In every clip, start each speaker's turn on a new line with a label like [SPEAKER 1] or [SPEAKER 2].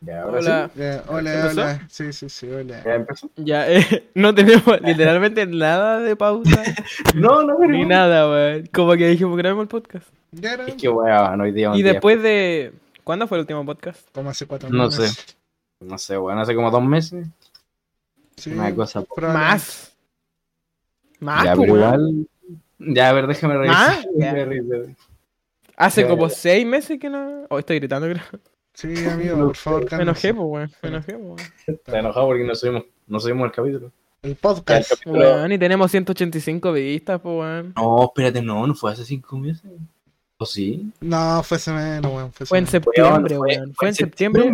[SPEAKER 1] Ya, ahora
[SPEAKER 2] Hola.
[SPEAKER 1] sí.
[SPEAKER 3] Ya, Eh, hola,
[SPEAKER 2] ¿Empezó?
[SPEAKER 3] hola. Sí, sí, sí, hola.
[SPEAKER 1] ¿Ya empezó?
[SPEAKER 2] Ya, eh, no tenemos literalmente nada de pausa
[SPEAKER 1] No, no, pero.
[SPEAKER 2] ni nada, weón. Como que dijimos grabemos el podcast.
[SPEAKER 3] Ya era
[SPEAKER 1] Es que weón, hoy día. un
[SPEAKER 2] Y
[SPEAKER 1] día-
[SPEAKER 2] después de. ¿Cuándo fue el último podcast?
[SPEAKER 3] como hace cuatro
[SPEAKER 1] No
[SPEAKER 3] meses.
[SPEAKER 1] sé. No sé, weón, hace como dos meses.
[SPEAKER 3] Sí,
[SPEAKER 1] Una cosa.
[SPEAKER 3] probablemente.
[SPEAKER 2] Más. Más,
[SPEAKER 1] ya,
[SPEAKER 2] pues,
[SPEAKER 1] pero
[SPEAKER 2] weón. Ah,
[SPEAKER 1] igual. Ya, a ver, déjame
[SPEAKER 2] Más.
[SPEAKER 1] revisar. Déjame revisar.
[SPEAKER 2] Hace
[SPEAKER 1] Ya,
[SPEAKER 2] como
[SPEAKER 1] ya.
[SPEAKER 2] seis meses que no. Oh, estoy gritando, creo.
[SPEAKER 3] Sí, amigo,
[SPEAKER 1] No
[SPEAKER 3] por favor,
[SPEAKER 2] Me enojé,
[SPEAKER 3] cálmense.
[SPEAKER 2] pues, weón. Me enojé, pues, weón.
[SPEAKER 1] Está enojado porque no subimos, no subimos el capítulo.
[SPEAKER 3] El
[SPEAKER 1] Ya, el
[SPEAKER 3] podcast.
[SPEAKER 1] capítulo-
[SPEAKER 2] Weón, y tenemos 185 vistas, pues, weón.
[SPEAKER 1] No, espérate, no, no fue hace cinco meses. ¿O sí?
[SPEAKER 3] No, fue ese menos, weón. Fue, ese
[SPEAKER 2] Fue en
[SPEAKER 3] menos.
[SPEAKER 2] septiembre, weón. Fue en septiembre,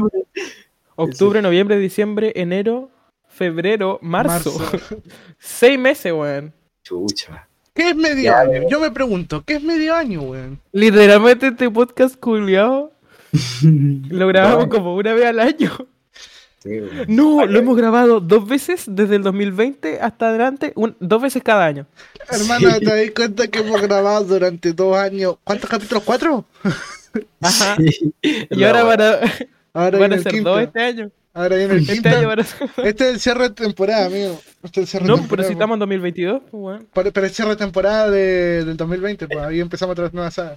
[SPEAKER 2] octubre, noviembre, diciembre, enero, febrero, marzo. Seis meses, weón.
[SPEAKER 1] Chucha.
[SPEAKER 3] ¿Qué es medio
[SPEAKER 1] Ya,
[SPEAKER 3] año? Yo me pregunto, ¿qué es medio año, weón?
[SPEAKER 2] Literalmente este podcast culiao
[SPEAKER 1] sí,
[SPEAKER 2] lo grabamos
[SPEAKER 1] No.
[SPEAKER 2] como una vez al año.
[SPEAKER 1] weón.
[SPEAKER 2] No, lo hemos grabado dos veces desde el 2020 hasta adelante, un- dos veces cada año.
[SPEAKER 3] Hermana, te das cuenta que hemos grabado durante dos años. ¿Cuántos capítulos? ¿Cuatro?
[SPEAKER 2] Ajá.
[SPEAKER 1] Sí.
[SPEAKER 2] Y
[SPEAKER 1] La
[SPEAKER 2] ahora
[SPEAKER 1] weón.
[SPEAKER 2] van a, van
[SPEAKER 3] Ahora viene
[SPEAKER 2] a
[SPEAKER 3] el
[SPEAKER 2] ser
[SPEAKER 3] quinto.
[SPEAKER 2] dos este año.
[SPEAKER 3] Ahora viene el
[SPEAKER 2] Este
[SPEAKER 3] quinto.
[SPEAKER 2] año van a ser-
[SPEAKER 3] Este es el cierre de temporada, amigo. Este es el cierre de
[SPEAKER 2] No, pero
[SPEAKER 3] temporada,
[SPEAKER 2] si estamos en 2022, pues, weón.
[SPEAKER 3] Pero, pero es cierre de temporada de, del 2020, pues ahí empezamos otra nueva saga.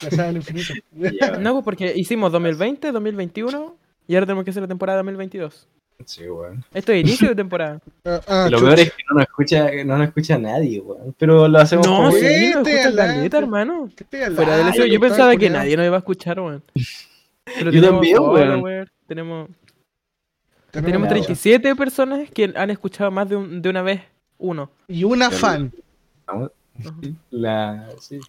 [SPEAKER 3] La saga del infinito.
[SPEAKER 1] Ya, weón.
[SPEAKER 2] No, pues porque hicimos 2020, 2021 y ahora tenemos que hacer la temporada 2022.
[SPEAKER 1] Sí, weón.
[SPEAKER 2] Esto es inicio de temporada.
[SPEAKER 3] Ah, ah,
[SPEAKER 1] lo
[SPEAKER 3] chucha.
[SPEAKER 1] peor es que no nos escucha, no nos escucha nadie, weón. Pero lo hacemos
[SPEAKER 2] No,
[SPEAKER 1] como-
[SPEAKER 3] sí,
[SPEAKER 2] sí, nos
[SPEAKER 3] te
[SPEAKER 2] escuchan la
[SPEAKER 3] adelanto.
[SPEAKER 2] neta, hermano.
[SPEAKER 3] ¿Qué te hablas?
[SPEAKER 2] Fuera del
[SPEAKER 3] Ay,
[SPEAKER 2] eso, yo
[SPEAKER 3] doctor,
[SPEAKER 2] pensaba que
[SPEAKER 3] culiao.
[SPEAKER 2] nadie nos iba a escuchar, weón. Pero
[SPEAKER 1] Yo
[SPEAKER 2] tenemos
[SPEAKER 1] también, weón.
[SPEAKER 2] follower, Tenemos,
[SPEAKER 3] Tenemos-
[SPEAKER 2] tenemos
[SPEAKER 1] nada, weón.
[SPEAKER 2] 37 personas que han escuchado más de, un- de una vez uno.
[SPEAKER 3] Y una fan.
[SPEAKER 1] La... sí.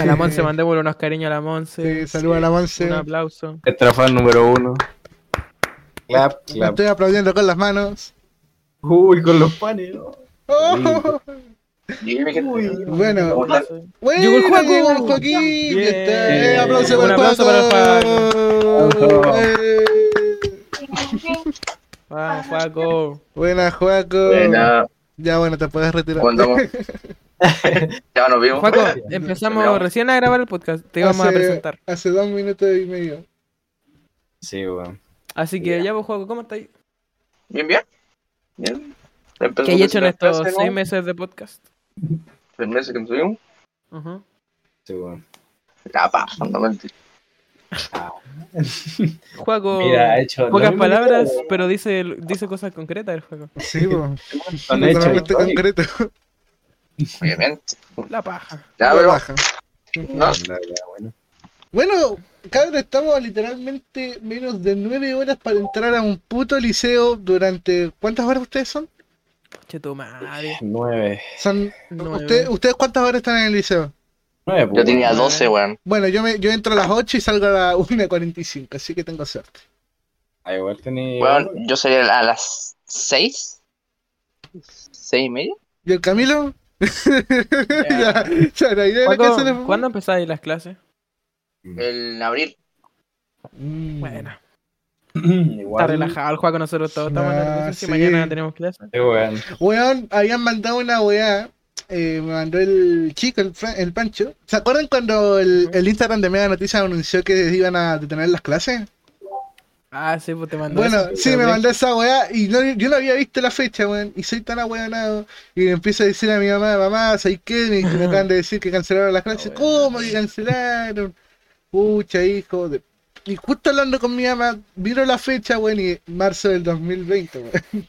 [SPEAKER 2] A la Monse, mandémosle unos cariños a la Monse.
[SPEAKER 3] Eh, Sí, saludos a la Monse.
[SPEAKER 2] Un aplauso.
[SPEAKER 1] Nuestra fan número uno. Clap,
[SPEAKER 3] La
[SPEAKER 1] clap.
[SPEAKER 3] estoy aplaudiendo con las manos.
[SPEAKER 1] Uy, con los panes. ¿no?
[SPEAKER 3] Oh,
[SPEAKER 1] Uy.
[SPEAKER 3] bueno, bueno,
[SPEAKER 2] Llegó el Joaco.
[SPEAKER 3] llegó el Joaquín.
[SPEAKER 2] Bien.
[SPEAKER 3] Ya está. Eh, aplauso
[SPEAKER 1] Un
[SPEAKER 3] para el
[SPEAKER 2] aplauso para el
[SPEAKER 3] Joaco.
[SPEAKER 1] Joaco.
[SPEAKER 3] Eh,
[SPEAKER 2] Vamos, Ah, Juaco.
[SPEAKER 3] Buenas, Joaco.
[SPEAKER 4] Buena,
[SPEAKER 3] Ya, bueno, te puedes retirar.
[SPEAKER 4] ¿cómo andamos? ya nos vimos.
[SPEAKER 2] Juaco, empezamos recién a grabar el podcast. Te íbamos a
[SPEAKER 3] Hace-
[SPEAKER 2] presentar.
[SPEAKER 3] Hace dos minutos y medio.
[SPEAKER 1] Sí, weón.
[SPEAKER 2] Así que ya, pues, Juaco, ¿cómo estáis?
[SPEAKER 4] ¿Bien, bien? ¿Bien? Empezó
[SPEAKER 2] ¿Qué hay
[SPEAKER 4] con
[SPEAKER 2] hecho en
[SPEAKER 4] la
[SPEAKER 2] estos
[SPEAKER 4] clase, ¿no?
[SPEAKER 2] seis meses de podcast?
[SPEAKER 4] Seis meses que nos vimos.
[SPEAKER 2] Ajá.
[SPEAKER 1] Sí, weón.
[SPEAKER 4] La pa, no mentira.
[SPEAKER 2] Juaco,
[SPEAKER 1] Mira, ha hecho. lo
[SPEAKER 2] pocas
[SPEAKER 1] mismo que
[SPEAKER 2] palabras,
[SPEAKER 1] yo, weón.
[SPEAKER 2] pero dice, dice cosas concretas el juego.
[SPEAKER 3] Sí, po.
[SPEAKER 1] Han hecho.
[SPEAKER 2] este-
[SPEAKER 3] Totalmente concreto.
[SPEAKER 4] Obviamente.
[SPEAKER 2] La paja.
[SPEAKER 4] Ya,
[SPEAKER 3] Muy
[SPEAKER 4] pero.
[SPEAKER 3] baja.
[SPEAKER 4] No,
[SPEAKER 1] Ya, ya, bueno.
[SPEAKER 3] Bueno, cabrón, estamos literalmente menos de nueve horas para entrar a un puto liceo durante... ¿Cuántas horas ustedes son?
[SPEAKER 2] Che tu madre.
[SPEAKER 1] Nueve.
[SPEAKER 3] Son...
[SPEAKER 2] Nueve.
[SPEAKER 3] ¿Usted- ¿Ustedes cuántas horas están en el liceo?
[SPEAKER 1] Nueve, pues,
[SPEAKER 4] yo
[SPEAKER 1] weón.
[SPEAKER 4] tenía 12, weón.
[SPEAKER 3] Bueno, yo me, yo entro a las 8 y salgo a las 1.45, así que tengo suerte.
[SPEAKER 1] Ah, igual tenía.
[SPEAKER 4] Weón, yo salí a las 6. ¿Seis y media?
[SPEAKER 3] ¿Y el Camilo? ya,
[SPEAKER 2] Ya.
[SPEAKER 3] ya, la idea de la
[SPEAKER 2] Juaco,
[SPEAKER 3] casa le-
[SPEAKER 2] ¿Cuándo empezáis las clases? eh,
[SPEAKER 4] En abril.
[SPEAKER 3] Mm.
[SPEAKER 2] Bueno,
[SPEAKER 1] Igual.
[SPEAKER 2] está relajado el Juaco, nosotros todos estamos
[SPEAKER 3] Ah,
[SPEAKER 2] nerviosos
[SPEAKER 3] sí.
[SPEAKER 2] y mañana tenemos clases.
[SPEAKER 1] Sí, weón.
[SPEAKER 3] Weón, habían mandado una weá. eh, me mandó el chico, el, Fran- el Pancho. ¿Se acuerdan cuando el, el Instagram de Mega Noticias anunció que iban a detener las clases?
[SPEAKER 2] Ah, sí, pues te mandó.
[SPEAKER 3] Bueno,
[SPEAKER 2] eso.
[SPEAKER 3] sí, me mandó esa weá y no- yo no había visto la fecha, weón. Y soy tan ahueonado. Y le empiezo a decir a mi mamá, mamá, ¿sabes qué? Me, me acaban de decir que cancelaron las clases.
[SPEAKER 2] Ah, bueno.
[SPEAKER 3] ¿Cómo que cancelaron? Pucha, hijo. de- Y justo hablando con mi mamá, vino la fecha, weón, y marzo del 2020, weón.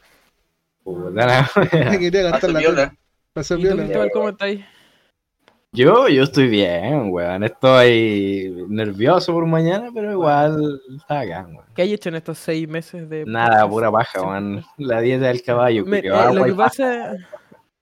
[SPEAKER 1] Puta la-
[SPEAKER 3] Me quería gastar
[SPEAKER 4] Hasta
[SPEAKER 3] la
[SPEAKER 4] Ah, viola.
[SPEAKER 3] tele. Pasó
[SPEAKER 2] ¿Y tú,
[SPEAKER 3] viola.
[SPEAKER 2] Cristóbal, cómo estáis?
[SPEAKER 1] Yo, yo estoy bien, weón. Estoy nervioso por mañana, pero igual está acá, weón.
[SPEAKER 2] ¿Qué hay hecho en estos seis meses de.
[SPEAKER 1] Nada,
[SPEAKER 2] podcast?
[SPEAKER 1] pura paja, weón. La dieta del caballo,
[SPEAKER 2] Me-
[SPEAKER 1] culiao,
[SPEAKER 2] eh,
[SPEAKER 1] agua
[SPEAKER 2] lo
[SPEAKER 1] y
[SPEAKER 2] que
[SPEAKER 1] paja.
[SPEAKER 2] pasa.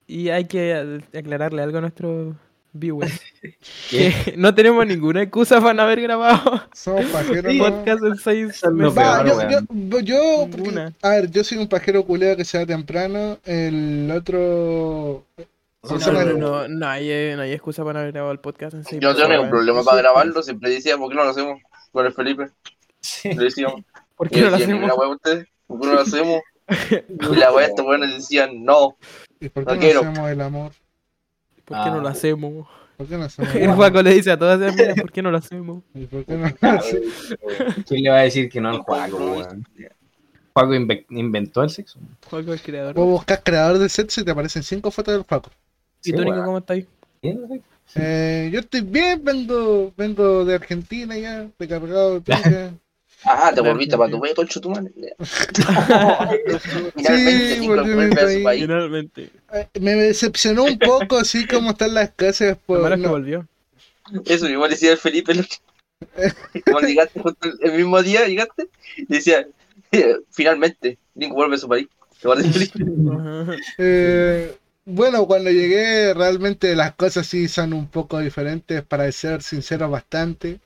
[SPEAKER 2] Y hay que a- aclararle algo a nuestros viewers.
[SPEAKER 1] ¿Qué?
[SPEAKER 2] que no tenemos ninguna excusa para no haber grabado
[SPEAKER 3] Somos pajeros,
[SPEAKER 2] un
[SPEAKER 3] ¿no?
[SPEAKER 2] podcast en seis
[SPEAKER 1] Eso es lo
[SPEAKER 2] meses.
[SPEAKER 3] Va,
[SPEAKER 1] peor,
[SPEAKER 3] yo,
[SPEAKER 1] weón.
[SPEAKER 3] yo, yo- porque-
[SPEAKER 2] Ninguna.
[SPEAKER 3] a ver, yo soy un pajero culeo que se va temprano. El otro.
[SPEAKER 2] No,
[SPEAKER 3] Son
[SPEAKER 2] no,
[SPEAKER 3] algo.
[SPEAKER 2] no, no hay, eh, no hay excusa para no haber grabado el podcast en seis
[SPEAKER 4] Yo no tengo
[SPEAKER 2] meses,
[SPEAKER 4] ningún
[SPEAKER 2] pues, weón.
[SPEAKER 4] problema para grabarlo. Siempre decía, ¿por qué no lo hacemos? Con el Felipe.
[SPEAKER 1] Sí.
[SPEAKER 4] Le decíamos.
[SPEAKER 2] ¿Por
[SPEAKER 4] Y
[SPEAKER 2] qué no lo
[SPEAKER 4] decían,
[SPEAKER 2] hacemos?
[SPEAKER 4] La weá ustedes. ¿Por qué no lo hacemos? Y la weá, estos weones decían, no.
[SPEAKER 3] ¿Y por
[SPEAKER 4] No
[SPEAKER 3] qué no
[SPEAKER 4] quiero.
[SPEAKER 3] hacemos el amor?
[SPEAKER 2] ¿Por qué no lo
[SPEAKER 1] Ah.
[SPEAKER 2] hacemos?
[SPEAKER 3] ¿Por qué no hacemos
[SPEAKER 2] El
[SPEAKER 3] eso?
[SPEAKER 2] guaco le dice a todas las minas, ¿por qué no lo hacemos?
[SPEAKER 3] ¿Y ¿Por qué no
[SPEAKER 1] ¿Quién le va a decir que no al Juaco, weón? Juaco inve- inventó el sexo.
[SPEAKER 2] Juaco es creador.
[SPEAKER 3] Vos buscas creador de sexo y te aparecen cinco fotos del Paco.
[SPEAKER 2] ¿Y
[SPEAKER 1] Sí,
[SPEAKER 2] tú, Nico,
[SPEAKER 1] weón.
[SPEAKER 2] cómo estás?
[SPEAKER 3] Eh, yo estoy bien, vengo, vengo de Argentina ya, de cargado de pija.
[SPEAKER 4] Ajá, te
[SPEAKER 2] Claro,
[SPEAKER 4] volviste para tu wey, concho tu madre.
[SPEAKER 3] Sí,
[SPEAKER 4] Finalmente, Nico
[SPEAKER 3] volví a mi
[SPEAKER 4] vuelve a
[SPEAKER 3] país.
[SPEAKER 4] su país.
[SPEAKER 2] Finalmente.
[SPEAKER 3] Eh, Me decepcionó un poco así como están las casas
[SPEAKER 2] Lo
[SPEAKER 3] por
[SPEAKER 2] malo es que
[SPEAKER 3] Pues, no-
[SPEAKER 2] volvió.
[SPEAKER 4] Eso mismo le decía el Felipe. el otro- Cuando llegaste justo el- el mismo día, llegaste, y decía, eh, finalmente, Nico vuelve a su país. ¿Te parece Felipe?
[SPEAKER 2] Ajá.
[SPEAKER 3] Eh, bueno, cuando llegué realmente las cosas sí son un poco diferentes, para ser sincero bastante.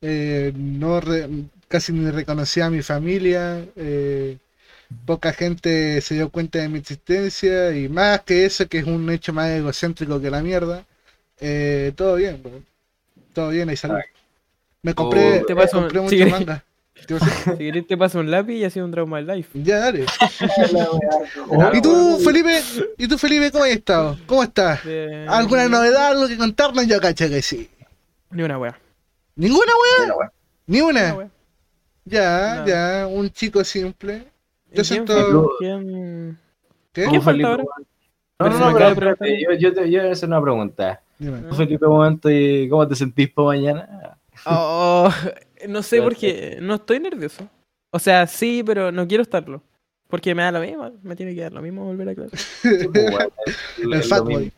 [SPEAKER 3] Eh, no re- casi ni reconocí a mi familia, eh, poca gente se dio cuenta de mi existencia y más que eso, que es un hecho más egocéntrico que la mierda, eh, todo bien, bro. todo bien, hay salud. Me compré,
[SPEAKER 1] Oh,
[SPEAKER 2] te paso-
[SPEAKER 3] compré mucho
[SPEAKER 2] sí.
[SPEAKER 3] manga. ¿Qué pasa?
[SPEAKER 2] Si querés te paso un lápiz y ha sido un trauma del life.
[SPEAKER 3] Ya, dale.
[SPEAKER 1] Claro,
[SPEAKER 3] ¿Y tú,
[SPEAKER 1] weón.
[SPEAKER 3] Felipe? ¿Y tú, Felipe, cómo has estado? ¿Cómo estás?
[SPEAKER 2] De-
[SPEAKER 3] ¿Alguna novedad, algo que contarnos? Yo caché que sí.
[SPEAKER 2] Ni una wea.
[SPEAKER 3] ¿Ninguna, weón?
[SPEAKER 4] Bueno, bueno.
[SPEAKER 3] ¿Ni
[SPEAKER 2] Ni una
[SPEAKER 3] una?
[SPEAKER 2] wea.
[SPEAKER 3] Ya,
[SPEAKER 2] No.
[SPEAKER 3] ya, un chico simple.
[SPEAKER 2] ¿Y
[SPEAKER 3] Yo
[SPEAKER 2] quién
[SPEAKER 3] siento-
[SPEAKER 2] fue- ¿Quién?
[SPEAKER 3] ¿Qué?
[SPEAKER 1] Tú,
[SPEAKER 2] ¿Quién falta
[SPEAKER 1] Felipe,
[SPEAKER 2] ahora?
[SPEAKER 1] weón. No, no,
[SPEAKER 2] Pero
[SPEAKER 1] no,
[SPEAKER 2] se me
[SPEAKER 1] pero
[SPEAKER 2] acaba de
[SPEAKER 1] espérate, yo, yo, te- yo voy a hacer una pregunta.
[SPEAKER 3] Dime.
[SPEAKER 1] Tú, Felipe, weón, te- ¿cómo te sentís para mañana?
[SPEAKER 2] Oh, no sé porque no estoy nervioso. O sea, sí, pero no quiero estarlo. Porque me da lo mismo, me tiene que dar lo mismo volver a clase.
[SPEAKER 1] Sí, pues, weón, es lo-
[SPEAKER 3] El
[SPEAKER 1] es lo
[SPEAKER 3] fuckboy.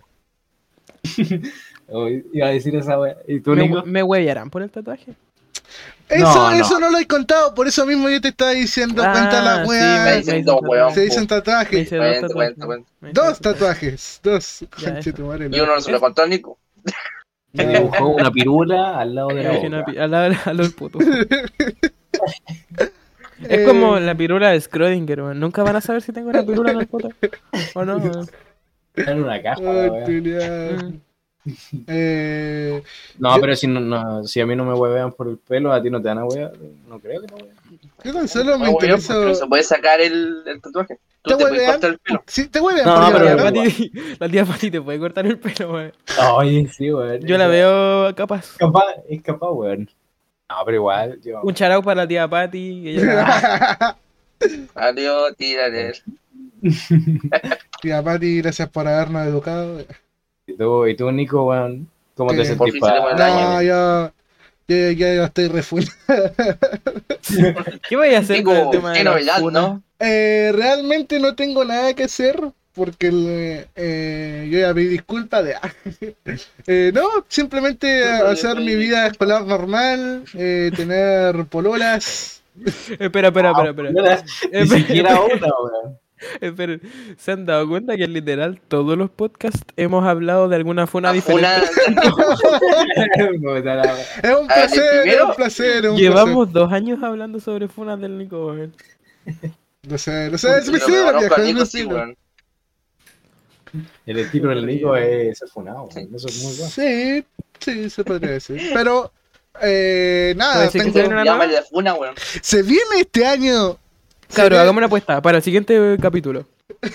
[SPEAKER 1] mismo. Uy, Iba a decir esa weá. ¿Y tú,
[SPEAKER 2] Me,
[SPEAKER 1] Nico?
[SPEAKER 2] me huevearán por el tatuaje.
[SPEAKER 3] Eso,
[SPEAKER 1] No, no.
[SPEAKER 3] eso no lo he contado, por eso mismo yo te estaba diciendo,
[SPEAKER 2] Ah,
[SPEAKER 3] cuenta la
[SPEAKER 2] sí,
[SPEAKER 4] Me
[SPEAKER 3] wea.
[SPEAKER 2] me-
[SPEAKER 4] dicen dos weón.
[SPEAKER 3] se dicen
[SPEAKER 4] po.
[SPEAKER 2] Me
[SPEAKER 3] tatuajes.
[SPEAKER 2] hice dos
[SPEAKER 4] Cuenta,
[SPEAKER 2] tatuajes.
[SPEAKER 4] cuenta, cuenta.
[SPEAKER 2] Me hice
[SPEAKER 3] Dos
[SPEAKER 2] tatuajes.
[SPEAKER 3] tatuajes. Dos.
[SPEAKER 2] Ya,
[SPEAKER 3] Conche tu madre,
[SPEAKER 4] Y uno no se lo contó a Nico.
[SPEAKER 1] Me dibujó una pirula al lado de la
[SPEAKER 2] Me
[SPEAKER 1] boca.
[SPEAKER 2] dije una pi- Al lado al lado del puto.
[SPEAKER 3] Eh,
[SPEAKER 2] Es como la pirula de Schrödinger, weón. Nunca van a saber si tengo una pirula en el poto. O no. weón.
[SPEAKER 1] Era una caja,
[SPEAKER 4] Oh,
[SPEAKER 1] la
[SPEAKER 3] Ay,
[SPEAKER 1] weá.
[SPEAKER 3] culiao.
[SPEAKER 2] Mm.
[SPEAKER 3] Eh,
[SPEAKER 1] No,
[SPEAKER 3] Yo-
[SPEAKER 1] pero si, no, no- si a mí no me huevean por el pelo, a ti no te van a huevear. No creo que no huevean.
[SPEAKER 3] yo tan solo me
[SPEAKER 4] Ah, weón, porque no
[SPEAKER 3] interesó.
[SPEAKER 4] se puede sacar el, el tatuaje.
[SPEAKER 3] Te
[SPEAKER 4] Tú te puedes
[SPEAKER 3] huevean.
[SPEAKER 4] cortar el pelo.
[SPEAKER 3] Sí, te huevean,
[SPEAKER 1] No,
[SPEAKER 3] porque
[SPEAKER 1] pero-
[SPEAKER 2] la, tía
[SPEAKER 3] ahora-
[SPEAKER 2] Pati, la tía Pati te puede cortar el pelo, weón.
[SPEAKER 1] Oye, sí, weón.
[SPEAKER 2] Yo la veo capaz.
[SPEAKER 1] Es capaz, es capaz, weón. No, pero igual, yo.
[SPEAKER 2] Un charao para la tía Pati. que ella-
[SPEAKER 4] Adiós, tírale.
[SPEAKER 3] Tía Pati, gracias por habernos educado.
[SPEAKER 1] ¿Y tú, y tú, Nico, weón? ¿Cómo
[SPEAKER 3] Eh,
[SPEAKER 1] te
[SPEAKER 4] por
[SPEAKER 1] sentís
[SPEAKER 4] fin se le
[SPEAKER 1] para
[SPEAKER 4] pone daño.
[SPEAKER 1] mañana?
[SPEAKER 3] No, yo, yo, yo estoy refugiado.
[SPEAKER 2] ¿Qué voy a hacer
[SPEAKER 4] Nico,
[SPEAKER 2] con el tema
[SPEAKER 4] qué
[SPEAKER 2] de la
[SPEAKER 4] novedad,
[SPEAKER 2] funa?
[SPEAKER 4] ¿no?
[SPEAKER 3] Eh, realmente no tengo nada que hacer porque el, eh, yo ya pedí disculpa de... Eh, no, simplemente
[SPEAKER 4] No, no,
[SPEAKER 3] hacer
[SPEAKER 4] yo
[SPEAKER 3] mi
[SPEAKER 4] estoy-
[SPEAKER 3] vida escolar normal, eh, tener pololas.
[SPEAKER 2] Espera, espera, espera, espera.
[SPEAKER 1] Ni
[SPEAKER 2] Espera,
[SPEAKER 1] siquiera
[SPEAKER 2] espera,
[SPEAKER 1] una, weón.
[SPEAKER 2] espera. ¿Se han dado cuenta que literal todos los podcasts hemos hablado de alguna funa
[SPEAKER 4] La funa-
[SPEAKER 2] diferente?
[SPEAKER 1] Puta la weá.
[SPEAKER 3] Es un placer, es
[SPEAKER 4] A ver, Ah, primero,
[SPEAKER 3] un placer, es un
[SPEAKER 2] Llevamos dos años hablando sobre funas del Nico, weón.
[SPEAKER 3] placer. No sé, no sé,
[SPEAKER 4] Yo
[SPEAKER 3] es
[SPEAKER 4] me
[SPEAKER 3] vecino,
[SPEAKER 4] conozco
[SPEAKER 3] viejo,
[SPEAKER 4] a
[SPEAKER 3] es
[SPEAKER 4] Nico, sí,
[SPEAKER 3] vecino.
[SPEAKER 4] weón.
[SPEAKER 1] El estilo del Nico es afunado,
[SPEAKER 4] Sí.
[SPEAKER 1] Eso es muy bueno.
[SPEAKER 3] Sí, sí, se podría decir. Pero, eh, nada,
[SPEAKER 2] Puede ser que
[SPEAKER 3] tengo-
[SPEAKER 2] sea una-
[SPEAKER 4] Llámale la funa, weón.
[SPEAKER 3] se viene este año. Se
[SPEAKER 2] Cabrón,
[SPEAKER 3] viene-
[SPEAKER 2] hagamos una apuesta para el siguiente capítulo.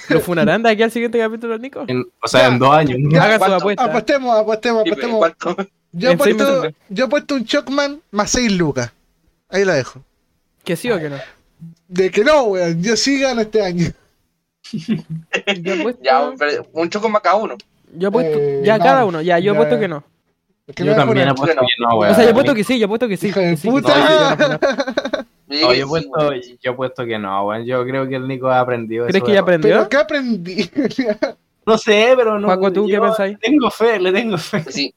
[SPEAKER 2] ¿Lo funarán de aquí al siguiente capítulo, Nico?
[SPEAKER 1] En- o sea, en dos años.
[SPEAKER 3] Ya,
[SPEAKER 2] Haga su
[SPEAKER 4] ¿cuánto?
[SPEAKER 2] apuesta.
[SPEAKER 3] Apostemos, apostemos,
[SPEAKER 4] Sí,
[SPEAKER 3] apostemos.
[SPEAKER 4] pero ¿cuánto?
[SPEAKER 3] Yo he,
[SPEAKER 2] En seis
[SPEAKER 3] puesto,
[SPEAKER 2] meses.
[SPEAKER 3] yo he puesto un Chocman más 6 lucas. Ahí la dejo.
[SPEAKER 2] ¿Que sí o que no?
[SPEAKER 3] De que no, weón. Yo sí gano este año.
[SPEAKER 2] Yo apuesto.
[SPEAKER 4] Ya, pero un choco más cada uno.
[SPEAKER 2] yo apuesto-
[SPEAKER 3] Eh,
[SPEAKER 2] ya
[SPEAKER 3] no.
[SPEAKER 2] cada uno, ya, yo
[SPEAKER 3] Ya.
[SPEAKER 2] apuesto que no.
[SPEAKER 3] Que me
[SPEAKER 1] Yo
[SPEAKER 3] voy a
[SPEAKER 1] también
[SPEAKER 3] poner-
[SPEAKER 1] apuesto
[SPEAKER 4] Bueno,
[SPEAKER 1] que no, weón.
[SPEAKER 2] O sea, yo apuesto que sí, yo apuesto que sí.
[SPEAKER 3] Hijo de
[SPEAKER 2] que sí, que
[SPEAKER 3] puta.
[SPEAKER 2] sí, que van a funar.
[SPEAKER 1] No,
[SPEAKER 4] Sí,
[SPEAKER 1] yo apuesto,
[SPEAKER 4] weón.
[SPEAKER 1] yo apuesto que no, weón. Yo creo que el Nico ha aprendido
[SPEAKER 2] ¿Crees
[SPEAKER 1] eso
[SPEAKER 2] que
[SPEAKER 1] de
[SPEAKER 2] ya
[SPEAKER 1] error.
[SPEAKER 2] aprendió?
[SPEAKER 3] Pero ¿qué aprendí?
[SPEAKER 1] No sé, pero no.
[SPEAKER 2] Paco, ¿tú qué
[SPEAKER 1] yo
[SPEAKER 2] pensáis?
[SPEAKER 1] le Tengo fe, le tengo fe.
[SPEAKER 4] Sí,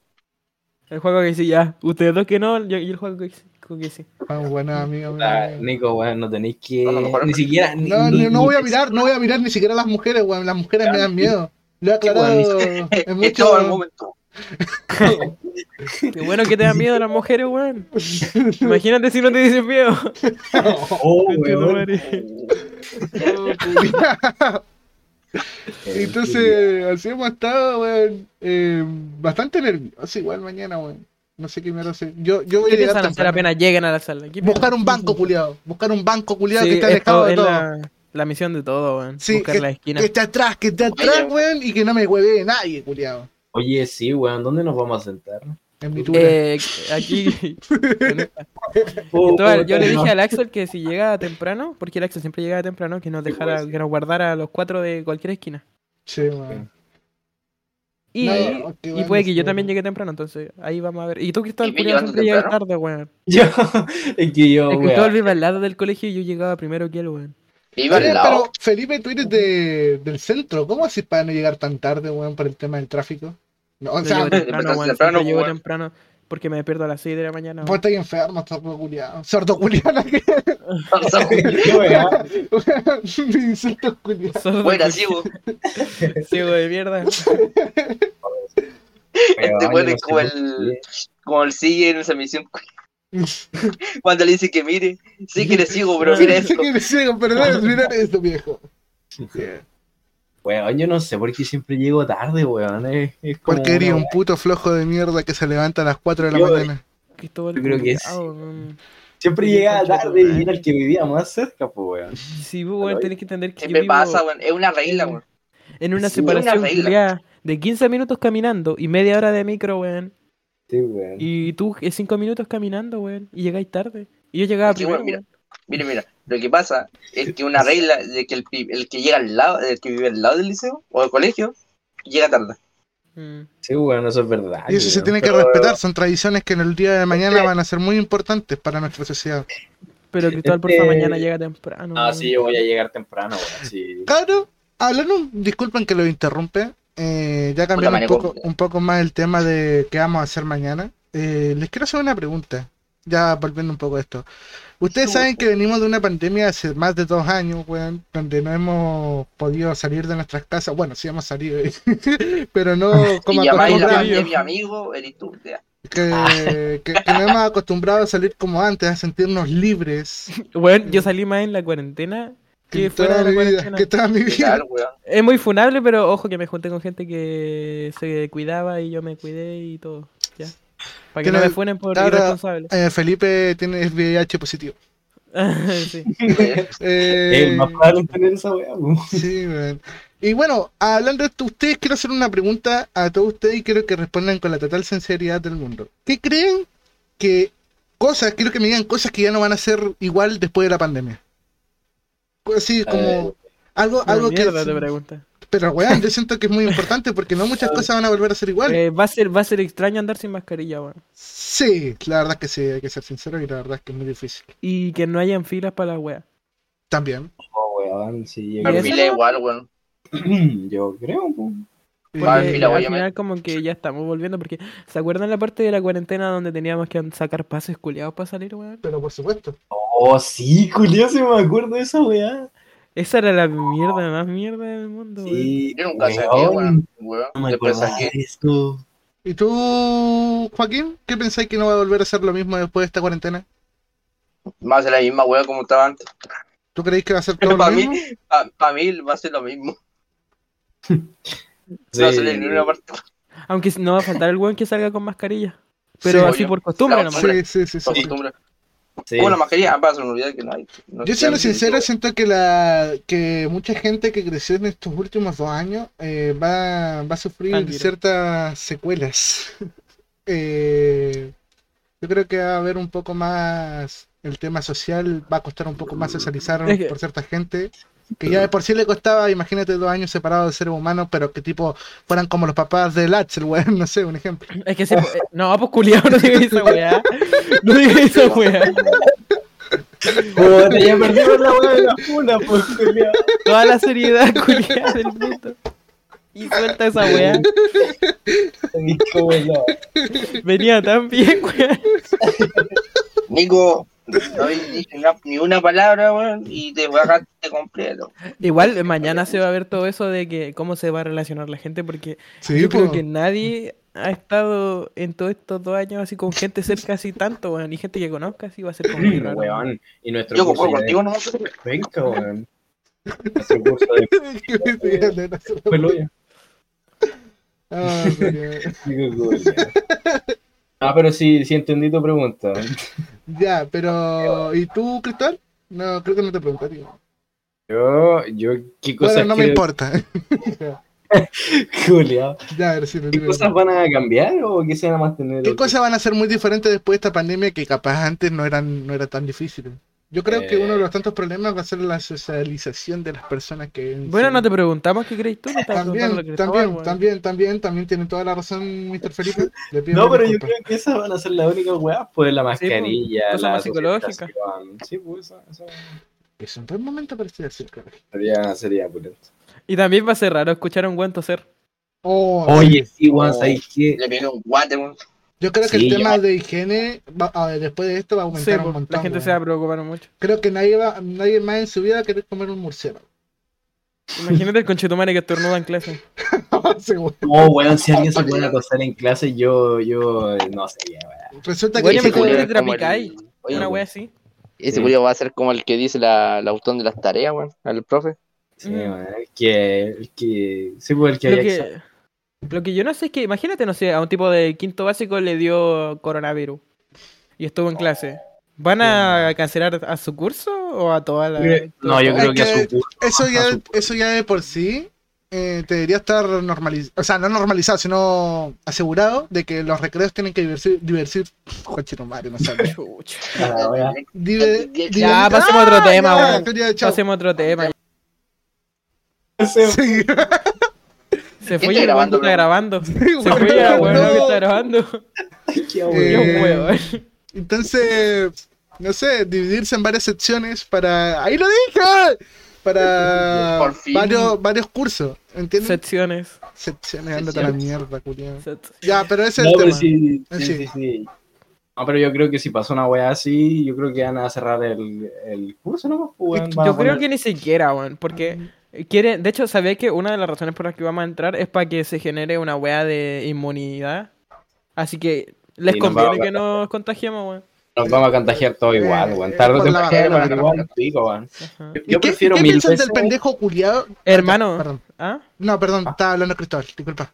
[SPEAKER 2] El juego que sí, ya. Ustedes dos que no, yo, y el juego que sí. que sí.
[SPEAKER 3] Ah, bueno, amigo.
[SPEAKER 1] Puta,
[SPEAKER 3] mío.
[SPEAKER 1] Nico, weón, no tenéis que.
[SPEAKER 4] A lo mejor-
[SPEAKER 1] Ni siquiera. Ah, ni-
[SPEAKER 3] No,
[SPEAKER 1] ni-
[SPEAKER 3] no, no voy a
[SPEAKER 1] ni-
[SPEAKER 3] mirar, no voy a mirar ni siquiera a las mujeres, weón. Las mujeres me dan miedo. Lo he aclarado en
[SPEAKER 4] es todo
[SPEAKER 3] mucho.
[SPEAKER 4] el este momento.
[SPEAKER 2] Qué bueno que te da miedo a las mujeres, weón. Imagínate si no te dicen miedo.
[SPEAKER 1] Oh,
[SPEAKER 3] Este
[SPEAKER 2] Conche tu
[SPEAKER 1] weón.
[SPEAKER 2] madre.
[SPEAKER 1] Este
[SPEAKER 3] Entonces, así hemos estado, weón. Eh, bastante nervioso igual mañana, weón. No sé qué me hacer. Yo, yo voy
[SPEAKER 2] ¿Qué
[SPEAKER 3] a llegar
[SPEAKER 2] piensan hacer
[SPEAKER 3] temprano.
[SPEAKER 2] apenas lleguen a la sala? ¿Qué
[SPEAKER 3] Buscar un banco
[SPEAKER 2] culiado.
[SPEAKER 3] culiado. Buscar un banco culiado que
[SPEAKER 2] Sí,
[SPEAKER 3] esté
[SPEAKER 2] esto
[SPEAKER 3] alejado de
[SPEAKER 2] es
[SPEAKER 3] todo.
[SPEAKER 2] la, la misión de todo, weón.
[SPEAKER 3] Sí,
[SPEAKER 2] Buscar la esquina.
[SPEAKER 3] Que esté atrás, que esté atrás,
[SPEAKER 4] Oye.
[SPEAKER 3] weón, y que no me hueve nadie, culiado.
[SPEAKER 1] Oye, sí, weón, ¿dónde nos vamos a sentar?
[SPEAKER 3] En mi tule.
[SPEAKER 2] Eh, aquí. Entonces, yo le dije al Axel que si llega temprano, porque el Axel siempre llegaba temprano, que nos dejara,
[SPEAKER 4] Pues.
[SPEAKER 2] que nos guardara a los cuatro de cualquier esquina.
[SPEAKER 3] Sí, weón.
[SPEAKER 2] Y,
[SPEAKER 3] No, ya, ok,
[SPEAKER 2] y
[SPEAKER 3] bueno,
[SPEAKER 2] puede que
[SPEAKER 3] sí,
[SPEAKER 2] yo
[SPEAKER 3] bueno.
[SPEAKER 2] también llegue temprano, entonces ahí vamos a ver. Y tú, Cristóbal,
[SPEAKER 4] ¿Y me
[SPEAKER 2] culiao,
[SPEAKER 4] llevaste
[SPEAKER 2] siempre llegas
[SPEAKER 4] temprano?
[SPEAKER 2] tarde, weón.
[SPEAKER 1] Yo, es que yo,
[SPEAKER 2] Es que
[SPEAKER 1] weón,
[SPEAKER 2] Cristóbal vive al lado del colegio y yo llegaba primero que él, weón.
[SPEAKER 4] Iba
[SPEAKER 3] Oye,
[SPEAKER 4] al lado.
[SPEAKER 3] Pero Felipe, tú eres de, del centro. ¿Cómo haces para no llegar tan tarde, weón, por el tema del tráfico? No, o
[SPEAKER 2] Yo
[SPEAKER 3] sea,
[SPEAKER 2] llego temprano,
[SPEAKER 4] despertaste
[SPEAKER 2] weón,
[SPEAKER 4] temprano,
[SPEAKER 2] siempre llego
[SPEAKER 4] weón.
[SPEAKER 2] temprano porque me despierto a las 6 de la mañana.
[SPEAKER 3] vos
[SPEAKER 2] weón.
[SPEAKER 3] estás enfermo, sordo culiado. Sordo culiado, que
[SPEAKER 1] weón.
[SPEAKER 3] me insulto culiado.
[SPEAKER 2] Sordo,
[SPEAKER 4] Bueno, así, vos.
[SPEAKER 2] ciego de mierda.
[SPEAKER 4] Este
[SPEAKER 1] Weón,
[SPEAKER 4] weón
[SPEAKER 1] yo
[SPEAKER 4] es
[SPEAKER 1] no sé por
[SPEAKER 4] como el.
[SPEAKER 1] qué.
[SPEAKER 4] Como el sigue en esa misión. Cuando le dice que mire, sí que le sigo, pero mira
[SPEAKER 3] Sí
[SPEAKER 4] eso.
[SPEAKER 3] que me ciego, pero no es mirar esto, viejo. Yeah.
[SPEAKER 1] Weón, yo no sé por qué siempre llego tarde, weón. Es, es como
[SPEAKER 3] Porque eres
[SPEAKER 1] una
[SPEAKER 3] un puto flojo de mierda que se levanta a las 4 de la
[SPEAKER 1] Yo-
[SPEAKER 4] eh,
[SPEAKER 3] mañana.
[SPEAKER 2] Cristóbal,
[SPEAKER 1] Yo creo que
[SPEAKER 2] culiao, weón.
[SPEAKER 1] Siempre
[SPEAKER 2] Sí,
[SPEAKER 1] llegaba
[SPEAKER 2] concha de tu
[SPEAKER 1] tarde y
[SPEAKER 2] madre.
[SPEAKER 1] era el que vivía más cerca, pues, weón.
[SPEAKER 2] Sí, vos, weón, tenés que entender que
[SPEAKER 4] ¿Qué
[SPEAKER 2] yo
[SPEAKER 4] eh, me
[SPEAKER 2] vivo
[SPEAKER 4] pasa, weón? Es una regla, weón.
[SPEAKER 2] en una
[SPEAKER 1] Sí, una
[SPEAKER 2] separación
[SPEAKER 4] regla.
[SPEAKER 2] culiao de 15 minutos caminando y media hora de micro, weón.
[SPEAKER 1] Sí, weón.
[SPEAKER 2] Y tú 5 minutos caminando, weón. Y llegáis tarde. Y yo llegaba
[SPEAKER 4] Es que,
[SPEAKER 2] primero,
[SPEAKER 4] weón, mira,
[SPEAKER 2] weón.
[SPEAKER 4] Mire, mira, lo que pasa es que una regla de que el, pi- el que llega al lado, el que vive al lado del liceo o del colegio, llega tarde.
[SPEAKER 2] Mm.
[SPEAKER 1] Sí, weón, eso es verdad.
[SPEAKER 3] Y eso se
[SPEAKER 1] weón.
[SPEAKER 3] tiene que
[SPEAKER 1] Pero-
[SPEAKER 3] respetar. Son tradiciones que en el día de mañana van a ser muy importantes para nuestra sociedad.
[SPEAKER 2] Pero Cristóbal, por
[SPEAKER 1] Este-
[SPEAKER 2] favor, mañana llega temprano.
[SPEAKER 1] Ah,
[SPEAKER 2] weón.
[SPEAKER 1] sí, yo voy a llegar temprano, weón. Sí.
[SPEAKER 3] Claro, hablando, un- disculpen que lo interrumpe, eh, ya cambiando un
[SPEAKER 4] manejo.
[SPEAKER 3] poco, un poco más el tema de qué vamos a hacer mañana, eh, les quiero hacer una pregunta, ya volviendo un poco a esto. Ustedes saben que venimos de una pandemia hace más de dos años, weón, donde no hemos podido salir de nuestras casas, bueno, sí hemos salido, eh, pero no como
[SPEAKER 4] y llamáis la
[SPEAKER 3] acostumbrado,
[SPEAKER 4] pandemia, amigo, eres tú. ya.
[SPEAKER 3] que, que, que no hemos acostumbrado a salir como antes, a sentirnos libres
[SPEAKER 2] Weón, yo salí más en la cuarentena
[SPEAKER 3] que
[SPEAKER 2] que fuera de
[SPEAKER 3] toda
[SPEAKER 2] la
[SPEAKER 3] mi vida,
[SPEAKER 2] cuarentena.
[SPEAKER 3] que toda mi
[SPEAKER 4] ¿Qué
[SPEAKER 3] vida.
[SPEAKER 4] tal, weón?
[SPEAKER 2] Es muy funable, pero ojo que me junté con gente que se cuidaba y yo me cuidé y todo. Ya. Para que no
[SPEAKER 3] Tiene-
[SPEAKER 2] me funen por
[SPEAKER 3] ahora-
[SPEAKER 2] irresponsable.
[SPEAKER 3] Eh, Felipe tiene VIH positivo.
[SPEAKER 2] Sí.
[SPEAKER 4] Oye,
[SPEAKER 3] Eh,
[SPEAKER 1] El más probable es tener esa weá, weón.
[SPEAKER 3] Sí, weón. Y bueno, hablando de esto, ustedes quiero hacer una pregunta a todos ustedes y quiero que respondan con la total sinceridad del mundo. ¿Qué creen que cosas, quiero que me digan cosas que ya no van a ser igual después de la pandemia? Pues Así como algo,
[SPEAKER 2] Eh, Una
[SPEAKER 3] algo que.
[SPEAKER 2] mierda te pregunta.
[SPEAKER 3] Pero weón, yo siento que es muy importante porque no muchas cosas van a volver a ser igual.
[SPEAKER 2] Eh, va, a ser, va a ser extraño andar sin mascarilla, weón.
[SPEAKER 3] Sí, la verdad es que sí, hay que ser sincero y la verdad es que es muy difícil.
[SPEAKER 2] Y que no hayan filas para la wea.
[SPEAKER 3] También.
[SPEAKER 1] Oh, weón, sí, yo
[SPEAKER 4] Me
[SPEAKER 2] ¿Y
[SPEAKER 1] creo,
[SPEAKER 2] eso?
[SPEAKER 4] enfilé igual, weón.
[SPEAKER 1] yo creo, weón.
[SPEAKER 2] Porque
[SPEAKER 4] Ah, fila,
[SPEAKER 2] al
[SPEAKER 4] obviamente.
[SPEAKER 2] final como que ya estamos volviendo porque ¿se acuerdan la parte de la cuarentena donde teníamos que sacar pases culiados para salir, weón?
[SPEAKER 3] Pero por supuesto.
[SPEAKER 1] Oh, sí, Julio, se me acuerdo de esa weá.
[SPEAKER 2] Esa era la mierda más mierda del mundo, weón.
[SPEAKER 1] Sí,
[SPEAKER 4] Yo nunca saqué,
[SPEAKER 1] weón,
[SPEAKER 4] weón. weón.
[SPEAKER 1] No me
[SPEAKER 4] Después
[SPEAKER 1] acuerdo
[SPEAKER 4] saqué.
[SPEAKER 1] de esto.
[SPEAKER 3] ¿Y tú, Joaquín? ¿Qué pensáis que no va a volver a ser lo mismo después de esta cuarentena?
[SPEAKER 4] Más de la misma weón como estaba antes.
[SPEAKER 3] ¿Tú creéis que va a ser todo
[SPEAKER 4] Pero
[SPEAKER 3] lo
[SPEAKER 4] para mí,
[SPEAKER 3] mismo?
[SPEAKER 4] para mí va a ser lo mismo.
[SPEAKER 1] Sí.
[SPEAKER 4] No va a salir ni una parte.
[SPEAKER 2] Aunque no va a faltar el weón que salga con mascarilla. Pero
[SPEAKER 3] Sí,
[SPEAKER 2] así
[SPEAKER 4] obvio.
[SPEAKER 2] por costumbre
[SPEAKER 4] Claro,
[SPEAKER 2] nomás.
[SPEAKER 4] hombre.
[SPEAKER 3] Sí, sí, sí, sí,
[SPEAKER 4] Por
[SPEAKER 3] sí.
[SPEAKER 4] costumbre.
[SPEAKER 1] Sí.
[SPEAKER 4] Como la mascarilla, ah, para se me olvidó que no hay. no
[SPEAKER 3] Yo
[SPEAKER 4] sé,
[SPEAKER 3] siendo
[SPEAKER 4] no sé,
[SPEAKER 3] sincero,
[SPEAKER 4] weón.
[SPEAKER 3] siento que la que mucha gente que creció en estos últimos dos años eh, va, va a sufrir
[SPEAKER 2] Pandiro.
[SPEAKER 3] ciertas secuelas. Eh, yo creo que va a haber un poco más el tema social, va a costar un poco más socializar
[SPEAKER 2] Es que-
[SPEAKER 3] por cierta gente. Que ya de por sí le costaba, imagínate, dos años separados de seres humanos, pero que tipo fueran como los papás del Axel, weón, no sé, un ejemplo.
[SPEAKER 2] Es que sí, po- eh, no, pues culiao, no digas esa weá. No digas esa weá.
[SPEAKER 1] Puta, ya perdimos la weá de la funa, pues, Julio.
[SPEAKER 2] Toda la seriedad culiao del mundo. Y suelta esa weá.
[SPEAKER 1] Nico, weón.
[SPEAKER 2] Venía tan bien, weá.
[SPEAKER 4] Nico, no habéis dicho na- ni una palabra, weón, y te bajaste completo.
[SPEAKER 2] Igual eh, mañana se va a ver todo eso de que cómo se va a relacionar la gente porque
[SPEAKER 3] Sí,
[SPEAKER 2] yo creo
[SPEAKER 3] po.
[SPEAKER 2] que nadie ha estado en todos estos dos años así con gente cerca así tanto, weón, y gente que conozca así va a ser como muy raro.
[SPEAKER 1] Weón, Y nuestro
[SPEAKER 4] Yo
[SPEAKER 1] curso
[SPEAKER 4] concuerdo
[SPEAKER 1] ya
[SPEAKER 4] contigo, no.
[SPEAKER 1] es penca, weón. Nuestro curso de peluya.
[SPEAKER 3] Ah, pero-
[SPEAKER 1] Ah, pero sí, sí entendí tu pregunta.
[SPEAKER 3] Ya, pero. ¿Y tú, Cristóbal? No, creo que no te pregunté, tío.
[SPEAKER 1] Yo, yo, ¿qué cosas
[SPEAKER 3] Bueno, no me
[SPEAKER 1] quiero-
[SPEAKER 3] importa.
[SPEAKER 1] Juliado.
[SPEAKER 3] Ya, a ver si me
[SPEAKER 1] ¿Qué
[SPEAKER 3] tiro.
[SPEAKER 1] cosas van a cambiar o qué se van a mantener?
[SPEAKER 3] ¿Qué cosas van a ser muy diferentes después de esta pandemia que capaz antes no eran no era tan difíciles? Yo creo que
[SPEAKER 1] Eh.
[SPEAKER 3] uno de los tantos problemas va a ser la socialización de las personas que...
[SPEAKER 2] Bueno, no te preguntamos qué crees tú. No estabas preguntando lo
[SPEAKER 3] También,
[SPEAKER 2] que
[SPEAKER 3] también,
[SPEAKER 2] Cristóbal, weón.
[SPEAKER 3] también, también, también tiene toda la razón, Mr. Felipe. Le pido
[SPEAKER 1] No,
[SPEAKER 3] mil
[SPEAKER 1] pero yo
[SPEAKER 3] disculpas.
[SPEAKER 1] creo que esas van a ser las únicas weas, pues la
[SPEAKER 2] Sí, pues,
[SPEAKER 1] mascarilla,
[SPEAKER 2] cosas
[SPEAKER 1] la
[SPEAKER 2] más psicológicas.
[SPEAKER 1] socialización. Sí, pues eso, eso
[SPEAKER 3] Es un buen momento para estudiar psicología.
[SPEAKER 1] sería, sería pulento.
[SPEAKER 2] Y también va a ser raro escuchar a un guanto ser.
[SPEAKER 3] Oh,
[SPEAKER 1] Oye, sí, weón,
[SPEAKER 4] Oh.
[SPEAKER 1] ¿sabéis qué?
[SPEAKER 4] Le pegué un guate, weón.
[SPEAKER 3] Yo creo que
[SPEAKER 1] Sí,
[SPEAKER 3] el
[SPEAKER 1] ya.
[SPEAKER 3] tema de higiene va- a ver, después de esto va a
[SPEAKER 2] Sí,
[SPEAKER 3] aumentar
[SPEAKER 2] po,
[SPEAKER 3] un montón.
[SPEAKER 2] la gente
[SPEAKER 3] weón.
[SPEAKER 2] se va a preocupar mucho.
[SPEAKER 3] Creo que nadie va, nadie más en su vida va a querer comer un murciélago.
[SPEAKER 2] Imagínate el conchetumare que estornuda en clase.
[SPEAKER 3] Sí, weón.
[SPEAKER 1] Oh, weón, si alguien se puede acostar en clase, yo, yo, eh, no sé, weón.
[SPEAKER 3] Resulta que
[SPEAKER 2] Bueno,
[SPEAKER 3] ese
[SPEAKER 2] me
[SPEAKER 3] weón-
[SPEAKER 2] comí
[SPEAKER 4] culiao es como
[SPEAKER 2] Trapicay.
[SPEAKER 4] el- Oye,
[SPEAKER 2] Una
[SPEAKER 1] bueno.
[SPEAKER 2] wea así.
[SPEAKER 4] Ese
[SPEAKER 1] Sí.
[SPEAKER 4] culiao va a ser como el que dice la, la botón de las tareas, weón, al profe.
[SPEAKER 1] Sí,
[SPEAKER 2] Mm.
[SPEAKER 1] weón, el que, el que, sí, pues el que
[SPEAKER 2] Lo
[SPEAKER 1] haya
[SPEAKER 2] que, lo que yo no sé es que, imagínate, no sé, a un tipo de quinto básico le dio coronavirus y estuvo en clase. ¿Van a cancelar a su curso o a toda la.?
[SPEAKER 1] No, yo
[SPEAKER 3] Es
[SPEAKER 1] creo que, a
[SPEAKER 3] que-
[SPEAKER 1] su
[SPEAKER 3] Eso
[SPEAKER 1] Ah,
[SPEAKER 3] ya,
[SPEAKER 1] supongo.
[SPEAKER 3] eso ya de por sí eh, te debería estar normalizado, o sea, no normalizado, sino asegurado de que los recreos tienen que divertir, divertir, Conchetumare, no sabe.
[SPEAKER 2] Chucha.
[SPEAKER 1] Ah, weón.
[SPEAKER 3] Dive-
[SPEAKER 4] Ya,
[SPEAKER 3] dinamita-
[SPEAKER 2] pasemos a otro
[SPEAKER 3] ¡Ah,
[SPEAKER 2] tema,
[SPEAKER 3] ya,
[SPEAKER 2] weón.
[SPEAKER 3] quería- chao.
[SPEAKER 2] Pasemos a otro tema.
[SPEAKER 3] Sí,
[SPEAKER 2] Se fue
[SPEAKER 4] ¿Qué está
[SPEAKER 2] y el guante
[SPEAKER 4] grabando,
[SPEAKER 2] está
[SPEAKER 4] bro?
[SPEAKER 2] grabando. Se
[SPEAKER 3] weón,
[SPEAKER 2] fue ya, weón,
[SPEAKER 3] no.
[SPEAKER 2] que está grabando.
[SPEAKER 1] Qué
[SPEAKER 2] Qué
[SPEAKER 1] aburrido.
[SPEAKER 3] Eh,
[SPEAKER 2] weón.
[SPEAKER 3] Entonces, no sé, dividirse en varias secciones para. ¡Ahí lo dije! Para
[SPEAKER 4] Por fin.
[SPEAKER 3] varios, varios cursos, ¿entiendes?
[SPEAKER 2] Secciones.
[SPEAKER 3] Secciones, ándate a la mierda, culiao.
[SPEAKER 2] Sec-
[SPEAKER 3] Ya, pero ese es
[SPEAKER 1] No,
[SPEAKER 3] el
[SPEAKER 1] pero
[SPEAKER 3] tema.
[SPEAKER 1] sí,
[SPEAKER 3] Ah,
[SPEAKER 1] sí,
[SPEAKER 3] sí.
[SPEAKER 1] sí, sí. No, pero yo creo que si pasó una weá así, yo creo que van a cerrar el, el curso, ¿no? Pues, weón, van a
[SPEAKER 2] Yo creo
[SPEAKER 1] poner-
[SPEAKER 2] que ni siquiera, weón, porque.
[SPEAKER 3] Ah,
[SPEAKER 2] Quiere, de hecho, sabía que una de las razones por las que vamos a entrar es para que se genere una wea de inmunidad. Así que les
[SPEAKER 1] Y nos
[SPEAKER 2] conviene
[SPEAKER 1] vamos a
[SPEAKER 2] que nos contagiemos, weón.
[SPEAKER 1] Nos vamos a contagiar todo igual,
[SPEAKER 3] Eh,
[SPEAKER 1] weón. Tarde o
[SPEAKER 3] por la
[SPEAKER 1] temprano,
[SPEAKER 3] vacuna,
[SPEAKER 1] pero
[SPEAKER 3] la
[SPEAKER 1] igual, pico, weón.
[SPEAKER 2] Ajá.
[SPEAKER 1] Yo-
[SPEAKER 3] ¿Y
[SPEAKER 1] Yo
[SPEAKER 3] ¿Qué,
[SPEAKER 1] prefiero
[SPEAKER 3] qué
[SPEAKER 1] mil
[SPEAKER 3] piensan
[SPEAKER 1] veces...
[SPEAKER 3] del pendejo culiado?
[SPEAKER 2] Hermano.
[SPEAKER 3] Perdón.
[SPEAKER 2] ¿Ah?
[SPEAKER 3] No, perdón, estaba hablando Cristóbal, disculpa.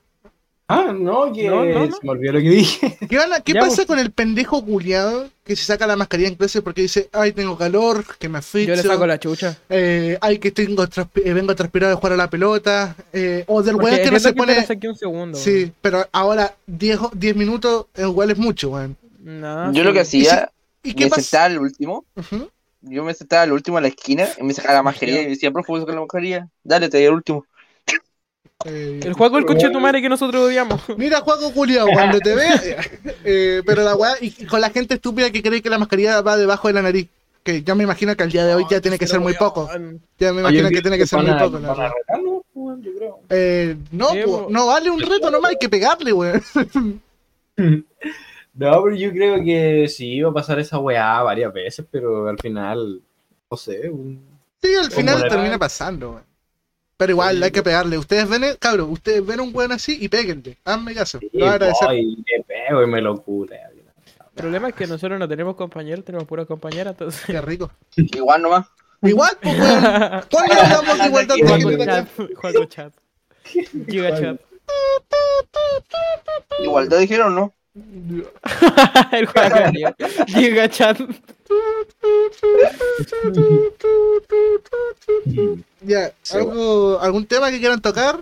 [SPEAKER 1] Ah, no, que
[SPEAKER 2] No, no, no.
[SPEAKER 1] se me olvidó lo que dije.
[SPEAKER 3] ¿Qué, van a- qué
[SPEAKER 2] Ya,
[SPEAKER 3] pasa
[SPEAKER 2] pues.
[SPEAKER 3] con el pendejo culiado que se saca la mascarilla en clase porque dice, ay, tengo calor, que me
[SPEAKER 2] Yo
[SPEAKER 3] asfixio,
[SPEAKER 2] le saco la chucha.
[SPEAKER 3] eh, ay, que tengo transpi- eh, vengo transpirado de jugar a la pelota, eh, o del
[SPEAKER 2] Porque
[SPEAKER 3] weón que no
[SPEAKER 2] entiendo
[SPEAKER 3] se
[SPEAKER 2] que te la
[SPEAKER 3] pone...
[SPEAKER 2] saqué un segundo.
[SPEAKER 3] Sí, pero ahora 10 o- 10 minutos igual es mucho, weón.
[SPEAKER 2] weón. No,
[SPEAKER 4] Yo lo que
[SPEAKER 3] ¿Y si-
[SPEAKER 4] hacía,
[SPEAKER 3] ¿Y qué
[SPEAKER 4] me
[SPEAKER 3] pasa?
[SPEAKER 4] sentaba al último,
[SPEAKER 3] Ujú.
[SPEAKER 4] yo me sentaba al último a la esquina y me sacaba la mascarilla y me decía, profe, voy a sacar la mascarilla. Dale, te doy el último.
[SPEAKER 3] Eh,
[SPEAKER 2] El juego del coche de tu madre que nosotros odiamos.
[SPEAKER 3] Mira, Juaco Julio, cuando te vea. eh, pero la weá, y con la gente estúpida que cree que la mascarilla va debajo de la nariz. Que yo me imagino que al día de hoy ya
[SPEAKER 2] este
[SPEAKER 3] tiene que ser muy poco. Ya me imagino que tiene que ser muy poco. la
[SPEAKER 1] Van a
[SPEAKER 3] verdad.
[SPEAKER 1] retarlo, weón, yo creo.
[SPEAKER 3] Eh, no,
[SPEAKER 2] Sí,
[SPEAKER 3] po,
[SPEAKER 2] po.
[SPEAKER 3] no vale un reto nomás, hay que pegarle, weón.
[SPEAKER 1] No, pero yo creo que sí iba a pasar esa weá varias veces, pero al final, no sé. un-
[SPEAKER 3] Sí, al final
[SPEAKER 1] Como
[SPEAKER 3] termina
[SPEAKER 1] era.
[SPEAKER 3] pasando, weón. Pero igual
[SPEAKER 1] Sí.
[SPEAKER 3] hay que pegarle. Ustedes ven, el- cabrón, ustedes ven un weón así y péguenle. Hazme caso. Lo van a agradecer.
[SPEAKER 1] voy, le pego y me lo cura.
[SPEAKER 2] El problema es que nosotros no tenemos compañeros, tenemos puras compañeras, entonces.
[SPEAKER 3] Qué rico.
[SPEAKER 4] Igual nomás.
[SPEAKER 3] Igual, pues, weón. ¿Cuándo hablamos de igualdad de
[SPEAKER 2] Juego
[SPEAKER 3] género acá?
[SPEAKER 2] chat. Juego chat. Giga chat.
[SPEAKER 4] Igualdad dijeron, ¿no?
[SPEAKER 2] El juego cambia. Giga chat.
[SPEAKER 3] Ya,
[SPEAKER 1] Sí,
[SPEAKER 3] algo, algún tema que quieran tocar.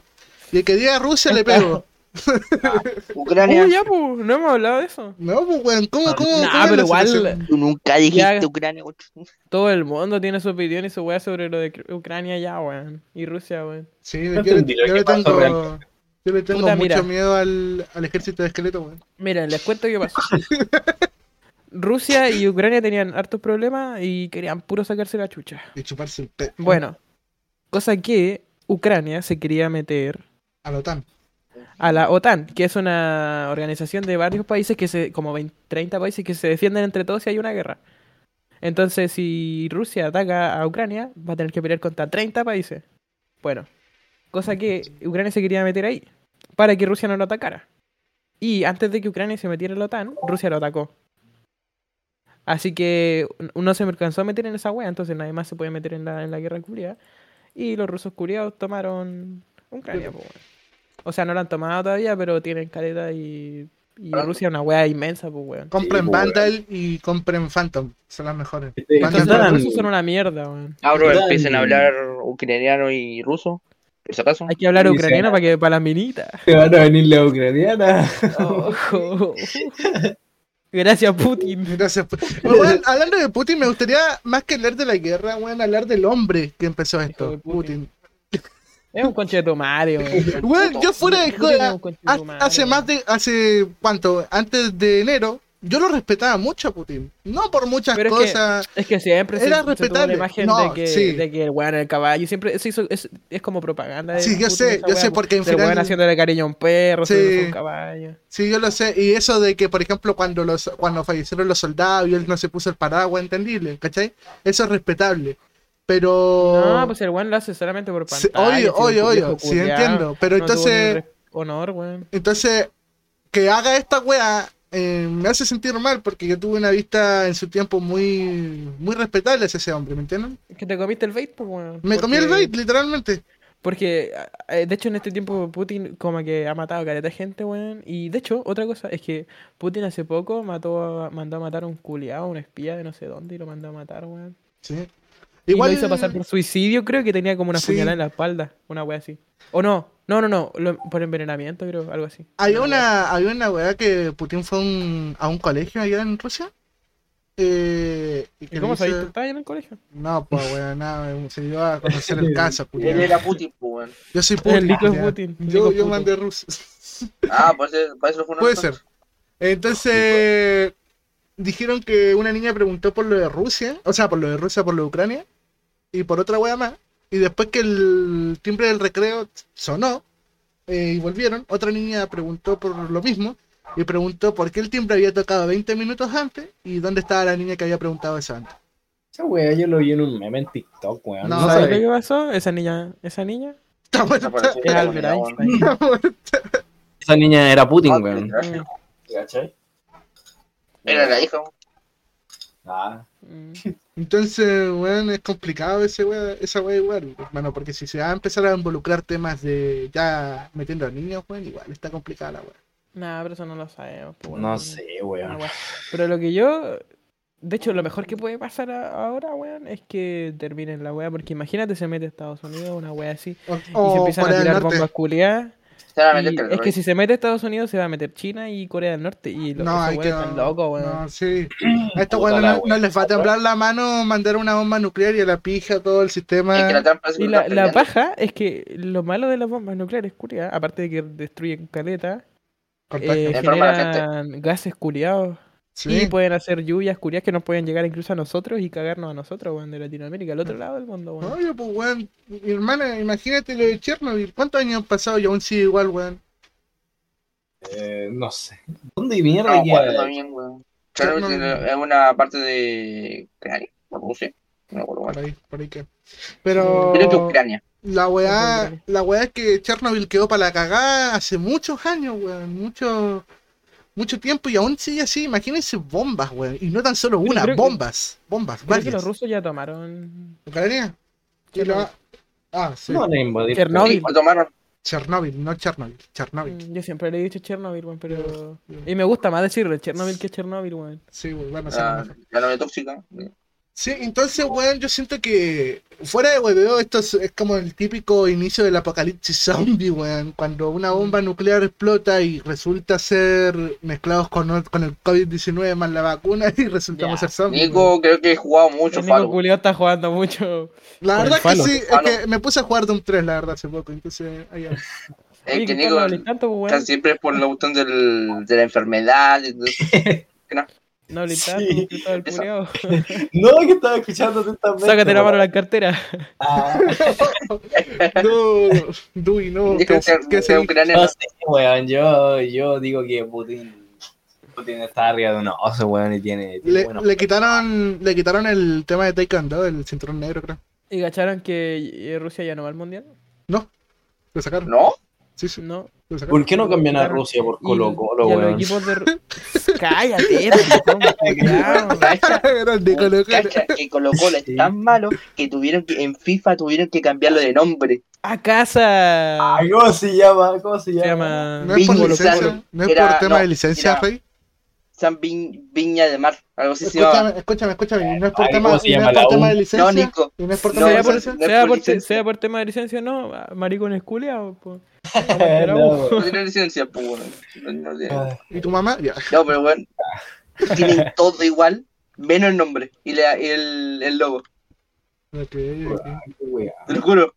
[SPEAKER 3] Y el que diga Rusia le pego.
[SPEAKER 4] Ucrania.
[SPEAKER 2] Uy, ya, pues, no hemos hablado de eso.
[SPEAKER 3] No, pues, weón, ¿cómo, cómo?
[SPEAKER 2] Ah, Nah,
[SPEAKER 3] cómo es
[SPEAKER 2] pero
[SPEAKER 3] la
[SPEAKER 2] igual-
[SPEAKER 3] situación?
[SPEAKER 4] Tú nunca dijiste
[SPEAKER 2] Ya.
[SPEAKER 4] Ucrania. ocho.
[SPEAKER 2] Todo el mundo tiene su opinión y su weá sobre lo de Ucr- Ucrania ya, weón. Y Rusia, weón.
[SPEAKER 3] Sí,
[SPEAKER 1] No
[SPEAKER 3] yo,
[SPEAKER 1] entendí lo
[SPEAKER 3] le- yo
[SPEAKER 1] que
[SPEAKER 3] le
[SPEAKER 1] pasó
[SPEAKER 3] tengo,
[SPEAKER 1] realmente.
[SPEAKER 3] yo le tengo
[SPEAKER 2] Puta,
[SPEAKER 3] mucho
[SPEAKER 2] mira.
[SPEAKER 3] miedo al, al ejército de esqueleto, weón.
[SPEAKER 2] Miren, les cuento qué pasó. Rusia y Ucrania tenían hartos problemas y querían puro sacarse la chucha.
[SPEAKER 3] Y chuparse el pe...
[SPEAKER 2] Bueno, cosa que Ucrania se quería meter
[SPEAKER 3] A la OTAN.
[SPEAKER 2] a la OTAN, que es una organización de varios países que se, como 20, 30 países que se defienden entre todos si hay una guerra. Entonces, si Rusia ataca a Ucrania, va a tener que pelear contra 30 países. Bueno, cosa que Ucrania se quería meter ahí, para que Rusia no lo atacara. Y antes de que Ucrania se metiera a la OTAN, Rusia lo atacó. Así que uno se alcanzó a meter en esa wea, entonces nadie más se puede meter en la, en la guerra curia. Y los rusos curiados tomaron Ucrania, po, weón. O sea, no la han tomado todavía, pero tienen caleta y, y
[SPEAKER 4] Ah,
[SPEAKER 2] Rusia es una wea inmensa, pues, weón.
[SPEAKER 3] Compren
[SPEAKER 1] Sí,
[SPEAKER 3] Vandal y compren Phantom. Son las mejores.
[SPEAKER 1] Este,
[SPEAKER 3] Vandal
[SPEAKER 2] Entonces,
[SPEAKER 1] Total.
[SPEAKER 2] los
[SPEAKER 3] Phantom.
[SPEAKER 4] Ah,
[SPEAKER 2] rusos son una mierda, weón.
[SPEAKER 4] Ahora
[SPEAKER 1] Ucrania.
[SPEAKER 4] empiecen a hablar ucraniano y ruso. Por si acaso.
[SPEAKER 2] Hay que hablar
[SPEAKER 1] Sí, sí.
[SPEAKER 2] ucraniano para que para la minita.
[SPEAKER 1] Te van a venir la ucraniana.
[SPEAKER 2] Ojo. Gracias, Putin.
[SPEAKER 3] Gracias. por- Pero, pues, weón, hablando de Putin, me gustaría más que hablar de la guerra, weón, hablar del hombre que empezó
[SPEAKER 2] Hijo de
[SPEAKER 3] esto, Putin.
[SPEAKER 2] Putin. Es un conche de tu madre, weón.
[SPEAKER 3] Weón, yo fuera de joda,
[SPEAKER 2] Es un conche de
[SPEAKER 3] ha-
[SPEAKER 2] tu madre,
[SPEAKER 3] hace más
[SPEAKER 2] weón.
[SPEAKER 3] de, hace cuánto, antes de enero, yo lo respetaba mucho a Putin. No por muchas
[SPEAKER 2] Pero es que-
[SPEAKER 3] cosas.
[SPEAKER 2] Es que siempre se,
[SPEAKER 3] Era
[SPEAKER 2] se tuvo
[SPEAKER 3] respetable.
[SPEAKER 2] la imagen
[SPEAKER 3] No,
[SPEAKER 2] de, que,
[SPEAKER 3] sí.
[SPEAKER 2] de que el weón era el caballo. Siempre se hizo- es, es como propaganda. de
[SPEAKER 3] Sí, yo
[SPEAKER 2] Putin,
[SPEAKER 3] sé,
[SPEAKER 2] esa
[SPEAKER 3] yo
[SPEAKER 2] weá,
[SPEAKER 3] sé,
[SPEAKER 2] po.
[SPEAKER 3] porque en
[SPEAKER 2] Del
[SPEAKER 3] final-
[SPEAKER 2] weón haciéndole cariño a un perro,
[SPEAKER 3] Sí.
[SPEAKER 2] sí. un caballo.
[SPEAKER 3] Sí, yo lo sé. Y eso de que, por ejemplo, cuando los cuando fallecieron los soldados y él no se puso el paraguas, entendible, ¿cachai? Eso es respetable. Pero.
[SPEAKER 2] No, pues el weón lo hace solamente por
[SPEAKER 3] Oh. Sí,
[SPEAKER 2] pantalla.
[SPEAKER 3] obvio, obvio, obvio, sí, entiendo, pero entonces-
[SPEAKER 2] Honor, weón.
[SPEAKER 3] Entonces, que haga esta wea eh, me hace sentir mal porque yo tuve una vista en su tiempo muy, muy respetable hacia ese hombre, ¿me entienden?
[SPEAKER 2] Es que te comiste el bait, pues, weón.
[SPEAKER 3] Me comí el
[SPEAKER 2] Porque-
[SPEAKER 3] bait, literalmente.
[SPEAKER 2] Porque, eh, de hecho, en este tiempo Putin como que ha matado careta de gente, weón. Y, de hecho, otra cosa es que Putin hace poco mató a- mandó a matar a un culiado, un espía de no sé dónde, y lo mandó a matar, weón.
[SPEAKER 3] Sí.
[SPEAKER 2] Igual... Y lo hizo pasar por suicidio, creo que tenía como una
[SPEAKER 3] Sí.
[SPEAKER 2] puñalada en la espalda, una wea así. O no, no, no, no, lo- por envenenamiento, creo, algo así.
[SPEAKER 3] Había una, había una weá que Putin fue a un- a un colegio allá en Rusia. Eh, y que
[SPEAKER 2] ¿Y
[SPEAKER 3] le
[SPEAKER 2] cómo
[SPEAKER 3] hizo-
[SPEAKER 2] sabéis? ¿Tú estabas en el colegio?
[SPEAKER 3] No, pues weón, nada, se dio a conocer el caso,
[SPEAKER 4] Él
[SPEAKER 3] culiao.
[SPEAKER 4] era Putin, pues, weón.
[SPEAKER 3] Yo soy Putin.
[SPEAKER 2] El Nico es
[SPEAKER 3] culiao.
[SPEAKER 2] Putin. el Nico
[SPEAKER 3] Yo,
[SPEAKER 2] es
[SPEAKER 3] yo
[SPEAKER 2] Putin.
[SPEAKER 3] mandé rusos.
[SPEAKER 4] Ah, parece, parece lo fue una
[SPEAKER 3] Puede
[SPEAKER 4] razón.
[SPEAKER 3] ser. Entonces, dijeron que una niña preguntó por lo de Rusia, o sea, por lo de Rusia, por lo de Ucrania, y por otra wea más. Y después que el timbre del recreo sonó eh, y volvieron, otra niña preguntó por lo mismo y preguntó por qué el timbre había tocado 20 minutos antes y dónde estaba la niña que había preguntado eso antes.
[SPEAKER 1] Esa wea yo lo vi en un meme en TikTok, weón.
[SPEAKER 3] No,
[SPEAKER 1] No,
[SPEAKER 2] ¿No
[SPEAKER 1] sabes
[SPEAKER 2] sabes lo que pasó? Esa niña, esa niña
[SPEAKER 3] Está bueno,
[SPEAKER 4] Desapareció
[SPEAKER 2] era
[SPEAKER 4] la
[SPEAKER 2] Albert
[SPEAKER 4] moneda, weón.
[SPEAKER 2] Einstein.
[SPEAKER 1] Esa niña era Putin,
[SPEAKER 4] Ah,
[SPEAKER 1] weón.
[SPEAKER 4] literal.
[SPEAKER 1] ¿Cachai?
[SPEAKER 4] Era la hija, weón.
[SPEAKER 1] Ah,
[SPEAKER 2] Mm.
[SPEAKER 3] Entonces, weón, es complicado ese wea- esa wea igual, hermano, porque si se va a empezar a involucrar temas de ya metiendo a niños, weón, igual está complicada la wea.
[SPEAKER 2] Nah, pero eso no lo sabemos. pues,
[SPEAKER 1] no
[SPEAKER 2] weón.
[SPEAKER 1] sé,
[SPEAKER 2] Ah,
[SPEAKER 1] weón.
[SPEAKER 2] bueno. Pero lo que yo. De hecho, lo mejor que puede pasar a- ahora, weón, es que terminen la weá. Porque imagínate, se mete a Estados Unidos, una weá así.
[SPEAKER 3] O,
[SPEAKER 2] Y se
[SPEAKER 3] o
[SPEAKER 2] empiezan
[SPEAKER 3] Oh, Corea
[SPEAKER 2] a
[SPEAKER 3] del
[SPEAKER 2] tirar
[SPEAKER 3] Norte.
[SPEAKER 2] bombas culiadas.
[SPEAKER 4] Se van a meter
[SPEAKER 2] y
[SPEAKER 4] calor,
[SPEAKER 2] Es que
[SPEAKER 4] Ah, weón.
[SPEAKER 2] si se mete a Estados Unidos, se va a meter China y Corea del Norte. Y los
[SPEAKER 3] No, hay que.
[SPEAKER 2] están locos, weón.
[SPEAKER 3] No, sí. A
[SPEAKER 1] Puta
[SPEAKER 3] estos weones
[SPEAKER 1] la
[SPEAKER 3] no,
[SPEAKER 1] wea.
[SPEAKER 3] no les va a temblar la mano mandar una bomba nuclear y a la pija todo el sistema.
[SPEAKER 4] Es que la trampa es que
[SPEAKER 2] Y
[SPEAKER 4] lo
[SPEAKER 2] la,
[SPEAKER 4] están
[SPEAKER 2] la
[SPEAKER 4] peleando.
[SPEAKER 2] paja es que lo malo de las bombas nucleares, culiadas, aparte de que destruyen caleta,
[SPEAKER 3] Contagio.
[SPEAKER 2] eh, pues,
[SPEAKER 4] Enferman a la gente.
[SPEAKER 2] generan gases culiados.
[SPEAKER 3] sí.
[SPEAKER 2] Y pueden hacer lluvias curias que nos pueden llegar incluso a nosotros y cagarnos a nosotros, weón, de Latinoamérica, al
[SPEAKER 3] Ah.
[SPEAKER 2] otro lado del mundo, weón.
[SPEAKER 3] Oye, pues, weón, mi hermana, imagínate lo de Chernobyl. ¿Cuántos años han pasado y aún sigue igual, weón?
[SPEAKER 1] Eh, no sé. ¿Dónde
[SPEAKER 4] No,
[SPEAKER 1] mierda
[SPEAKER 4] weón,
[SPEAKER 1] queda?
[SPEAKER 4] también, weón. Claro,
[SPEAKER 3] No,
[SPEAKER 4] es-
[SPEAKER 3] no.
[SPEAKER 4] es una parte de Ucrania, o Rusia, no me acuerdo
[SPEAKER 3] Por
[SPEAKER 4] cuál.
[SPEAKER 3] ahí, por ahí que. Pero.
[SPEAKER 4] Creo que Ucrania.
[SPEAKER 3] La
[SPEAKER 2] Ujú,
[SPEAKER 3] weá,
[SPEAKER 2] dale.
[SPEAKER 3] la weá es que Chernobyl quedó para la cagada hace muchos años, weón. Mucho, mucho tiempo y aún sigue así. Imagínense bombas, weón. Y no tan solo
[SPEAKER 2] Creo-
[SPEAKER 3] una,
[SPEAKER 2] creo que-
[SPEAKER 3] bombas. Bombas,
[SPEAKER 2] Creo que
[SPEAKER 3] varias.
[SPEAKER 2] los rusos ya tomaron
[SPEAKER 3] ¿Ucrania? ¿Y
[SPEAKER 2] Chernobyl.
[SPEAKER 3] la- Ah, sí.
[SPEAKER 1] No le invadir.
[SPEAKER 2] Chernobyl.
[SPEAKER 4] Sí, lo tomaron.
[SPEAKER 3] Chernobyl, no Chernobyl. Chernobyl.
[SPEAKER 2] Mm, Yo siempre le he dicho Chernobyl, weón, pero.
[SPEAKER 3] Dios.
[SPEAKER 2] Y me gusta más decirle Chernobyl que Chernobyl, weón.
[SPEAKER 3] Sí, weón, bueno, sí,
[SPEAKER 4] Ah,
[SPEAKER 3] no me-
[SPEAKER 4] La novia tóxica.
[SPEAKER 3] Sí, entonces, weón, yo siento que fuera de hueveo, esto es, es como el típico inicio del apocalipsis zombie, weón. Cuando una bomba nuclear explota y resulta ser mezclados con, ot- con el COVID-19 más la vacuna y resultamos
[SPEAKER 2] Ya.
[SPEAKER 3] ser zombies. weón.
[SPEAKER 4] Nico, creo que he jugado mucho
[SPEAKER 2] El Nico
[SPEAKER 4] Fallout.
[SPEAKER 2] Culio está jugando mucho.
[SPEAKER 3] La
[SPEAKER 2] con
[SPEAKER 3] verdad
[SPEAKER 2] el
[SPEAKER 3] que
[SPEAKER 2] falo.
[SPEAKER 3] sí, es
[SPEAKER 4] Falo.
[SPEAKER 3] que me puse a jugar Doom 3, la verdad, hace poco. Entonces, ahí va.
[SPEAKER 4] Es
[SPEAKER 2] Oye, ¿qué
[SPEAKER 4] que
[SPEAKER 2] tal no
[SPEAKER 4] Nico
[SPEAKER 2] hables tanto, pues,
[SPEAKER 4] está
[SPEAKER 2] weón?
[SPEAKER 4] siempre por la cuestión del, de la enfermedad. y todo eso.
[SPEAKER 2] No hables
[SPEAKER 1] Sí.
[SPEAKER 2] tanto, porque todo el
[SPEAKER 4] Eso.
[SPEAKER 2] culiao.
[SPEAKER 1] No, que estaba escuchando atentamente.
[SPEAKER 2] Sácate la
[SPEAKER 1] weón.
[SPEAKER 2] mano de la cartera.
[SPEAKER 1] Ah,
[SPEAKER 3] No, Dui, no.
[SPEAKER 4] Nico,
[SPEAKER 3] ¿Qué,
[SPEAKER 4] Oh, que-
[SPEAKER 3] qué
[SPEAKER 4] que
[SPEAKER 3] seguí?
[SPEAKER 4] Ucrania
[SPEAKER 1] no sé, weón. Yo, yo digo que Putin, Putin está arriba de un oso, weón, y tiene. tiene
[SPEAKER 3] le,
[SPEAKER 1] buenos-
[SPEAKER 3] le quitaron, le quitaron el tema de Taekwondo, el cinturón negro, creo.
[SPEAKER 2] ¿Y cacharon que eh, Rusia ya no va al mundial?
[SPEAKER 3] Lo sacaron.
[SPEAKER 4] no.
[SPEAKER 3] Sí, sí,
[SPEAKER 2] No.
[SPEAKER 3] lo sacaron.
[SPEAKER 1] ¿Por qué no cambian a Rusia por
[SPEAKER 2] Y-
[SPEAKER 1] Colo Colo,
[SPEAKER 2] y a los
[SPEAKER 1] weón?
[SPEAKER 2] equipos de. Ru- Cállate, maricón, culiao.
[SPEAKER 4] Cacha,
[SPEAKER 3] Grande, Colo Colo.
[SPEAKER 4] cacha, que Colo Colo es tan malo que tuvieron que en FIFA tuvieron que cambiarlo de nombre.
[SPEAKER 2] A casa.
[SPEAKER 1] Ah, ¿Cómo se llama? ¿Cómo se
[SPEAKER 2] Se
[SPEAKER 1] llama?
[SPEAKER 2] llama.
[SPEAKER 3] No es por
[SPEAKER 4] Vincenzo
[SPEAKER 3] licencia, no es
[SPEAKER 4] era-
[SPEAKER 3] por tema
[SPEAKER 4] no,
[SPEAKER 3] de licencia,
[SPEAKER 4] era-
[SPEAKER 3] Rey.
[SPEAKER 4] San Vin- Viña de Mar, algo así se llama.
[SPEAKER 3] Escúchame, escúchame, escúchame. y No es por
[SPEAKER 1] Ay,
[SPEAKER 3] tema,
[SPEAKER 1] ¿cómo se
[SPEAKER 3] y no es
[SPEAKER 1] llama
[SPEAKER 3] por
[SPEAKER 1] la
[SPEAKER 3] tema
[SPEAKER 1] U?
[SPEAKER 3] de licencia.
[SPEAKER 4] No, Nico.
[SPEAKER 3] Y no es por
[SPEAKER 4] No,
[SPEAKER 3] tema de
[SPEAKER 2] sea, por,
[SPEAKER 3] licencia.
[SPEAKER 4] no es
[SPEAKER 2] sea
[SPEAKER 4] por
[SPEAKER 2] por-
[SPEAKER 4] licencia.
[SPEAKER 2] sea por tema de licencia, no. a- Maricón es culeado, po.
[SPEAKER 1] No,
[SPEAKER 4] No tiene licencia, pues bueno. No, no tiene.
[SPEAKER 1] weón.
[SPEAKER 3] ¿Y tu mamá? Ya.
[SPEAKER 4] No, pero bueno, tienen todo igual, menos el nombre y, la- y el, el logo,
[SPEAKER 3] Ok, ok.
[SPEAKER 1] Ay, qué weá.
[SPEAKER 4] te lo juro.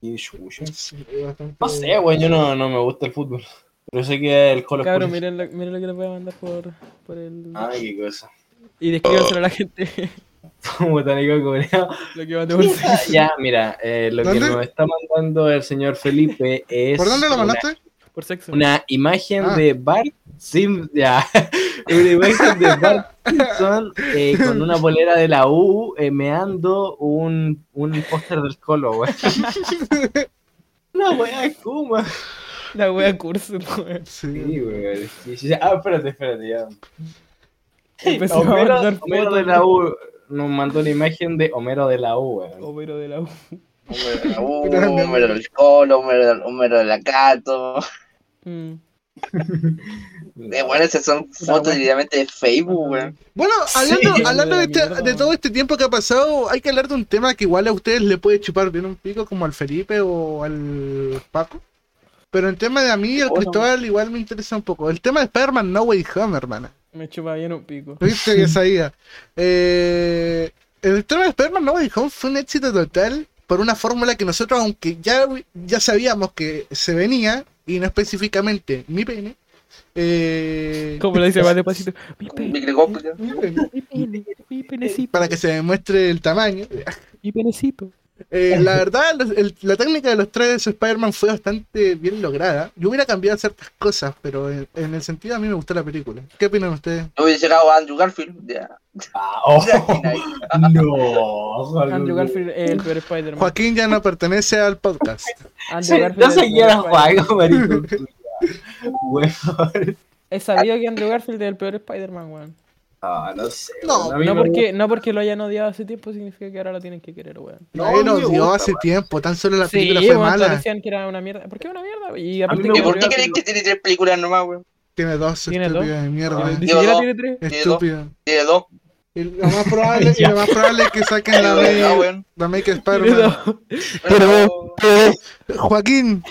[SPEAKER 1] Qué chucha.
[SPEAKER 3] Sí, es bastante-
[SPEAKER 1] No sé, weón, yo no, no me gusta el fútbol. Pero sé que el Colo es
[SPEAKER 2] Cabrón,
[SPEAKER 1] por eso.
[SPEAKER 2] miren lo, miren lo que les voy a mandar por, por el.
[SPEAKER 4] Ah,
[SPEAKER 1] Ay, qué cosa.
[SPEAKER 2] Y descríbanselo a la gente
[SPEAKER 1] Botánico Coreano.
[SPEAKER 2] lo que mandé por Facebook.
[SPEAKER 1] Ya, mira, eh, lo
[SPEAKER 3] ¿Dónde?
[SPEAKER 1] que nos está mandando el señor Felipe es.
[SPEAKER 3] ¿Por dónde lo
[SPEAKER 1] una-
[SPEAKER 3] mandaste?
[SPEAKER 2] Por sexo.
[SPEAKER 1] Una, imagen
[SPEAKER 3] Ah.
[SPEAKER 1] de Bart Simpson. Ya. una imagen de Bart Simpson eh, con una bolera de la U eh, meando un, un póster del Colo, güey. Una weá Kuma.
[SPEAKER 2] La wea curso, po.
[SPEAKER 3] Sí.
[SPEAKER 1] Sí, güey. Sí, sí, sí. Ah, espérate, espérate, ya.
[SPEAKER 2] Empezó Pues a mandar
[SPEAKER 1] Homero, Homero
[SPEAKER 2] fotos.
[SPEAKER 1] de la U nos mandó una imagen de Homero de la U, güey.
[SPEAKER 2] Homero de la U.
[SPEAKER 4] Homero de la U,
[SPEAKER 3] Grande,
[SPEAKER 4] Homero del Colo, Homero del, Homero de la Cato.
[SPEAKER 2] Mm. Oh.
[SPEAKER 4] Eh, bueno, esas son fotos directamente de Facebook, weón.
[SPEAKER 3] Bueno, hablando,
[SPEAKER 2] Sí,
[SPEAKER 3] hablando de,
[SPEAKER 2] de
[SPEAKER 3] este-
[SPEAKER 2] mierda.
[SPEAKER 3] de todo este tiempo que ha pasado, hay que hablar de un tema que igual a ustedes le puede chupar bien un pico, como al Felipe o al Paco. Pero el tema de a mí y al
[SPEAKER 4] Oh, no.
[SPEAKER 3] Cristóbal igual me interesa un poco. El tema de Spider-Man No Way Home, hermana.
[SPEAKER 2] Me chupa bien un pico.
[SPEAKER 3] Viste que sabía. Eh, el tema de Spider-Man No Way Home fue un éxito total por una fórmula que nosotros, aunque ya, ya sabíamos que se venía, y no específicamente mi pene, eh,
[SPEAKER 2] Como le dice más despacito. Mi pene,
[SPEAKER 4] Microcópica.
[SPEAKER 3] mi pene,
[SPEAKER 2] mi pene, mi penecito.
[SPEAKER 3] para que se demuestre el tamaño.
[SPEAKER 2] Mi penecito.
[SPEAKER 3] Eh, la verdad, los- el- la técnica de los trailers de Spider-Man fue bastante bien lograda. Yo hubiera cambiado ciertas cosas, pero en, en el sentido a mí me gustó la película. ¿Qué opinan ustedes?
[SPEAKER 4] Yo hubiese llegado a Andrew Garfield. Ya.
[SPEAKER 1] Ah, oh.
[SPEAKER 4] Ya, aquí nadie.
[SPEAKER 1] No,
[SPEAKER 2] Andrew Garfield es el peor Spider-Man.
[SPEAKER 3] Joaquín ya no pertenece al podcast.
[SPEAKER 2] Andrew
[SPEAKER 1] Sí,
[SPEAKER 2] Garfield
[SPEAKER 1] No
[SPEAKER 2] es el
[SPEAKER 1] sé quién
[SPEAKER 2] peor
[SPEAKER 1] era
[SPEAKER 2] Spider-Man.
[SPEAKER 1] Juan, marico. Huevón.
[SPEAKER 2] He sabido que Andrew Garfield es el peor Spider-Man, weón.
[SPEAKER 1] Ah, no sé.
[SPEAKER 3] No,
[SPEAKER 1] weón, a mí
[SPEAKER 2] No
[SPEAKER 1] me
[SPEAKER 2] porque, no porque lo hayan odiado hace tiempo significa que ahora lo tienen que querer, weón.
[SPEAKER 1] No,
[SPEAKER 3] Nadie
[SPEAKER 1] me
[SPEAKER 3] nos dio
[SPEAKER 1] gusta,
[SPEAKER 3] hace
[SPEAKER 1] man.
[SPEAKER 3] tiempo, tan solo la
[SPEAKER 2] Sí,
[SPEAKER 3] película fue
[SPEAKER 2] weón, todos
[SPEAKER 3] mala.
[SPEAKER 2] decían que era una mierda. ¿Por qué una mierda? Y
[SPEAKER 1] A mí
[SPEAKER 2] aparte
[SPEAKER 1] me
[SPEAKER 4] ¿Y
[SPEAKER 2] que
[SPEAKER 4] por qué
[SPEAKER 1] Andrew
[SPEAKER 2] Andrew
[SPEAKER 4] crees que tiene tres películas nomás, weón?
[SPEAKER 3] Tiene dos
[SPEAKER 2] Tiene
[SPEAKER 3] estúpidos de mierda.
[SPEAKER 2] Garfield- Ni
[SPEAKER 4] Yo
[SPEAKER 2] siquiera
[SPEAKER 4] no.
[SPEAKER 2] tiene tres.
[SPEAKER 4] tiene
[SPEAKER 3] Estúpido.
[SPEAKER 4] Tiene dos.
[SPEAKER 3] Y lo más probable, y lo más probable es que saquen la
[SPEAKER 4] Tiene dos,
[SPEAKER 3] de
[SPEAKER 4] weón.
[SPEAKER 3] la Make
[SPEAKER 2] Tiene
[SPEAKER 3] Spider-Man.
[SPEAKER 2] dos.
[SPEAKER 3] Pero- Joaquín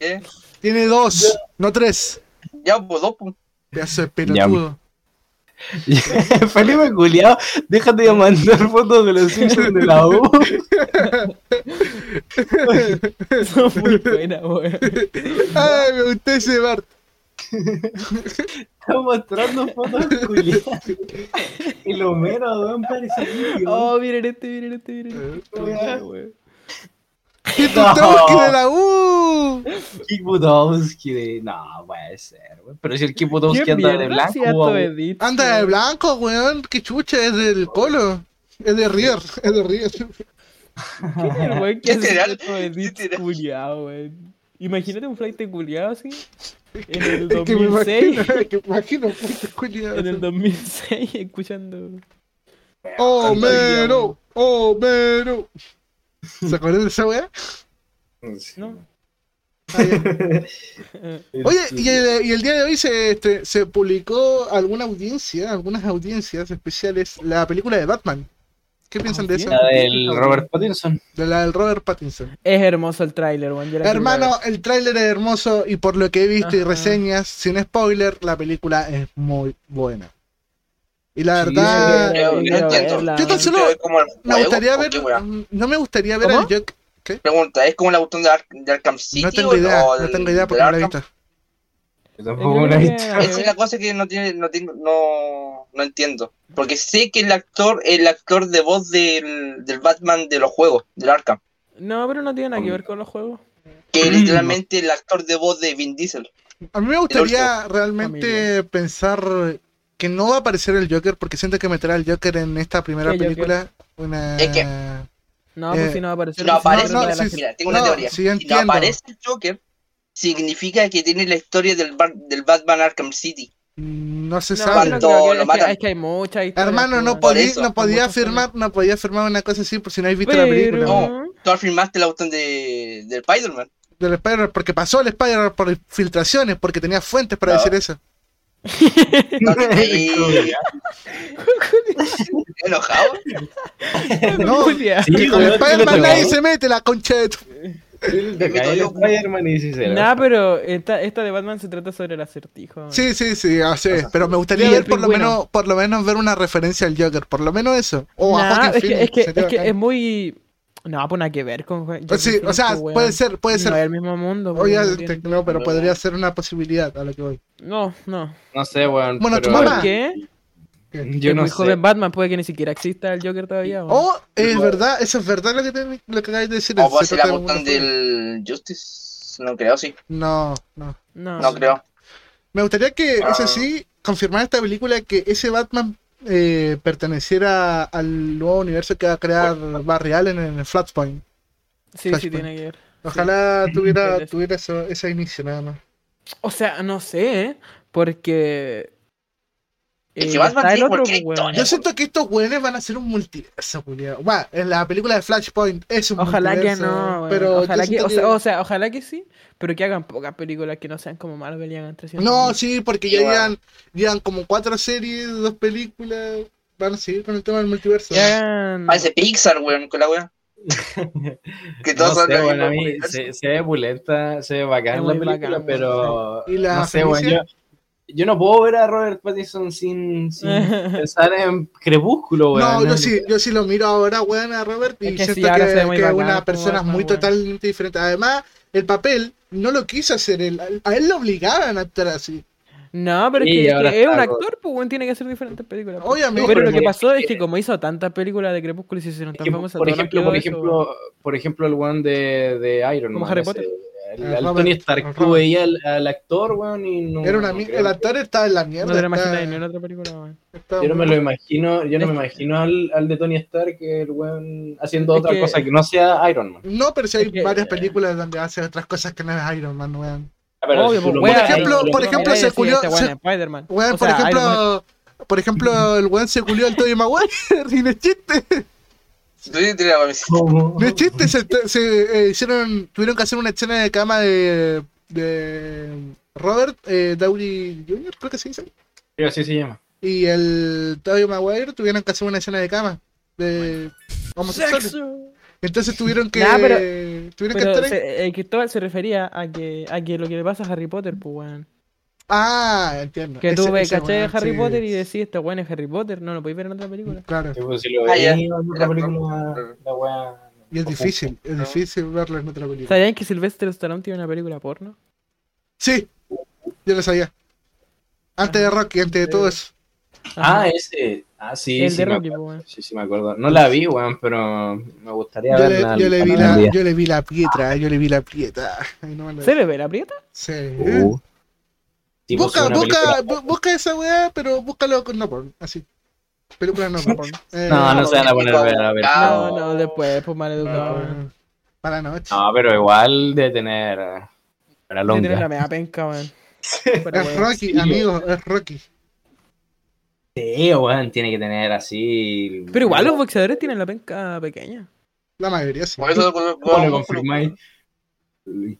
[SPEAKER 4] ¿Qué?
[SPEAKER 3] tiene dos, no tres.
[SPEAKER 4] Ya, pues dos, pues.
[SPEAKER 3] Pedazo de pelotudo.
[SPEAKER 1] gusta. Felipe Culeado, déjate de mandar fotos de los Simpsons de la U.
[SPEAKER 2] Son muy buenas, weón.
[SPEAKER 3] Ay, me gustó ese Bart.
[SPEAKER 1] Está mostrando fotos de Culeado. Y lo mero, weón, parece
[SPEAKER 2] Oh, miren este, miren este, miren este.
[SPEAKER 3] Eh,
[SPEAKER 1] weón.
[SPEAKER 2] weón.
[SPEAKER 3] Y tú que de la U.
[SPEAKER 1] Kiputowski de. No, puede ser, weón. Pero si el Kiputowski
[SPEAKER 2] ¿Qué
[SPEAKER 1] anda de
[SPEAKER 2] mierda
[SPEAKER 1] blanco,
[SPEAKER 2] hacía
[SPEAKER 1] weón.
[SPEAKER 2] tu edit?
[SPEAKER 3] Anda de blanco, weón. Qué chucha, es del colo. Es de Rier, es de Rier.
[SPEAKER 2] ¿Quién es el weón que hace
[SPEAKER 4] Literal,
[SPEAKER 2] tu edit
[SPEAKER 4] literal.
[SPEAKER 2] culiado, weón? Imagínate un flight culiado así. En el
[SPEAKER 3] Es que
[SPEAKER 2] 2006.
[SPEAKER 3] me imagino, es que me imagino, puta, culiao.
[SPEAKER 2] En el 2006, escuchando.
[SPEAKER 3] Oh, Homero, oh, Homero. ¿Se acuerdan de esa weá?
[SPEAKER 2] ¿No?
[SPEAKER 3] Ah, ya. Oye, y el, y el día de hoy se, este, se publicó alguna audiencia, algunas audiencias especiales, la película de Batman. ¿Qué piensan de esa?
[SPEAKER 1] La del Robert Pattinson.
[SPEAKER 3] De la del Robert Pattinson.
[SPEAKER 2] Es hermoso el tráiler, weón. yo la quiero ver.
[SPEAKER 3] Hermano, el tráiler es hermoso y por lo que he visto y
[SPEAKER 2] Ajá.
[SPEAKER 3] reseñas, sin spoiler, la película es muy buena. Y la
[SPEAKER 1] Sí,
[SPEAKER 3] verdad,
[SPEAKER 2] Yo
[SPEAKER 4] no
[SPEAKER 2] quiero
[SPEAKER 4] entiendo.
[SPEAKER 2] verla,
[SPEAKER 3] Yo tan
[SPEAKER 2] weón.
[SPEAKER 3] solo-
[SPEAKER 4] Pero es como el
[SPEAKER 3] me
[SPEAKER 4] juego,
[SPEAKER 3] gustaría
[SPEAKER 4] ¿o
[SPEAKER 3] ver,
[SPEAKER 4] qué, weón?
[SPEAKER 3] no me gustaría ver
[SPEAKER 2] ¿Cómo?
[SPEAKER 3] al Joker.
[SPEAKER 4] Pregunta, ¿es como la botón de, Ar- de Arkham City?
[SPEAKER 3] No tengo
[SPEAKER 4] o-
[SPEAKER 3] idea,
[SPEAKER 4] o
[SPEAKER 3] no
[SPEAKER 4] del-
[SPEAKER 3] tengo idea porque
[SPEAKER 4] del
[SPEAKER 3] no la he
[SPEAKER 4] Arkham?
[SPEAKER 3] visto.
[SPEAKER 1] Yo
[SPEAKER 2] Yo
[SPEAKER 1] tampoco la he
[SPEAKER 2] creo que-
[SPEAKER 1] visto.
[SPEAKER 4] Esa es la cosa que no tiene, no tengo, no, no entiendo. Porque sé que el actor, el actor de voz del, del Batman de los juegos, del Arkham,
[SPEAKER 2] No, pero no tiene nada que ver con los juegos.
[SPEAKER 4] que
[SPEAKER 3] Mm.
[SPEAKER 4] es literalmente el actor de voz de Vin Diesel.
[SPEAKER 3] A mí me gustaría realmente
[SPEAKER 2] Familia.
[SPEAKER 3] pensar que no va a aparecer el Joker porque siento que meter al Joker en esta primera
[SPEAKER 2] ¿Qué Joker?
[SPEAKER 3] película una
[SPEAKER 4] Es que-
[SPEAKER 2] No,
[SPEAKER 3] Eh,
[SPEAKER 2] pues si no va a aparecer. pues si
[SPEAKER 4] Si no
[SPEAKER 2] va a
[SPEAKER 4] aparece,
[SPEAKER 2] aprender
[SPEAKER 3] no,
[SPEAKER 2] a la
[SPEAKER 3] sí,
[SPEAKER 2] gente.
[SPEAKER 4] mira, tengo una
[SPEAKER 3] no,
[SPEAKER 4] teoría.
[SPEAKER 3] sí, yo
[SPEAKER 4] si no
[SPEAKER 3] entiendo.
[SPEAKER 4] aparece el Joker, significa que tiene la historia del, Bar- del Batman Arkham City.
[SPEAKER 3] no se
[SPEAKER 2] No,
[SPEAKER 3] sabe.
[SPEAKER 2] no
[SPEAKER 4] Cuando
[SPEAKER 2] creo que-
[SPEAKER 4] lo
[SPEAKER 2] es que-
[SPEAKER 4] matan.
[SPEAKER 2] Es que hay muchas historias,
[SPEAKER 3] Hermano, no
[SPEAKER 2] weón.
[SPEAKER 4] Por
[SPEAKER 3] podía,
[SPEAKER 4] eso.
[SPEAKER 3] no podía
[SPEAKER 2] Muchas
[SPEAKER 3] afirmar, no podía afirmar una cosa así por si no habéis visto la
[SPEAKER 2] Pero-
[SPEAKER 3] película
[SPEAKER 4] No. Tú afirmaste la botón de, del Spider-Man.
[SPEAKER 3] del Spider-Man porque pasó el Spider-Man por filtraciones porque tenía fuentes para
[SPEAKER 4] No.
[SPEAKER 3] decir eso.
[SPEAKER 4] eh,
[SPEAKER 3] ¿eh?
[SPEAKER 4] enojado?
[SPEAKER 3] No,
[SPEAKER 2] Julia.
[SPEAKER 1] Sí,
[SPEAKER 3] con
[SPEAKER 1] weón,
[SPEAKER 3] Spider-Man
[SPEAKER 1] sí,
[SPEAKER 3] nadie
[SPEAKER 1] weón.
[SPEAKER 3] se mete la concha de tu.
[SPEAKER 1] Te cae el Spider-Man y sí se ve.
[SPEAKER 2] Nah, pero esta, esta de Batman se trata sobre el acertijo.
[SPEAKER 3] Sí, sí, sí, ah, sí, Pero me gustaría
[SPEAKER 2] Y el
[SPEAKER 3] ver por lo
[SPEAKER 2] pingüino.
[SPEAKER 3] menos, por lo menos ver una referencia al Joker, por lo menos eso. O a
[SPEAKER 2] Nah,
[SPEAKER 3] Joaquin
[SPEAKER 2] es que,
[SPEAKER 3] Phoenix,
[SPEAKER 2] es, que,
[SPEAKER 3] sería
[SPEAKER 2] es, que
[SPEAKER 3] bacán.
[SPEAKER 2] es muy. No, pues nada que ver con. Joaquin
[SPEAKER 3] Pues sí, o
[SPEAKER 2] Phoenix,
[SPEAKER 3] sea,
[SPEAKER 2] pues, weón.
[SPEAKER 3] puede ser, puede ser.
[SPEAKER 2] No es el mismo mundo. pues,
[SPEAKER 3] Oye,
[SPEAKER 2] no,
[SPEAKER 3] te-
[SPEAKER 2] tiene-
[SPEAKER 3] no, pero podría ser una posibilidad a lo que voy.
[SPEAKER 2] no, no.
[SPEAKER 1] No sé, weón.
[SPEAKER 3] Bueno, tu
[SPEAKER 1] pero-
[SPEAKER 3] mamá.
[SPEAKER 2] ¿Por qué?
[SPEAKER 1] Yo
[SPEAKER 2] Es
[SPEAKER 1] no
[SPEAKER 2] muy
[SPEAKER 1] sé.
[SPEAKER 2] joven Batman, puede que ni siquiera exista el Joker todavía. weón.
[SPEAKER 3] Oh, es verdad, eso es verdad lo que, te, lo que acabas de decir.
[SPEAKER 4] ¿O
[SPEAKER 3] se
[SPEAKER 4] va a
[SPEAKER 3] trata
[SPEAKER 4] ser la
[SPEAKER 3] de alguna
[SPEAKER 4] mutant del Justice? No creo, sí.
[SPEAKER 3] forma. No, no.
[SPEAKER 2] no,
[SPEAKER 3] Ah.
[SPEAKER 4] No creo.
[SPEAKER 3] Me gustaría que,
[SPEAKER 4] Ah.
[SPEAKER 3] eso sí, confirmar esta película que ese Batman eh, perteneciera al nuevo universo que va a crear Barry Allen en el Flashpoint.
[SPEAKER 2] Sí, sí,
[SPEAKER 3] Flashpoint.
[SPEAKER 2] tiene que ver.
[SPEAKER 3] Ojalá tuviera,
[SPEAKER 2] entiendo.
[SPEAKER 3] tuviera eso, ese inicio nada más.
[SPEAKER 2] O sea, no sé, ¿eh? porque.
[SPEAKER 4] Es que
[SPEAKER 2] eh,
[SPEAKER 4] Batman
[SPEAKER 2] está el
[SPEAKER 4] tiene
[SPEAKER 2] otro,
[SPEAKER 4] cualquier
[SPEAKER 2] weón.
[SPEAKER 4] historia.
[SPEAKER 3] Yo siento que estos güeyes van a ser un multiverso, Julián. Va, en la película de Flashpoint es un
[SPEAKER 2] Ojalá que
[SPEAKER 3] multiverso.
[SPEAKER 2] no, weón.
[SPEAKER 3] Pero yo
[SPEAKER 2] ojalá que,
[SPEAKER 3] siento
[SPEAKER 2] o, sea, o sea, ojalá que sí, pero que hagan pocas películas que no sean como Marvel y hagan 300.
[SPEAKER 3] No, sí, porque ya
[SPEAKER 4] Igual.
[SPEAKER 3] llegan, llegan como cuatro series, dos películas. Van a seguir con el tema del multiverso.
[SPEAKER 2] Que hagan.
[SPEAKER 4] Parece Ah, Pixar, weón, con la weón. que
[SPEAKER 1] No
[SPEAKER 4] todos son
[SPEAKER 1] sé,
[SPEAKER 4] del
[SPEAKER 1] bueno, a
[SPEAKER 4] mismo
[SPEAKER 1] mí
[SPEAKER 4] universo.
[SPEAKER 1] se, se ve bulenta, se ve
[SPEAKER 2] Es
[SPEAKER 1] bacán la
[SPEAKER 2] muy
[SPEAKER 1] película,
[SPEAKER 2] bacán,
[SPEAKER 1] pero
[SPEAKER 3] sí. ¿Y la
[SPEAKER 1] no sé, bueno, yo,
[SPEAKER 3] Felicia?
[SPEAKER 1] yo no puedo ver a Robert Pattinson sin, sin pensar en Crepúsculo, weón.
[SPEAKER 3] No, yo sí, yo sí lo miro ahora, weón, a Robert, y
[SPEAKER 2] Es que sí,
[SPEAKER 3] siento
[SPEAKER 2] ahora
[SPEAKER 3] que,
[SPEAKER 2] se ve muy
[SPEAKER 3] que es
[SPEAKER 2] bacán
[SPEAKER 3] una
[SPEAKER 2] como
[SPEAKER 3] persona
[SPEAKER 2] Batman,
[SPEAKER 3] muy
[SPEAKER 2] weón.
[SPEAKER 3] totalmente diferente. Además, el papel no lo quiso hacer él. A- A él lo obligaban a actuar así.
[SPEAKER 2] No, pero es
[SPEAKER 1] Sí,
[SPEAKER 2] que, es,
[SPEAKER 1] ahora
[SPEAKER 2] que es un
[SPEAKER 1] está
[SPEAKER 2] actor, pues weón, tiene que hacer diferentes películas. pues.
[SPEAKER 3] Obviamente.
[SPEAKER 2] Pero
[SPEAKER 1] pero
[SPEAKER 2] lo que
[SPEAKER 1] mira,
[SPEAKER 2] pasó es que como hizo tantas películas de Crepúsculo y se hicieron tan
[SPEAKER 1] Que,
[SPEAKER 2] famosas,
[SPEAKER 1] por
[SPEAKER 2] todos nos
[SPEAKER 1] ejemplo,
[SPEAKER 2] quedó
[SPEAKER 1] por
[SPEAKER 2] eso,
[SPEAKER 1] ejemplo, por ejemplo, el one de, de Iron
[SPEAKER 2] Como
[SPEAKER 1] Man.
[SPEAKER 2] Harry
[SPEAKER 1] ese,
[SPEAKER 2] Potter.
[SPEAKER 1] el,
[SPEAKER 3] Ah,
[SPEAKER 1] al
[SPEAKER 3] Robert,
[SPEAKER 1] Tony Stark,
[SPEAKER 3] Robert.
[SPEAKER 1] tú veías al, al actor, weón, y no.
[SPEAKER 3] Era una,
[SPEAKER 1] no
[SPEAKER 3] mi-
[SPEAKER 1] creo
[SPEAKER 3] el
[SPEAKER 1] que-
[SPEAKER 3] actor estaba en la mierda.
[SPEAKER 2] weón. No te lo
[SPEAKER 3] estaba-
[SPEAKER 2] imaginas ni en otra película, weón.
[SPEAKER 3] estaba
[SPEAKER 1] Yo no me
[SPEAKER 3] muy-
[SPEAKER 1] lo imagino, yo no me
[SPEAKER 2] Es-
[SPEAKER 1] imagino al, al de Tony Stark, el weón, haciendo
[SPEAKER 2] Es
[SPEAKER 1] otra
[SPEAKER 2] que-
[SPEAKER 1] cosa que no sea Iron Man.
[SPEAKER 3] No, pero si hay
[SPEAKER 2] Es que- eh,
[SPEAKER 3] varias películas donde hace otras cosas que no es Iron Man, weón.
[SPEAKER 1] Ah, pero
[SPEAKER 2] Obvio,
[SPEAKER 1] tú
[SPEAKER 2] pues,
[SPEAKER 1] lo
[SPEAKER 2] weón,
[SPEAKER 1] miras,
[SPEAKER 3] ejemplo-
[SPEAKER 1] lo- lo-
[SPEAKER 3] por
[SPEAKER 1] lo-
[SPEAKER 3] ejemplo,
[SPEAKER 2] Nadie
[SPEAKER 3] se
[SPEAKER 2] decía,
[SPEAKER 3] culió-
[SPEAKER 2] Este weón
[SPEAKER 3] se-
[SPEAKER 2] es Spider-Man.
[SPEAKER 3] Weón,
[SPEAKER 2] O
[SPEAKER 3] por
[SPEAKER 2] sea, Iron Man.
[SPEAKER 3] ejemplo, por ejemplo, el weón se culió al Tobey Maguire y no es chiste.
[SPEAKER 4] Tú tienes la camiseta.
[SPEAKER 1] ¿Cómo?
[SPEAKER 3] No es chiste, se, se, eh, hicieron, tuvieron que hacer una escena de cama de, de Robert eh, Downey Jr., creo que se dice.
[SPEAKER 1] Sí, Así se llama.
[SPEAKER 3] Y el Tobey Maguire tuvieron que hacer una escena de cama de homosexuales.
[SPEAKER 2] Sexo.
[SPEAKER 3] Entonces tuvieron que,
[SPEAKER 2] Nah, pero-
[SPEAKER 3] tuvieron que
[SPEAKER 2] Pero
[SPEAKER 3] estar ahí.
[SPEAKER 2] se- eh, Cristóbal se refería a que, a que lo que le pasa a Harry Potter, pues weón.
[SPEAKER 3] Ah, entiendo.
[SPEAKER 2] Que tú
[SPEAKER 3] Ese-
[SPEAKER 2] ves,
[SPEAKER 3] ese
[SPEAKER 2] caché
[SPEAKER 3] weón,
[SPEAKER 2] Harry
[SPEAKER 3] sí.
[SPEAKER 2] Potter y decís, este weón es Harry Potter, no lo podéis ver en otra película.
[SPEAKER 3] Claro.
[SPEAKER 1] Sí, pues, si lo
[SPEAKER 4] Ah, ya.
[SPEAKER 1] veía en otra película, la weá-
[SPEAKER 3] Y es difícil, es
[SPEAKER 4] ¿no?
[SPEAKER 3] difícil verlo en otra película.
[SPEAKER 2] ¿Sabían que Sylvester Stallone tiene una película porno?
[SPEAKER 3] Sí, yo lo sabía. Antes de Rocky, antes de todo eso.
[SPEAKER 1] Ah,
[SPEAKER 2] Ajá.
[SPEAKER 1] ese. Ah, sí,
[SPEAKER 2] el
[SPEAKER 1] sí,
[SPEAKER 2] de
[SPEAKER 1] me
[SPEAKER 2] Rocky, pues
[SPEAKER 1] acuerdo.
[SPEAKER 2] weón.
[SPEAKER 1] Sí, sí, me acuerdo. No la vi, weón, pero me gustaría
[SPEAKER 3] Yo
[SPEAKER 1] verla.
[SPEAKER 3] le, yo le vi
[SPEAKER 1] algún
[SPEAKER 3] la,
[SPEAKER 1] día.
[SPEAKER 3] yo le vi la piedra, yo le vi la piedra. Ay, no me la-
[SPEAKER 2] ¿Se le ve la prieta?
[SPEAKER 3] Sí.
[SPEAKER 1] Uh. Sí, pues,
[SPEAKER 3] ¿Eh? busca,
[SPEAKER 1] es una
[SPEAKER 3] busca,
[SPEAKER 1] película-
[SPEAKER 3] bu- busca esa weá, pero búscalo con no porn, así. Película no porn. Eh,
[SPEAKER 1] No, no se van a poner a ver. A ver.
[SPEAKER 4] Ah,
[SPEAKER 2] No, no, después, pues mal educado. weón.
[SPEAKER 3] eh, Para la noche.
[SPEAKER 1] No, pero igual de tener. eh, Para
[SPEAKER 2] Sí, tiene una
[SPEAKER 1] longa.
[SPEAKER 2] mega penca, weón. Pero,
[SPEAKER 3] es
[SPEAKER 2] weón.
[SPEAKER 3] Rocky,
[SPEAKER 1] sí,
[SPEAKER 3] amigo, es Rocky.
[SPEAKER 1] Sí, weón, tiene que tener así.
[SPEAKER 2] Pero igual los boxeadores tienen la penca pequeña.
[SPEAKER 3] La mayoría sí.
[SPEAKER 4] Por eso con-
[SPEAKER 1] ¿Cómo
[SPEAKER 4] con-
[SPEAKER 1] lo confirmáis?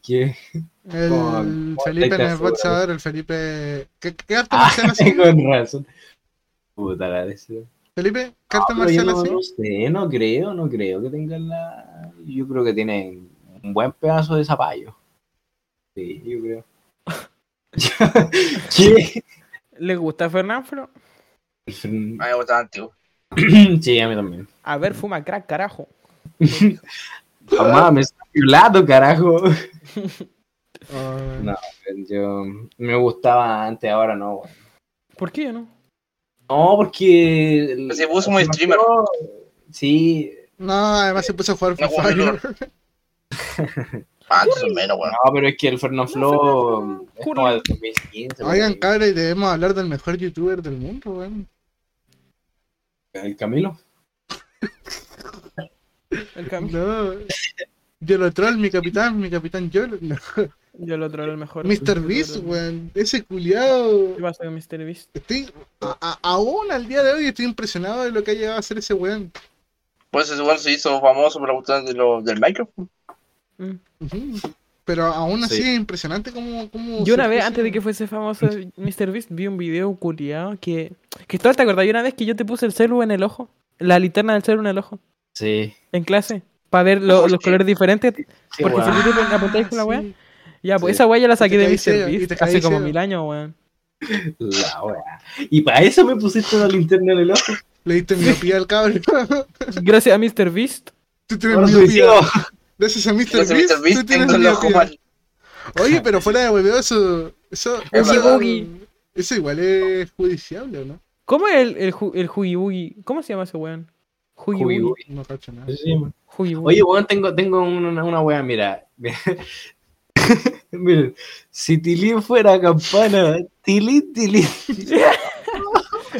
[SPEAKER 1] ¿Qué?
[SPEAKER 3] El
[SPEAKER 1] Con-
[SPEAKER 3] Felipe en el
[SPEAKER 1] con-
[SPEAKER 3] boxeador, el Felipe. ¿Qué, qué arte
[SPEAKER 1] Ah,
[SPEAKER 3] marcial así?
[SPEAKER 1] Con razón. Puta la deseo.
[SPEAKER 3] Felipe, ¿qué arte
[SPEAKER 1] Ah, Pero yo
[SPEAKER 3] marcial
[SPEAKER 1] no,
[SPEAKER 3] así?
[SPEAKER 1] no sé, no creo, no creo que tengan la. Yo creo que tienen un buen pedazo de zapallo. Sí, yo creo. ¿Qué?
[SPEAKER 2] ¿Le gusta Fernanfro?
[SPEAKER 4] A mí me gustaba antiguo.
[SPEAKER 1] Sí, a mí también.
[SPEAKER 2] A ver, fuma crack, carajo.
[SPEAKER 1] Mamá, me está violado, carajo.
[SPEAKER 3] Oh,
[SPEAKER 1] No. Yo me gustaba antes, ahora no. güey.
[SPEAKER 2] ¿Por qué yo no?
[SPEAKER 1] No, porque.
[SPEAKER 4] Pues si vos como streamer.
[SPEAKER 1] Sí,
[SPEAKER 3] No, además se puso a jugar
[SPEAKER 4] No,
[SPEAKER 3] Free Fire.
[SPEAKER 4] Ah, antes o menos, weón.
[SPEAKER 1] no, pero es que el Fernando Flow es como del 2015.
[SPEAKER 3] Oigan,
[SPEAKER 1] güey.
[SPEAKER 3] cabrón, y debemos hablar del mejor youtuber del mundo, weón.
[SPEAKER 1] el Camilo.
[SPEAKER 2] El cambio.
[SPEAKER 3] No. Yo lo troll, mi capitán, mi capitán yo. No.
[SPEAKER 2] Yo lo otro era el mejor.
[SPEAKER 3] Mr. Beast, weón. Ese culiao.
[SPEAKER 2] ¿Qué pasa con Mr. Beast?
[SPEAKER 3] Estoy, a- a- aún al día de hoy estoy impresionado de lo que ha llegado a hacer ese weón.
[SPEAKER 4] Por eso ese weón se hizo famoso por la cuestión de lo- del Minecraft.
[SPEAKER 2] Mm.
[SPEAKER 3] Ujú. Pero aún así
[SPEAKER 1] Sí.
[SPEAKER 3] es impresionante como... como
[SPEAKER 2] Yo una vez, antes de que fuese famoso MrBeast, vi un video culiado que... que todo, ¿Te acordás? Yo una vez que yo te puse el celu en el ojo, la linterna del celu en el ojo,
[SPEAKER 1] Sí.
[SPEAKER 2] en clase, para ver lo-
[SPEAKER 4] Oye.
[SPEAKER 2] los colores diferentes.
[SPEAKER 1] Sí,
[SPEAKER 2] Porque
[SPEAKER 1] weón.
[SPEAKER 2] si tú te apuntáis con la weá, ya, pues
[SPEAKER 1] Sí.
[SPEAKER 2] esa weá ya la
[SPEAKER 3] te
[SPEAKER 2] saqué de
[SPEAKER 3] caí ciego, y te
[SPEAKER 2] MrBeast
[SPEAKER 3] caí
[SPEAKER 2] hace como
[SPEAKER 3] ciego.
[SPEAKER 2] mil años, weón.
[SPEAKER 1] La weá. Y para eso me pusiste la linterna en el ojo.
[SPEAKER 3] Le diste miopía al cabrón.
[SPEAKER 2] Gracias a MrBeast.
[SPEAKER 3] Tú tienes
[SPEAKER 1] Por
[SPEAKER 3] miopía.
[SPEAKER 1] suicidio.
[SPEAKER 3] Gracias a Mr.
[SPEAKER 4] Entonces, Mr.
[SPEAKER 3] Beast, tú
[SPEAKER 4] Beast,
[SPEAKER 3] tienes
[SPEAKER 4] tengo el ojo
[SPEAKER 3] miopía.
[SPEAKER 4] mal.
[SPEAKER 3] Oye, pero fuera de hueveo, eso. Eso,
[SPEAKER 4] Boogie
[SPEAKER 3] eso,
[SPEAKER 2] Boogie.
[SPEAKER 3] eso igual es judiciable, ¿o no?
[SPEAKER 2] ¿Cómo es el, el, ju- el Hugi Bugi? ¿Cómo se llama ese weón? Hugi
[SPEAKER 1] Uy,
[SPEAKER 2] Bugi.
[SPEAKER 1] uy.
[SPEAKER 3] No cacho nada.
[SPEAKER 1] Sí, man.
[SPEAKER 2] Hugi Bugi.
[SPEAKER 1] Oye, weón, tengo, tengo una, una weá, mira. Miren, si Tilín fuera campana, Tilín, Tilín.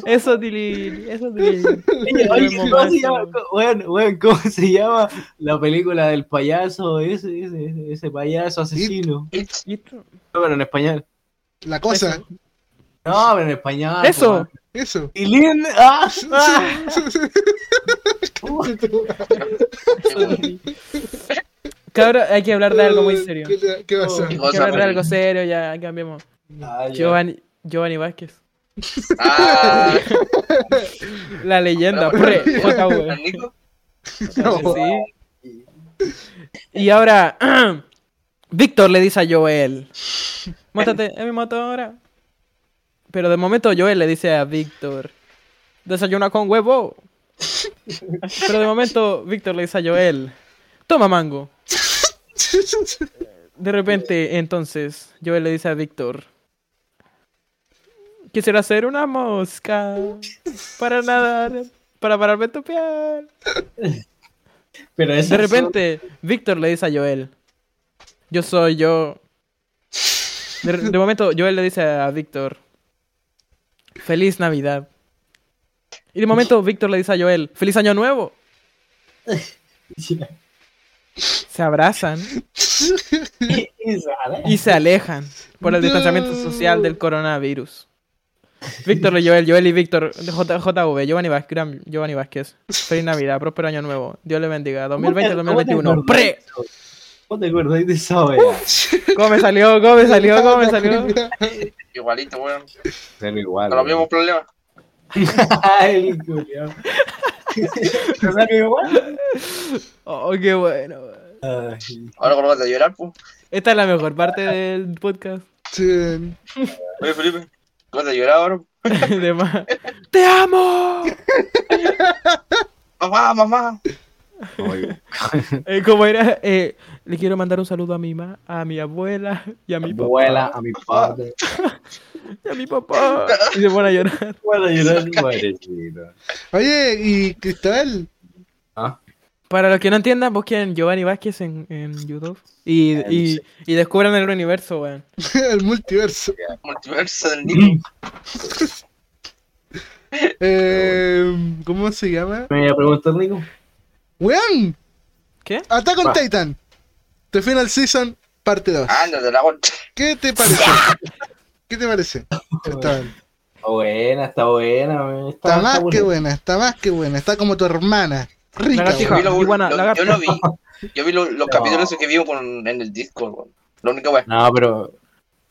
[SPEAKER 2] Eso, Tilly. Eso, Tilly.
[SPEAKER 1] Oye,
[SPEAKER 2] Lo
[SPEAKER 1] oye,
[SPEAKER 2] hemos
[SPEAKER 1] ¿cómo se
[SPEAKER 2] visto.
[SPEAKER 1] llama? Weón, weón, ¿cómo se llama la película del payaso? Ese, ese, ese- ese payaso asesino.
[SPEAKER 2] Y esto-
[SPEAKER 1] No, pero en español.
[SPEAKER 3] La cosa,
[SPEAKER 1] No, pero en español.
[SPEAKER 2] Eso.
[SPEAKER 1] weón.
[SPEAKER 3] eso.
[SPEAKER 1] Tilín, ah, ah.
[SPEAKER 2] Cabra, hay que hablar de algo muy serio. Oh,
[SPEAKER 3] ¿Qué, le- qué pasó?
[SPEAKER 2] Hay que
[SPEAKER 4] Cosa
[SPEAKER 2] hablar de
[SPEAKER 4] muy-
[SPEAKER 2] algo serio, ya cambiemos.
[SPEAKER 1] Ah, ya.
[SPEAKER 2] Giovanni, Giovanni Vázquez.
[SPEAKER 4] Ah,
[SPEAKER 2] La leyenda,
[SPEAKER 4] Bueno,
[SPEAKER 2] pre,
[SPEAKER 4] bueno.
[SPEAKER 2] JV.
[SPEAKER 4] Nico,
[SPEAKER 3] No.
[SPEAKER 2] Sí. Y ahora, Víctor le dice a Joel: Mótate en mi moto ahora. Pero de momento Joel le dice a Víctor: Desayuna con huevo. Pero de momento Víctor le dice a Joel: Toma mango. De repente, entonces, Joel le dice a Víctor: Quisiera ser una mosca para nadar, para pararme a tupear.
[SPEAKER 1] Pero
[SPEAKER 2] De repente, Víctor le dice a Joel: Yo soy yo. De, re- de momento, Joel le dice a Víctor: Feliz Navidad. Y de momento, Víctor le dice a Joel: Feliz Año Nuevo. Se abrazan y se alejan por el
[SPEAKER 3] No.
[SPEAKER 2] distanciamiento social del coronavirus. Víctor y Joel, Joel y Víctor, J- JV, Giovanni Vázquez, gran Giovanni Vázquez. Feliz Navidad, próspero año nuevo. Dios le bendiga. 2020-2021. ¡Pre!
[SPEAKER 1] ¿Cómo te acordáis de esa wea?
[SPEAKER 2] ¿Cómo me salió? ¿Cómo me salió? ¿Cómo me salió?
[SPEAKER 4] Igualito, weón.
[SPEAKER 1] Pero igual.
[SPEAKER 4] Con los mismos problemas.
[SPEAKER 1] Ay, culiao. ¿Te salió igual?
[SPEAKER 2] Oh, qué bueno. weón.
[SPEAKER 1] Ay.
[SPEAKER 4] Ahora con lo vas a llorar, pues.
[SPEAKER 2] Esta es la mejor parte del podcast.
[SPEAKER 3] Sí.
[SPEAKER 4] Oye, Felipe, ¿vas a llorar ahora?
[SPEAKER 2] De más. ¡Te amo!
[SPEAKER 4] Mamá, mamá.
[SPEAKER 2] Eh, como era, eh, le quiero mandar un saludo a mi mamá, a mi abuela y a mi papá.
[SPEAKER 1] Abuela, a mi padre.
[SPEAKER 2] Y a mi papá. Y se pone a llorar.
[SPEAKER 1] Bueno, yo no pobrecito.
[SPEAKER 3] Oye, y Cristal,
[SPEAKER 1] Ah,
[SPEAKER 2] Para los que no entiendan, busquen Giovanni Vázquez en, en YouTube y,
[SPEAKER 1] Eh,
[SPEAKER 2] y, y descubran el universo, weón.
[SPEAKER 3] el multiverso.
[SPEAKER 4] Multiverso del Nico.
[SPEAKER 3] Eh, ¿Cómo se llama?
[SPEAKER 1] Me voy a preguntar, Nico.
[SPEAKER 3] ¡Weón!
[SPEAKER 2] ¿Qué?
[SPEAKER 3] Attack on
[SPEAKER 1] Va.
[SPEAKER 3] Titan. The Final Season, parte 2.
[SPEAKER 4] Ándate, la otra.
[SPEAKER 3] ¿Qué te parece? ¿Qué te parece? Está,
[SPEAKER 1] Está buena, está buena. weón.
[SPEAKER 3] está más
[SPEAKER 1] buena.
[SPEAKER 3] que buena, está más que buena. Está como tu hermana. Rica.
[SPEAKER 2] Lagartija.
[SPEAKER 3] weón.
[SPEAKER 4] Yo vi los-
[SPEAKER 2] Iguana,
[SPEAKER 4] los-
[SPEAKER 2] lagarto.
[SPEAKER 4] yo no vi. Yo vi los,
[SPEAKER 1] No.
[SPEAKER 4] los capítulos esos que vimos con, en el Discord, weón. La única weón.
[SPEAKER 1] No, pero.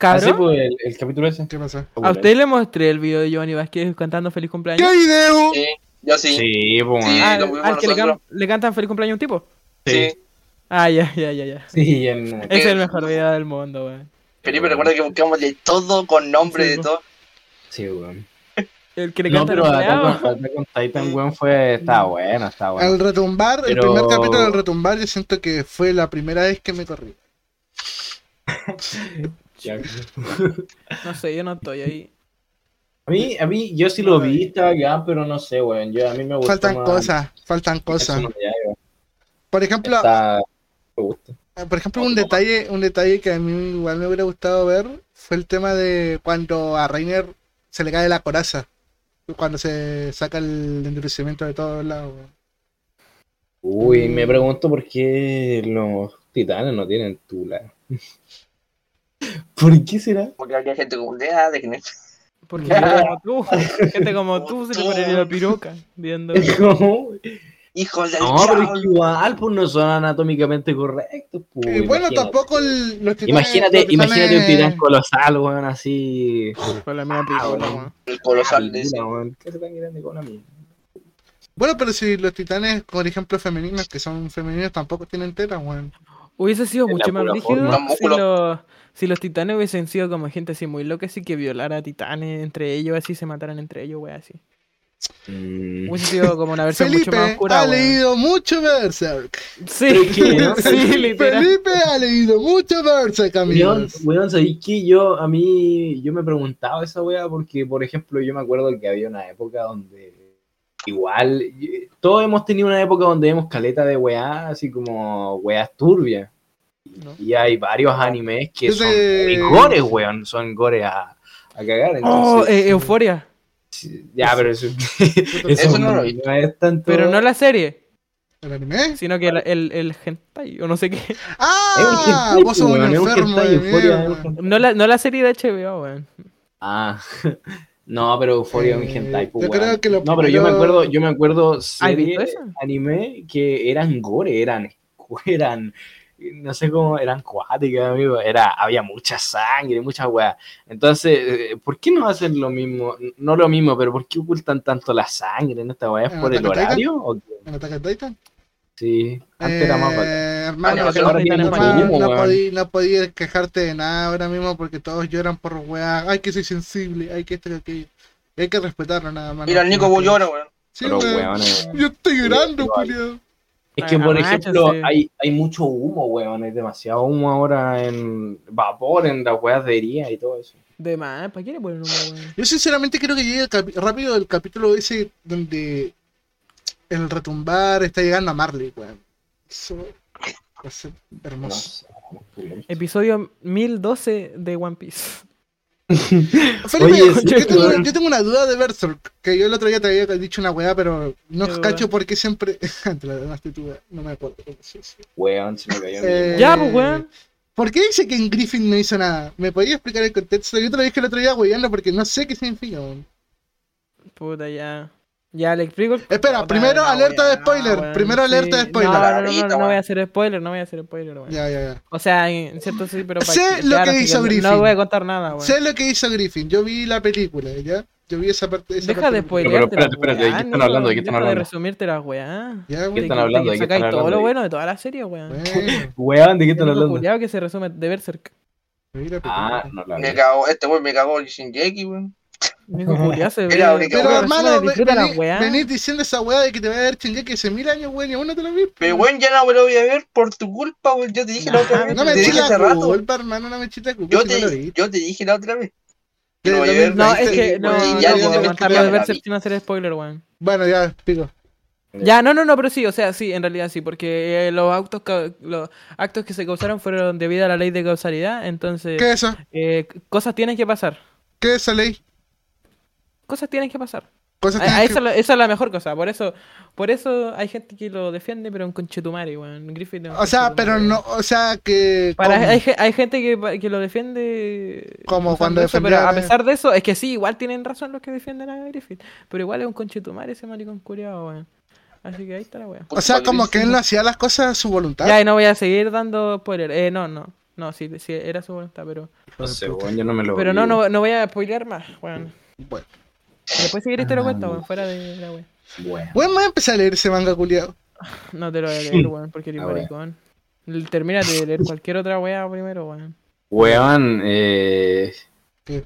[SPEAKER 1] Así
[SPEAKER 2] Cabrón,
[SPEAKER 1] pues, el, el capítulo ese.
[SPEAKER 3] ¿Qué pasó?
[SPEAKER 2] a usted le mostré el video de Giovanni Vázquez cantando feliz cumpleaños.
[SPEAKER 3] ¿Qué video?
[SPEAKER 4] Sí, yo sí. Sí,
[SPEAKER 1] Sí, pues.
[SPEAKER 4] Sí.
[SPEAKER 1] weón.
[SPEAKER 2] Al,
[SPEAKER 4] lo vimos
[SPEAKER 2] al que le, can-
[SPEAKER 4] nosotros.
[SPEAKER 2] le cantan feliz cumpleaños a un tipo. Ah, ya, ya, ya, ya.
[SPEAKER 1] Sí, en.
[SPEAKER 2] Es el mejor video del mundo, weón.
[SPEAKER 4] Felipe, recuerda que buscamos de todo con nombre
[SPEAKER 2] Sí,
[SPEAKER 4] de
[SPEAKER 2] po.
[SPEAKER 4] todo.
[SPEAKER 1] Sí, weón.
[SPEAKER 2] El que le
[SPEAKER 1] No,
[SPEAKER 2] canta
[SPEAKER 1] pero
[SPEAKER 2] los
[SPEAKER 1] Attack
[SPEAKER 2] cumpleaños.
[SPEAKER 1] on- Attack on Titan, weón, fue. Está buena, está
[SPEAKER 3] Al
[SPEAKER 1] buena.
[SPEAKER 3] retumbar,
[SPEAKER 1] Pero-
[SPEAKER 3] el primer capítulo del retumbar, yo siento que fue la primera vez que me corrí.
[SPEAKER 2] No sé, yo no estoy ahí.
[SPEAKER 1] A mí, a mí, yo sí lo vi, estaba acá, pero no sé, weón. Yo, a mí me gusta.
[SPEAKER 3] Faltan cosas, faltan cosas. Por ejemplo, eh,
[SPEAKER 1] Está... Me gusta.
[SPEAKER 3] por ejemplo, un detalle, un detalle que a mí igual me hubiera gustado ver fue el tema de cuando a Reiner se le cae la coraza. Cuando se saca el endurecimiento de todos lados. weón.
[SPEAKER 1] Uy,
[SPEAKER 3] Mm.
[SPEAKER 1] me pregunto por qué los titanes no tienen tula. ¿Por qué será?
[SPEAKER 4] Porque había gente como de ah, de que no
[SPEAKER 2] Porque gente como tú, gente como tú se le pone la piroca. Viendo.
[SPEAKER 1] Es como,
[SPEAKER 4] hijos del
[SPEAKER 1] No, pero es
[SPEAKER 4] diablo.
[SPEAKER 1] que igual, pues no son anatómicamente correctos. Pues,
[SPEAKER 3] Eh, bueno,
[SPEAKER 1] imagínate.
[SPEAKER 3] tampoco el- los titanes.
[SPEAKER 1] Imagínate,
[SPEAKER 3] los titanes-
[SPEAKER 1] imagínate un titán colosal, weón, así.
[SPEAKER 2] Con la mía
[SPEAKER 1] Ah,
[SPEAKER 2] película,
[SPEAKER 1] bueno.
[SPEAKER 2] weón.
[SPEAKER 4] El colosal de ese.
[SPEAKER 1] Mira, weón, ¿Qué se tan grande con la mía?
[SPEAKER 3] Bueno, pero si los titanes, por ejemplo, femeninos, que son femeninos, tampoco tienen tela, weón.
[SPEAKER 2] Hubiese sido
[SPEAKER 1] De la
[SPEAKER 2] mucho más
[SPEAKER 1] pura
[SPEAKER 2] rígido
[SPEAKER 4] forma.
[SPEAKER 2] si
[SPEAKER 4] Músculo.
[SPEAKER 2] los, si los titanes hubiesen sido como gente así muy loca, así que violara a titanes entre ellos, así se mataran entre ellos, wey, así.
[SPEAKER 1] Mm.
[SPEAKER 2] Hubiese sido como una versión mucho
[SPEAKER 3] Felipe
[SPEAKER 2] más oscura,
[SPEAKER 3] ha
[SPEAKER 2] weón.
[SPEAKER 3] leído mucho Berserk.
[SPEAKER 2] Sí,
[SPEAKER 1] Pero es que-
[SPEAKER 2] sí, literal.
[SPEAKER 3] Felipe ha leído mucho Berserk,
[SPEAKER 1] Weón,
[SPEAKER 3] amigos.
[SPEAKER 1] weón, ¿sabéis qué? Yo, a mí, yo me preguntaba esa weá porque, por ejemplo, yo me acuerdo que había una época donde igual, y- todos hemos tenido una época donde vemos caleta de weá, así como weás turbias.
[SPEAKER 2] No.
[SPEAKER 1] Y hay varios animes que
[SPEAKER 3] Yo
[SPEAKER 1] son
[SPEAKER 3] sé-
[SPEAKER 1] muy gores, weón, son gores a, a cagar.
[SPEAKER 2] Oh,
[SPEAKER 1] entonces-
[SPEAKER 2] eh, Euforia.
[SPEAKER 1] ya, pero eso,
[SPEAKER 4] Eso no lo vi.
[SPEAKER 1] es tanto.
[SPEAKER 2] Pero no la serie,
[SPEAKER 3] ¿El anime?
[SPEAKER 2] sino que la- el, el hentai, o no sé qué.
[SPEAKER 1] Es un
[SPEAKER 3] ¡Ah!
[SPEAKER 1] hentai,
[SPEAKER 3] Vos sos un
[SPEAKER 1] weón, es un
[SPEAKER 3] enfermo
[SPEAKER 1] hentai,
[SPEAKER 3] de
[SPEAKER 1] euforia, es un
[SPEAKER 3] mierda.
[SPEAKER 1] hentai.
[SPEAKER 2] No la, no la serie de HBO, weón.
[SPEAKER 1] Ah, no, pero Euphoria es un
[SPEAKER 3] Eh,
[SPEAKER 1] hentai, pues,
[SPEAKER 3] yo creo
[SPEAKER 1] weón.
[SPEAKER 3] que lo
[SPEAKER 1] No, pero yo me
[SPEAKER 3] primero-
[SPEAKER 1] acuerdo, yo me acuerdo
[SPEAKER 2] ¿Has visto
[SPEAKER 1] series,
[SPEAKER 2] eso?
[SPEAKER 1] anime que eran gore, eran, eran, no sé cómo, eran cuáticas, amigo, era, había mucha sangre, mucha weá. Entonces, eh, ¿por qué no hacen lo mismo? No lo mismo, pero ¿por qué ocultan tanto la sangre en esta weá? ¿Es
[SPEAKER 3] ¿En
[SPEAKER 1] por el
[SPEAKER 3] Attack on Titan?
[SPEAKER 1] horario? ¿O qué?
[SPEAKER 3] ¿En Attack on Titan?
[SPEAKER 1] Sí, antes Ah, este era más bacán.
[SPEAKER 3] Eh, hermano,
[SPEAKER 4] Ah, no,
[SPEAKER 3] que
[SPEAKER 4] ahora
[SPEAKER 3] no-
[SPEAKER 2] tienen
[SPEAKER 3] no-
[SPEAKER 1] más humo,
[SPEAKER 3] no
[SPEAKER 1] weón.
[SPEAKER 3] podí- no podías quejarte de nada ahora mismo porque todos lloran por weá. Ay, que soy sensible, ay, que esto, que aquello. Hay que respetarlo nada más.
[SPEAKER 4] Mira,
[SPEAKER 3] no
[SPEAKER 4] el Nico
[SPEAKER 3] tienes que-
[SPEAKER 4] Bullona, weón.
[SPEAKER 3] Sí,
[SPEAKER 1] Pero,
[SPEAKER 3] weón.
[SPEAKER 1] weones.
[SPEAKER 3] Yo estoy llorando,
[SPEAKER 1] Igual.
[SPEAKER 3] Julio.
[SPEAKER 1] Es que,
[SPEAKER 2] Ah,
[SPEAKER 1] por
[SPEAKER 2] macho,
[SPEAKER 1] ejemplo,
[SPEAKER 2] sí.
[SPEAKER 1] hay, hay mucho humo, weón. Hay demasiado humo ahora en vapor, en las weas de herida y todo eso.
[SPEAKER 2] De más, ¿para qué le ponen un weón?
[SPEAKER 3] Yo sinceramente creo que llegue capi- rápido el capítulo ese donde el retumbar está llegando a Marley, weón. Eso va a ser
[SPEAKER 1] No sé,
[SPEAKER 3] hermoso.
[SPEAKER 1] weón.
[SPEAKER 2] Episodio 1012 de One Piece.
[SPEAKER 3] Felipe,
[SPEAKER 1] Oye, sí,
[SPEAKER 3] yo, tengo,
[SPEAKER 1] weón.
[SPEAKER 3] yo tengo una duda de Berserk, que yo el otro día te había dicho una weá, pero no
[SPEAKER 2] ¿Qué
[SPEAKER 3] cacho por qué siempre... te la donaste tú, weón. no me acuerdo. Sí, sí.
[SPEAKER 1] Weón, se me cayó. el
[SPEAKER 3] Eh,
[SPEAKER 2] Ya, pues, weón.
[SPEAKER 3] ¿Por qué dice que en Griffin no hizo nada? ¿Me podías explicar el contexto? Yo te lo dije el otro día, weyando, porque no sé qué significa, weón.
[SPEAKER 2] Puta, ya. Ya le explico. el-
[SPEAKER 3] Espera,
[SPEAKER 2] Puta,
[SPEAKER 3] primero
[SPEAKER 2] no,
[SPEAKER 3] alerta de
[SPEAKER 2] weón,
[SPEAKER 3] spoiler,
[SPEAKER 2] weón,
[SPEAKER 3] primero alerta de spoiler.
[SPEAKER 2] No, no, no,
[SPEAKER 4] Ahorita,
[SPEAKER 2] no, no voy
[SPEAKER 4] weón.
[SPEAKER 2] a hacer spoiler, no voy a hacer spoiler, weón.
[SPEAKER 3] Ya, ya, ya.
[SPEAKER 2] O sea, en cierto sí, pero.
[SPEAKER 3] Sé
[SPEAKER 2] para-
[SPEAKER 3] lo
[SPEAKER 2] claro,
[SPEAKER 3] que
[SPEAKER 2] sí
[SPEAKER 3] hizo
[SPEAKER 2] no-
[SPEAKER 3] Griffin.
[SPEAKER 2] No voy a contar nada, weón.
[SPEAKER 3] Sé lo que hizo Griffin, yo vi la película, ¿ya? Yo vi esa parte. Esa
[SPEAKER 2] Deja
[SPEAKER 3] parte
[SPEAKER 2] de
[SPEAKER 3] película.
[SPEAKER 2] spoiler.
[SPEAKER 1] Pero, pero, espérate, espérate, ¿de qué están hablando? ¿De qué están
[SPEAKER 2] Deja de
[SPEAKER 1] hablando?
[SPEAKER 2] resumirte las weá.
[SPEAKER 3] Ya,
[SPEAKER 1] ¿Qué
[SPEAKER 3] weón.
[SPEAKER 1] están hablando? ¿De qué están
[SPEAKER 2] Sacáis todo
[SPEAKER 1] hablando?
[SPEAKER 2] lo bueno de toda la serie, weón.
[SPEAKER 3] Bueno,
[SPEAKER 1] Weón, ¿de qué están
[SPEAKER 2] El único
[SPEAKER 1] hablando?
[SPEAKER 2] culiao que se resume de Berserk.
[SPEAKER 3] vi la
[SPEAKER 1] Ah,
[SPEAKER 3] película.
[SPEAKER 1] no la vi.
[SPEAKER 4] Me cagó, este weón me cagó el Shinjeki, weón.
[SPEAKER 2] El único culiao se ve.
[SPEAKER 4] Era única
[SPEAKER 3] Pero
[SPEAKER 4] Bueno,
[SPEAKER 3] hermano, ve-
[SPEAKER 2] disfruta la
[SPEAKER 3] vení-
[SPEAKER 2] weá.
[SPEAKER 3] venís diciendo esa weá de que te va a dar que hace mil años, weón, y aún no te la vi.
[SPEAKER 4] Pero weón, ya no me lo voy a ver por tu culpa, weón. Yo te dije la otra
[SPEAKER 2] Nah,
[SPEAKER 1] Ah,
[SPEAKER 4] vez.
[SPEAKER 3] No
[SPEAKER 4] te
[SPEAKER 3] me eché
[SPEAKER 4] dije
[SPEAKER 3] la
[SPEAKER 4] hace rato.
[SPEAKER 3] culpa, hermano, no me eché la culpa.
[SPEAKER 4] Yo
[SPEAKER 3] si no la vi.
[SPEAKER 4] te, yo te dije la otra vez. que
[SPEAKER 3] Yo
[SPEAKER 4] lo voy a
[SPEAKER 3] también
[SPEAKER 4] ver,
[SPEAKER 2] No,
[SPEAKER 3] la
[SPEAKER 2] es
[SPEAKER 3] vi,
[SPEAKER 2] que
[SPEAKER 3] weón,
[SPEAKER 2] no,
[SPEAKER 4] y
[SPEAKER 2] no,
[SPEAKER 4] ya
[SPEAKER 2] no
[SPEAKER 4] ni
[SPEAKER 2] puedo
[SPEAKER 4] me
[SPEAKER 2] contarlo
[SPEAKER 4] metí
[SPEAKER 2] de
[SPEAKER 4] la
[SPEAKER 2] Berserk
[SPEAKER 4] vi.
[SPEAKER 2] sin hacer spoiler, weón.
[SPEAKER 3] Bueno, ya, pico.
[SPEAKER 2] Ya, no, no, no, pero sí, o sea, sí, en realidad sí, porque eh, los, autos ca- los actos que se causaron fueron debido a la ley de causalidad, entonces
[SPEAKER 3] ¿Qué es eso?
[SPEAKER 2] eh, cosas tienen que pasar,
[SPEAKER 3] ¿Qué es esa ley?
[SPEAKER 2] cosas tienen que pasar.
[SPEAKER 3] Cosas
[SPEAKER 2] A-
[SPEAKER 3] tienen
[SPEAKER 2] a
[SPEAKER 3] que-
[SPEAKER 2] esa, es la- esa es la mejor cosa, por eso por eso hay gente que lo defiende, pero un conchetumare, weón. Griffith es un
[SPEAKER 3] O sea,
[SPEAKER 2] conchetumare,
[SPEAKER 3] pero
[SPEAKER 2] weón.
[SPEAKER 3] no, o sea que.
[SPEAKER 2] Para,
[SPEAKER 3] ¿cómo?
[SPEAKER 2] hay, ge- hay gente que, pa- que lo defiende.
[SPEAKER 3] Como
[SPEAKER 2] usando
[SPEAKER 3] cuando
[SPEAKER 2] eso,
[SPEAKER 3] defendió
[SPEAKER 2] Pero
[SPEAKER 3] a-
[SPEAKER 2] a pesar de eso, es que sí, igual tienen razón los que defienden a Griffith. Pero igual es un conchetumare ese maricón curiado, weón. Así que ahí está la weón.
[SPEAKER 3] O sea, como que él no hacía las cosas a su voluntad.
[SPEAKER 2] Ya, y no voy a seguir dando spoiler. Eh, no, no. No, sí, sí, era su voluntad, pero.
[SPEAKER 1] No sé, weón, yo no me lo
[SPEAKER 2] Pero
[SPEAKER 1] vi.
[SPEAKER 2] no, no, no voy a spoilear más, weón.
[SPEAKER 3] Bueno.
[SPEAKER 2] Después si querés te lo cuento, weón, fuera de la weón.
[SPEAKER 1] Weón.
[SPEAKER 3] Bueno, me voy a empezar a leer ese manga culiado.
[SPEAKER 2] No te lo voy a leer, weón, porque eres
[SPEAKER 1] Ah,
[SPEAKER 2] maricón. Termina de leer cualquier otra weá primero, weón.
[SPEAKER 1] Weón, eh,
[SPEAKER 3] ¿Qué?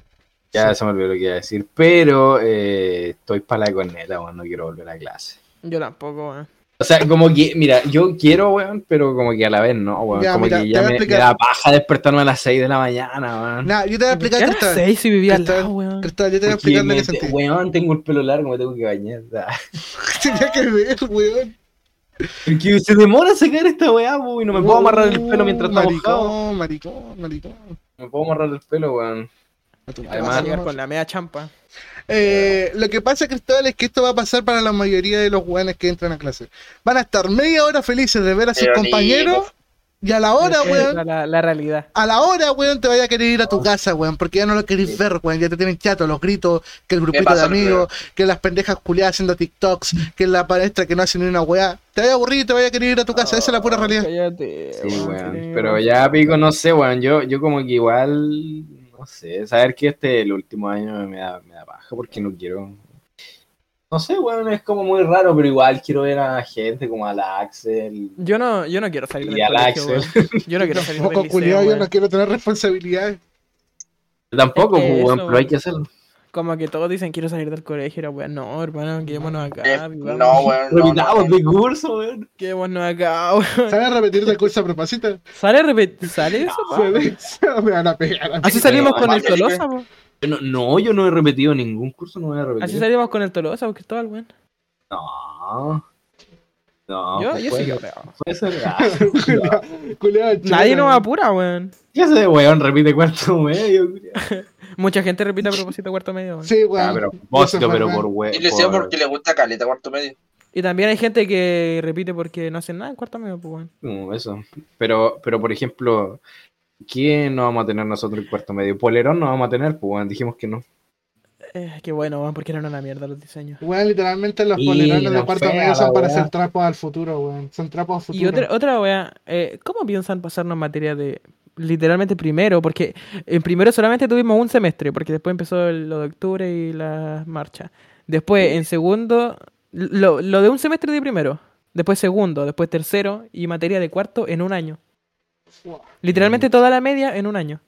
[SPEAKER 1] ya se me olvidó lo que iba a decir, pero eh, estoy para la corneta, weón, no quiero volver a clase.
[SPEAKER 2] Yo tampoco, weón.
[SPEAKER 1] O sea, como que, mira, yo quiero, weón, pero como que a la vez no, weón.
[SPEAKER 3] Ya,
[SPEAKER 1] como
[SPEAKER 3] mira,
[SPEAKER 1] que
[SPEAKER 3] te
[SPEAKER 1] ya
[SPEAKER 3] voy
[SPEAKER 1] me,
[SPEAKER 3] a
[SPEAKER 1] me
[SPEAKER 3] explicar.
[SPEAKER 1] da paja despertarme a las 6 de la mañana, weón.
[SPEAKER 3] Nah, yo te voy a explicar,
[SPEAKER 2] Ya
[SPEAKER 3] Cristal.
[SPEAKER 2] sé si vivía al
[SPEAKER 3] Cristal,
[SPEAKER 2] lado, weón.
[SPEAKER 3] Cristal, yo te
[SPEAKER 1] Porque
[SPEAKER 3] voy a explicar lo
[SPEAKER 1] me-
[SPEAKER 3] que sentí.
[SPEAKER 1] Weón, tengo el pelo largo, me tengo que bañar.
[SPEAKER 3] Tenía que ver, weón.
[SPEAKER 1] Porque se demora sacar esta weá, po, y no me puedo amarrar el pelo mientras está mojado.
[SPEAKER 3] Maricón, Uh, maricón, maricón.
[SPEAKER 1] Me puedo amarrar el pelo, weón.
[SPEAKER 3] A tu
[SPEAKER 1] Además-
[SPEAKER 2] Vas a
[SPEAKER 3] casa,
[SPEAKER 2] llegar
[SPEAKER 3] nomás.
[SPEAKER 2] con la media champa.
[SPEAKER 3] Eh, lo que pasa, Cristal, es que esto va a pasar para la
[SPEAKER 4] Eh,
[SPEAKER 3] mayoría de los weones que entran a clase. Van a estar media hora felices de ver a sus
[SPEAKER 4] Pero ni-
[SPEAKER 3] compañeros Y a la hora, weón,
[SPEAKER 2] La, la realidad.
[SPEAKER 3] a la hora, weón, te vaya a querer ir a tu casa, weón, porque ya no lo querés ver, weón, ya te tienen chato los gritos, que el grupito de
[SPEAKER 4] pasa,
[SPEAKER 3] amigos, que las pendejas culiadas haciendo TikToks, que la palestra que no hace ni una weá. Te vaya a aburrir, te vaya a querer ir a tu casa, esa es la
[SPEAKER 2] Oh,
[SPEAKER 3] pura realidad.
[SPEAKER 2] Cállate,
[SPEAKER 1] Sí,
[SPEAKER 2] weón,
[SPEAKER 1] weón.
[SPEAKER 2] sí,
[SPEAKER 1] Pero
[SPEAKER 2] weón.
[SPEAKER 1] ya pico, no sé, weón. Yo, yo como que igual, no sé, saber que este el último año me da, me da baja porque no quiero. No sé, weón, es como muy raro, pero igual quiero ver a gente como a la Axel.
[SPEAKER 2] Yo no, yo no quiero salir
[SPEAKER 1] Y
[SPEAKER 2] del
[SPEAKER 1] al
[SPEAKER 2] colegio,
[SPEAKER 1] Axel.
[SPEAKER 2] weón. Yo no quiero salir del
[SPEAKER 3] Poco
[SPEAKER 2] liceo,
[SPEAKER 3] culiado, yo
[SPEAKER 2] weón.
[SPEAKER 3] no quiero tener responsabilidades.
[SPEAKER 1] Tampoco,
[SPEAKER 2] Es que
[SPEAKER 1] pues, weón,
[SPEAKER 2] eso,
[SPEAKER 1] pero hay
[SPEAKER 2] weón.
[SPEAKER 1] que hacerlo.
[SPEAKER 2] Como que todos dicen quiero salir del colegio, y la weá, no, hermano, quedémonos acá,
[SPEAKER 4] Eh,
[SPEAKER 2] vivamos.
[SPEAKER 4] no, weón. No, no.
[SPEAKER 1] Repitamos mi curso, weón.
[SPEAKER 2] Quedémonos acá, weón.
[SPEAKER 3] ¿Sabes repetir de curso a propósito?
[SPEAKER 2] ¿Sale, repet- ¿Sale eso?
[SPEAKER 3] Se ve- se Me van a pegar. a mí.
[SPEAKER 2] Así salimos
[SPEAKER 4] no,
[SPEAKER 2] con el
[SPEAKER 4] Felipe.
[SPEAKER 2] Tolosa, po.
[SPEAKER 1] Yo No, no, yo no he repetido ningún curso, no voy a
[SPEAKER 2] Así
[SPEAKER 1] repetir.
[SPEAKER 2] salimos con el Tolosa, po, Cristóbal, weón.
[SPEAKER 1] No. No,
[SPEAKER 2] yo
[SPEAKER 1] pues,
[SPEAKER 2] yo sí
[SPEAKER 1] puede-
[SPEAKER 2] que creo.
[SPEAKER 1] puede ser. Ah,
[SPEAKER 3] Culiao- culiao chileno.
[SPEAKER 2] Nadie nos apura, weón.
[SPEAKER 1] ¿Qué hace, weón? Repite cuarto medio. culiao.
[SPEAKER 2] Mucha gente repite a propósito cuarto medio, weón.
[SPEAKER 3] Sí, weón.
[SPEAKER 1] Ah, pero
[SPEAKER 3] Eso
[SPEAKER 1] Bosco,
[SPEAKER 3] es
[SPEAKER 1] pero
[SPEAKER 3] verdad.
[SPEAKER 1] por weón.
[SPEAKER 4] Y le decía porque le gusta caleta, cuarto medio.
[SPEAKER 2] Y también hay gente que repite porque no hacen nada en cuarto medio, pues, weón.
[SPEAKER 1] Mm, eso. Pero, pero por ejemplo, ¿quién no vamos a tener nosotros el cuarto medio? Polerón no vamos a tener, pues weón, dijimos que no.
[SPEAKER 2] Eh, qué bueno, weón, porque eran una mierda los diseños.
[SPEAKER 3] Weón, literalmente los
[SPEAKER 1] Y
[SPEAKER 3] polerones de
[SPEAKER 1] la
[SPEAKER 3] cuarto
[SPEAKER 1] fea,
[SPEAKER 3] medio son
[SPEAKER 1] la
[SPEAKER 3] para
[SPEAKER 1] weá.
[SPEAKER 3] hacer trapos al futuro, weón. Son trapos al futuro.
[SPEAKER 2] Y otra, otra weá, eh, ¿cómo piensan pasarnos materia de literalmente primero? Porque en primero solamente tuvimos un semestre, porque después empezó el- lo de octubre y la marcha. Después en segundo, lo, lo de un semestre de primero, después segundo, después tercero y materia de cuarto en un año.
[SPEAKER 3] Wow.
[SPEAKER 2] Literalmente toda la media en un año.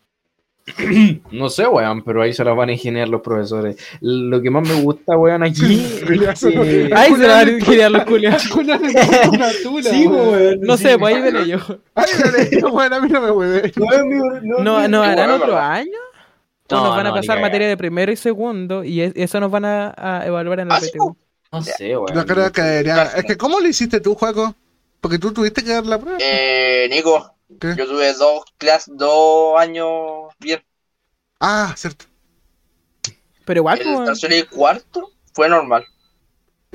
[SPEAKER 1] No sé, weón, pero ahí se las van a ingeniar los profesores. Lo que más me gusta, weón, aquí. es que-
[SPEAKER 2] Ahí se van a ingeniar los culiados.
[SPEAKER 3] Julián es una tula,
[SPEAKER 1] Sí,
[SPEAKER 3] weón.
[SPEAKER 1] weón.
[SPEAKER 2] No
[SPEAKER 1] sí.
[SPEAKER 2] sé, pues ahí veré yo.
[SPEAKER 3] Ay, dale, bueno, a mí no me hueve.
[SPEAKER 1] Weón, no, no,
[SPEAKER 2] ¿No,
[SPEAKER 1] no.
[SPEAKER 2] ¿No harán
[SPEAKER 4] bueno,
[SPEAKER 2] otro
[SPEAKER 4] ¿verdad?
[SPEAKER 2] año? ¿O
[SPEAKER 1] No,
[SPEAKER 2] nos van a
[SPEAKER 1] no, ni
[SPEAKER 2] pasar
[SPEAKER 1] cagando.
[SPEAKER 2] materia de primero y segundo y es- eso nos van a, a evaluar en la
[SPEAKER 4] Ah, sí,
[SPEAKER 2] PTU?
[SPEAKER 1] No sé, weón.
[SPEAKER 3] No creo que debería. Es que, ¿cómo lo hiciste tú, Juaco? Porque tú tuviste que dar la prueba.
[SPEAKER 4] Eh, Nico,
[SPEAKER 3] ¿Qué?
[SPEAKER 4] yo tuve dos clases, dos años bien.
[SPEAKER 3] Ah, cierto.
[SPEAKER 2] Pero igual, pues,
[SPEAKER 4] El
[SPEAKER 2] weón.
[SPEAKER 4] tercero y cuarto fue normal.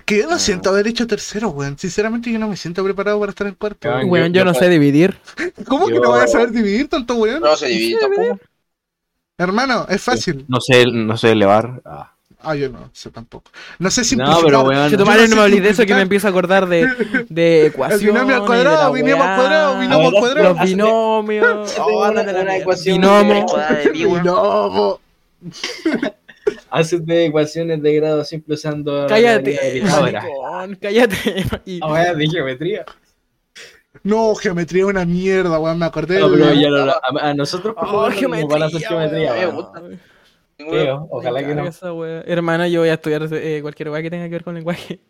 [SPEAKER 3] Que yo no
[SPEAKER 1] Ah.
[SPEAKER 3] siento haber hecho tercero, weón. Sinceramente, yo no me siento preparado para estar en cuarto.
[SPEAKER 1] Ay,
[SPEAKER 3] weón.
[SPEAKER 2] Weón, yo,
[SPEAKER 1] yo
[SPEAKER 2] no
[SPEAKER 1] fue-
[SPEAKER 2] sé dividir.
[SPEAKER 3] ¿Cómo que
[SPEAKER 1] yo-
[SPEAKER 3] no vas a saber dividir tanto, weón?
[SPEAKER 4] No se dividió tampoco.
[SPEAKER 3] Hermano, es fácil.
[SPEAKER 1] No sé, no sé elevar. Ah.
[SPEAKER 3] Ah, yo no sé tampoco. No sé si.
[SPEAKER 1] No, pero weón.
[SPEAKER 2] Si tu
[SPEAKER 3] yo
[SPEAKER 2] madre no me
[SPEAKER 3] no sé
[SPEAKER 2] hables de eso, que
[SPEAKER 3] multiplicar.
[SPEAKER 2] me empiezo a acordar de, de ecuaciones.
[SPEAKER 3] binomio al
[SPEAKER 2] y de
[SPEAKER 3] cuadrado,
[SPEAKER 2] la
[SPEAKER 3] binomio al
[SPEAKER 2] weá.
[SPEAKER 3] cuadrado, binomio al cuadrado.
[SPEAKER 2] Los binomios.
[SPEAKER 1] Tengo
[SPEAKER 2] Oh,
[SPEAKER 1] una-
[SPEAKER 2] ándate a la
[SPEAKER 1] una
[SPEAKER 2] mierda.
[SPEAKER 1] ecuación
[SPEAKER 2] Binomo.
[SPEAKER 1] de-
[SPEAKER 3] No, po.
[SPEAKER 1] Haces de ecuaciones de grado simple usando. la teoría de
[SPEAKER 2] Cállate.
[SPEAKER 1] Pitágoras.
[SPEAKER 2] maricón, Cállate. Y-
[SPEAKER 1] Ah, weón, de geometría.
[SPEAKER 3] no, geometría es una mierda, weón. Me acordé
[SPEAKER 1] No,
[SPEAKER 3] de-
[SPEAKER 1] pero ya no, no, a, a nosotros por
[SPEAKER 2] Oh,
[SPEAKER 1] favor, no nos van a hacer
[SPEAKER 2] geometría.
[SPEAKER 1] geometría.
[SPEAKER 2] weón.
[SPEAKER 1] weón. Eh,
[SPEAKER 4] Ninguno.
[SPEAKER 1] Creo, Ah, ojalá
[SPEAKER 2] Me
[SPEAKER 1] que no.
[SPEAKER 2] carga esa weá. Hermano, yo voy a estudiar eh, cualquier weá que tenga que ver con lenguaje.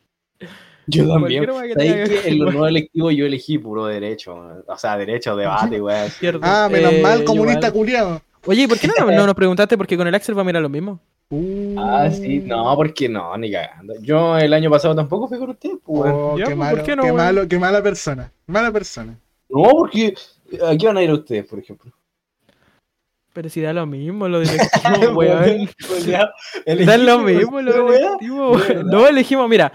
[SPEAKER 1] Yo también.
[SPEAKER 2] Cualquier weá que tenga
[SPEAKER 1] ¿Sabéis
[SPEAKER 2] que
[SPEAKER 1] que en
[SPEAKER 2] ver
[SPEAKER 1] los
[SPEAKER 2] con
[SPEAKER 1] nuevos electivos yo elegí puro derecho? weón. O sea, derecho, debate, weón.
[SPEAKER 3] Ah, menos
[SPEAKER 2] Eh,
[SPEAKER 3] mal,
[SPEAKER 2] yo
[SPEAKER 3] comunista
[SPEAKER 2] igual.
[SPEAKER 3] culiado.
[SPEAKER 2] Oye, ¿y por qué no, no nos preguntaste? Porque con el Axel va a mirar lo mismo.
[SPEAKER 3] Uh.
[SPEAKER 1] Ah, sí, no, porque no, ni cagando. Yo el año pasado tampoco fui con ustedes, pues, weón.
[SPEAKER 3] Oh,
[SPEAKER 2] Ya,
[SPEAKER 3] qué
[SPEAKER 2] pues,
[SPEAKER 3] malo,
[SPEAKER 2] ¿por qué no,
[SPEAKER 3] qué
[SPEAKER 2] weón?
[SPEAKER 3] malo, qué mala persona. Mala persona.
[SPEAKER 1] No, porque ¿a qué van a ir ustedes, por ejemplo?
[SPEAKER 2] Pero si da lo mismo, lo directivo, weón.
[SPEAKER 1] Ya, elegí,
[SPEAKER 2] Dan lo
[SPEAKER 1] weón,
[SPEAKER 2] mismo los
[SPEAKER 1] weón.
[SPEAKER 2] directivos,
[SPEAKER 1] weón.
[SPEAKER 2] weón. No elegimos, mira,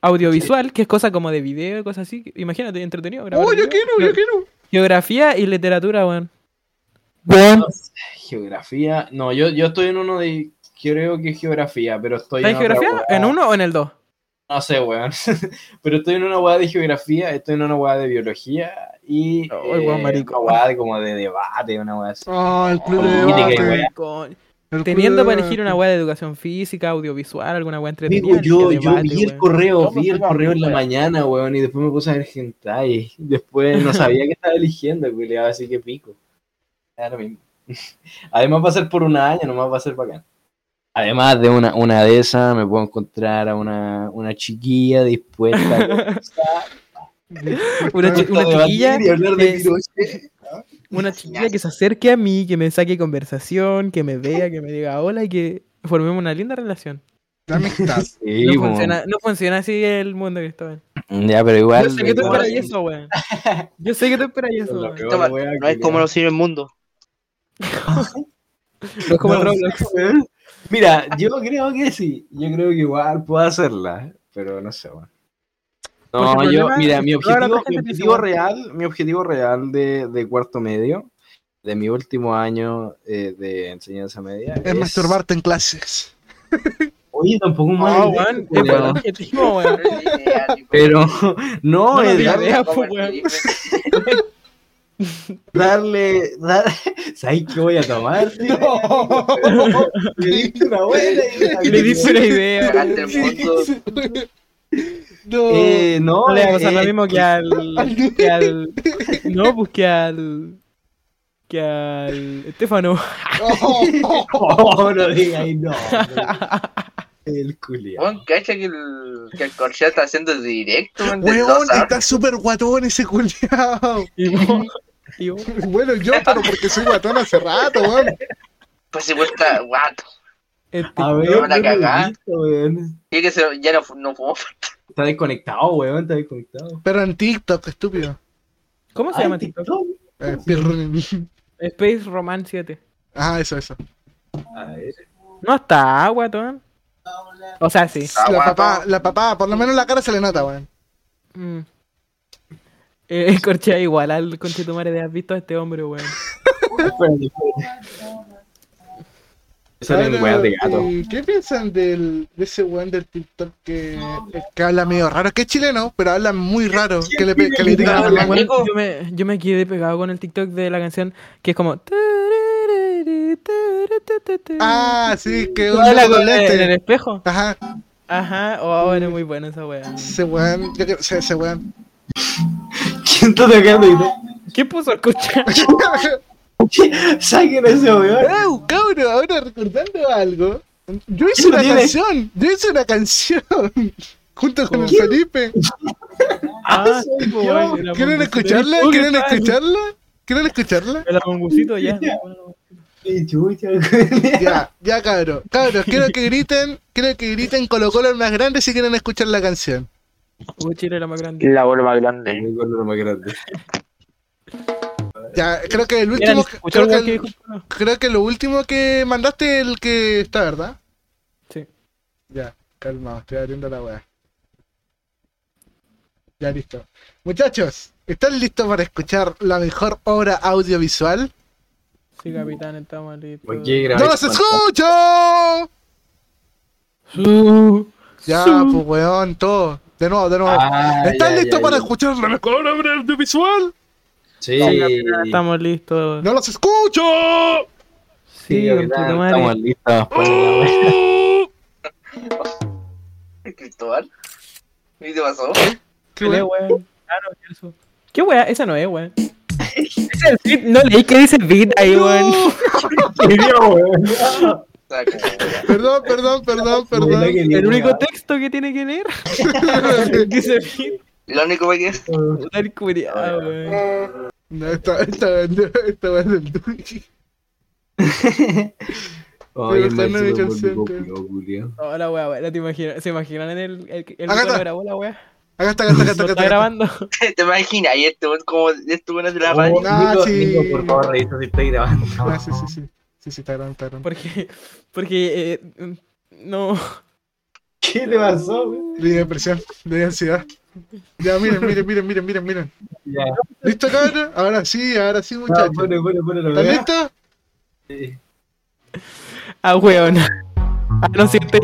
[SPEAKER 2] audiovisual, que es cosa como de video y cosas así. Imagínate, entretenido. grabar
[SPEAKER 3] Oh, yo
[SPEAKER 2] video.
[SPEAKER 3] quiero,
[SPEAKER 2] Ge-
[SPEAKER 3] yo quiero.
[SPEAKER 2] Geografía y literatura, weón.
[SPEAKER 1] No sé, Geografía, no, yo, yo estoy en uno de. Creo que es geografía, pero estoy
[SPEAKER 2] ¿Está en
[SPEAKER 1] otra
[SPEAKER 2] geografía?
[SPEAKER 1] weá.
[SPEAKER 2] ¿En uno o en el dos?
[SPEAKER 1] No sé, weón. Pero estoy en una hueá de geografía, estoy en una hueá de biología y eh,
[SPEAKER 2] Ay, weón, maricón.
[SPEAKER 1] una hueá de como de debate, una hueá así.
[SPEAKER 3] Oh, el club de
[SPEAKER 1] Oh,
[SPEAKER 3] debate.
[SPEAKER 1] tiene que-
[SPEAKER 3] El
[SPEAKER 1] weá.
[SPEAKER 2] Con-
[SPEAKER 3] club
[SPEAKER 2] Teniendo
[SPEAKER 3] de
[SPEAKER 2] para
[SPEAKER 3] debate.
[SPEAKER 2] elegir una weá de educación física, audiovisual, alguna weá entretenida.
[SPEAKER 1] Amigo, yo,
[SPEAKER 2] elige
[SPEAKER 1] yo
[SPEAKER 2] debate,
[SPEAKER 1] vi el
[SPEAKER 2] weón.
[SPEAKER 1] correo,
[SPEAKER 4] No,
[SPEAKER 1] vi
[SPEAKER 4] pues,
[SPEAKER 1] el
[SPEAKER 4] no,
[SPEAKER 1] correo en la
[SPEAKER 4] weón.
[SPEAKER 1] mañana, weón, y después me puse a ver hentai. Después no sabía que estaba eligiendo, culiado, así que pico. Ahora mismo. Además va a ser por un año, nomás va a ser bacán. Además de una, una de esas, me puedo encontrar a una, una chiquilla dispuesta a conversar,
[SPEAKER 2] Una, chi-
[SPEAKER 1] dispuesta
[SPEAKER 2] una
[SPEAKER 1] a debatir
[SPEAKER 2] chiquilla,
[SPEAKER 1] y hablar de
[SPEAKER 2] que-
[SPEAKER 1] piroche.
[SPEAKER 2] una chiquilla que se acerque a mí, que me saque conversación, que me vea, que me diga hola y que formemos una linda relación.
[SPEAKER 3] La amistad.
[SPEAKER 1] Sí,
[SPEAKER 2] no,
[SPEAKER 1] po.
[SPEAKER 2] funciona, no funciona así el mundo, Cristóbal.
[SPEAKER 1] Ya, pero igual.
[SPEAKER 2] Yo sé que tú
[SPEAKER 1] igual-
[SPEAKER 2] esperas eso, weón. Yo sé que tú esperas eso,
[SPEAKER 1] Lo
[SPEAKER 2] weón.
[SPEAKER 1] peor,
[SPEAKER 4] Toma,
[SPEAKER 1] weón,
[SPEAKER 4] No es como
[SPEAKER 1] culiao.
[SPEAKER 4] lo sirve el mundo.
[SPEAKER 2] No es como el
[SPEAKER 1] No,
[SPEAKER 2] Roblox.
[SPEAKER 1] weón. Mira, yo creo que sí. Yo creo que igual puedo hacerla. Pero no sé, weón.
[SPEAKER 2] Porque
[SPEAKER 1] No,
[SPEAKER 2] el
[SPEAKER 1] yo,
[SPEAKER 2] problema
[SPEAKER 1] mira,
[SPEAKER 2] es
[SPEAKER 1] mi
[SPEAKER 2] que toda la
[SPEAKER 1] objetivo,
[SPEAKER 2] gente
[SPEAKER 1] mi
[SPEAKER 2] que se
[SPEAKER 1] objetivo
[SPEAKER 2] guarda-
[SPEAKER 1] real, mi objetivo real de, de cuarto medio, de mi último año eh, de enseñanza media,
[SPEAKER 3] Es masturbarte en clases.
[SPEAKER 1] Oye, tampoco un mal
[SPEAKER 2] No,
[SPEAKER 1] idea,
[SPEAKER 2] weón, es
[SPEAKER 1] pero-
[SPEAKER 2] buen objetivo, weón.
[SPEAKER 1] Pero no,
[SPEAKER 2] No lo
[SPEAKER 1] es
[SPEAKER 2] digas,
[SPEAKER 1] darle,
[SPEAKER 2] vea, pues, weón.
[SPEAKER 1] darle, dar- ¿sabes qué voy a tomar? tío? Le diste una buena idea.
[SPEAKER 2] Le dice una idea.
[SPEAKER 4] Cagaste el mundo.
[SPEAKER 3] No.
[SPEAKER 1] Eh, no,
[SPEAKER 2] No le va a pasar lo
[SPEAKER 1] eh,
[SPEAKER 2] mismo que al. que al. No, pues que al. que al. Estefano.
[SPEAKER 3] Oh,
[SPEAKER 1] No, no digáis, no. El culiao.
[SPEAKER 4] Weón, cacha que el, que el Corchea está haciendo directo, weón, de
[SPEAKER 3] Weón,
[SPEAKER 4] dos a-
[SPEAKER 3] está súper guatón ese culiao.
[SPEAKER 2] Y vos. Y vos.
[SPEAKER 3] Bueno, yo, pero porque soy guatón hace rato, weón.
[SPEAKER 4] Pues igual está guato.
[SPEAKER 2] Este-
[SPEAKER 1] A ver,
[SPEAKER 4] Me van a
[SPEAKER 1] no lo he
[SPEAKER 4] cagar.
[SPEAKER 1] visto, weón.
[SPEAKER 4] Y que se, ya no, fu- no fumó.
[SPEAKER 1] Está desconectado, weón, está desconectado.
[SPEAKER 3] Pero en TikTok, estúpido.
[SPEAKER 2] ¿Cómo se
[SPEAKER 1] Ay,
[SPEAKER 2] llama TikTok?
[SPEAKER 3] Eh, speedrunning.
[SPEAKER 2] Space Roman 7.
[SPEAKER 3] Ah, eso, eso.
[SPEAKER 1] A ver.
[SPEAKER 2] No está, guatón. O sea, sí.
[SPEAKER 4] Ah,
[SPEAKER 3] la
[SPEAKER 4] guatón.
[SPEAKER 3] papá, la papá, por lo menos la cara se le nota, weón.
[SPEAKER 2] Mm. Eh, Corchea igual al conchetumare de has visto a este hombre, weón.
[SPEAKER 1] Espérate, espérate. Salen weas de gato.
[SPEAKER 3] eh, ¿Qué piensan del, de ese weón del TikTok que, que habla medio raro? Que es chileno, pero habla muy raro. Que le, pe- que le tiran
[SPEAKER 4] Ah,
[SPEAKER 3] a
[SPEAKER 2] Weón,
[SPEAKER 3] la
[SPEAKER 4] bueno. amigo.
[SPEAKER 2] yo, me, yo me quedé pegado con el TikTok de la canción que es como. Ah,
[SPEAKER 3] Ah, sí, que un
[SPEAKER 2] la
[SPEAKER 3] loco
[SPEAKER 2] con
[SPEAKER 3] del
[SPEAKER 2] en el
[SPEAKER 3] este.
[SPEAKER 2] espejo.
[SPEAKER 3] Ajá,
[SPEAKER 2] Ajá, oh, era muy buena esa weá.
[SPEAKER 3] ese weón, yo quiero ser ese weón.
[SPEAKER 1] ¿Quién está tocando guitarra?
[SPEAKER 2] ¿Qué puso escuchar?
[SPEAKER 1] Saquen a ese weón.
[SPEAKER 3] ¡Wow, cabrón! Ahora recordando algo. Yo hice
[SPEAKER 1] ¿Quién lo
[SPEAKER 3] una
[SPEAKER 1] tiene?
[SPEAKER 3] canción, yo hice una canción. Junto con el
[SPEAKER 1] ¿Quién?
[SPEAKER 3] Felipe.
[SPEAKER 2] Ah, sí,
[SPEAKER 1] soy
[SPEAKER 2] pues,
[SPEAKER 1] yo.
[SPEAKER 2] weón, era
[SPEAKER 3] ¿Quieren
[SPEAKER 2] Mongucito.
[SPEAKER 3] escucharla?
[SPEAKER 2] Oh, ¿qué
[SPEAKER 3] ¿Quieren
[SPEAKER 2] tal?
[SPEAKER 3] escucharla? ¿Quieren escucharla?
[SPEAKER 2] Era Mongucito ya.
[SPEAKER 1] Qué chucha, weón.
[SPEAKER 3] Ya, ya cabros, cabros, quiero que griten, quiero que griten Colo Colo el más grande si quieren escuchar la canción.
[SPEAKER 2] Uh, Chile era más grande.
[SPEAKER 4] La bola más grande.
[SPEAKER 1] El gordo era más grande.
[SPEAKER 3] Ya, creo que
[SPEAKER 2] Era,
[SPEAKER 3] el último,
[SPEAKER 2] escuchó
[SPEAKER 3] creo
[SPEAKER 2] el
[SPEAKER 3] que,
[SPEAKER 2] weón que
[SPEAKER 3] el-
[SPEAKER 2] dijo, no.
[SPEAKER 3] creo que lo último que mandaste es el que está, ¿verdad?
[SPEAKER 2] Sí.
[SPEAKER 3] Ya, calmado, estoy abriendo la weá. Ya listo. Muchachos, ¿están listos para escuchar la mejor obra audiovisual?
[SPEAKER 2] Sí, capitán, estamos listos.
[SPEAKER 1] ¿Por qué grabé
[SPEAKER 3] ¡No se
[SPEAKER 1] esta
[SPEAKER 3] escucho!
[SPEAKER 2] Su-
[SPEAKER 3] Ya,
[SPEAKER 2] su-
[SPEAKER 3] pues weón, todo. De nuevo, de nuevo.
[SPEAKER 1] Ah,
[SPEAKER 3] ¿Están
[SPEAKER 1] ya,
[SPEAKER 3] listos
[SPEAKER 1] ya,
[SPEAKER 3] para
[SPEAKER 1] ya.
[SPEAKER 3] escuchar la mejor obra audiovisual?
[SPEAKER 1] Sí,
[SPEAKER 2] Sí, capitán, estamos listos.
[SPEAKER 3] ¡No los escucho!
[SPEAKER 1] sí,
[SPEAKER 2] Sí,
[SPEAKER 1] capitán,
[SPEAKER 2] conchetumare.
[SPEAKER 1] estamos listos. para
[SPEAKER 3] ¡Oh,
[SPEAKER 1] la wea.
[SPEAKER 4] Cristóbal. ¿Qué te pasó?
[SPEAKER 3] Qué
[SPEAKER 2] ¿Qué
[SPEAKER 3] bueno.
[SPEAKER 2] weón? Ah, no, ¿qué es eso? ¿Qué weá? Esa no es, weón. Ese es el beat, no leí que dice beat ahí, weón.
[SPEAKER 4] Saca, weón.
[SPEAKER 3] Perdón, perdón, perdón,
[SPEAKER 1] Mira
[SPEAKER 3] perdón.
[SPEAKER 1] que
[SPEAKER 2] El
[SPEAKER 1] bien,
[SPEAKER 2] único
[SPEAKER 1] ya.
[SPEAKER 2] texto que tiene que leer dice beat.
[SPEAKER 4] Lo único que es.
[SPEAKER 2] Puta el culiao, Ah, weón.
[SPEAKER 3] No, esta esta esta esta vez el Duki.
[SPEAKER 1] Oye,
[SPEAKER 3] Pero está en mi
[SPEAKER 1] Maxito,
[SPEAKER 3] canción,
[SPEAKER 1] volvió
[SPEAKER 3] creo.
[SPEAKER 1] culiao, culiao.
[SPEAKER 2] No, la weá, weón. ¿No te imaginas? ¿Se imaginan en el. el, el
[SPEAKER 3] Acá
[SPEAKER 2] que lo
[SPEAKER 3] está.
[SPEAKER 2] grabó la weá?
[SPEAKER 3] Acá está, acá está, acá
[SPEAKER 2] ¿Lo
[SPEAKER 3] está,
[SPEAKER 2] está
[SPEAKER 3] acá está. acá
[SPEAKER 2] grabando?
[SPEAKER 4] ¿Te imaginas? Y este weón como este weón de la radio.
[SPEAKER 1] Oh, Nico,
[SPEAKER 3] sí.
[SPEAKER 1] Nico, por favor, revisa si estoy grabando.
[SPEAKER 3] está. Ah, sí, sí, sí. Sí, sí, está grabando, está grabando.
[SPEAKER 2] Porque. Porque. eh, no.
[SPEAKER 1] ¿Qué le pasó? güey?
[SPEAKER 3] De depresión, de ansiedad. Ya, miren, miren, miren, miren, miren, miren.
[SPEAKER 1] Ya.
[SPEAKER 3] ¿Listo, cabrón? Ahora sí, ahora sí,
[SPEAKER 1] Ah,
[SPEAKER 3] muchachos.
[SPEAKER 1] bueno, bueno, bueno, lo
[SPEAKER 3] ¿Están
[SPEAKER 1] veo.
[SPEAKER 3] listos?
[SPEAKER 1] Sí.
[SPEAKER 2] Ah, weón. Ah, no siente.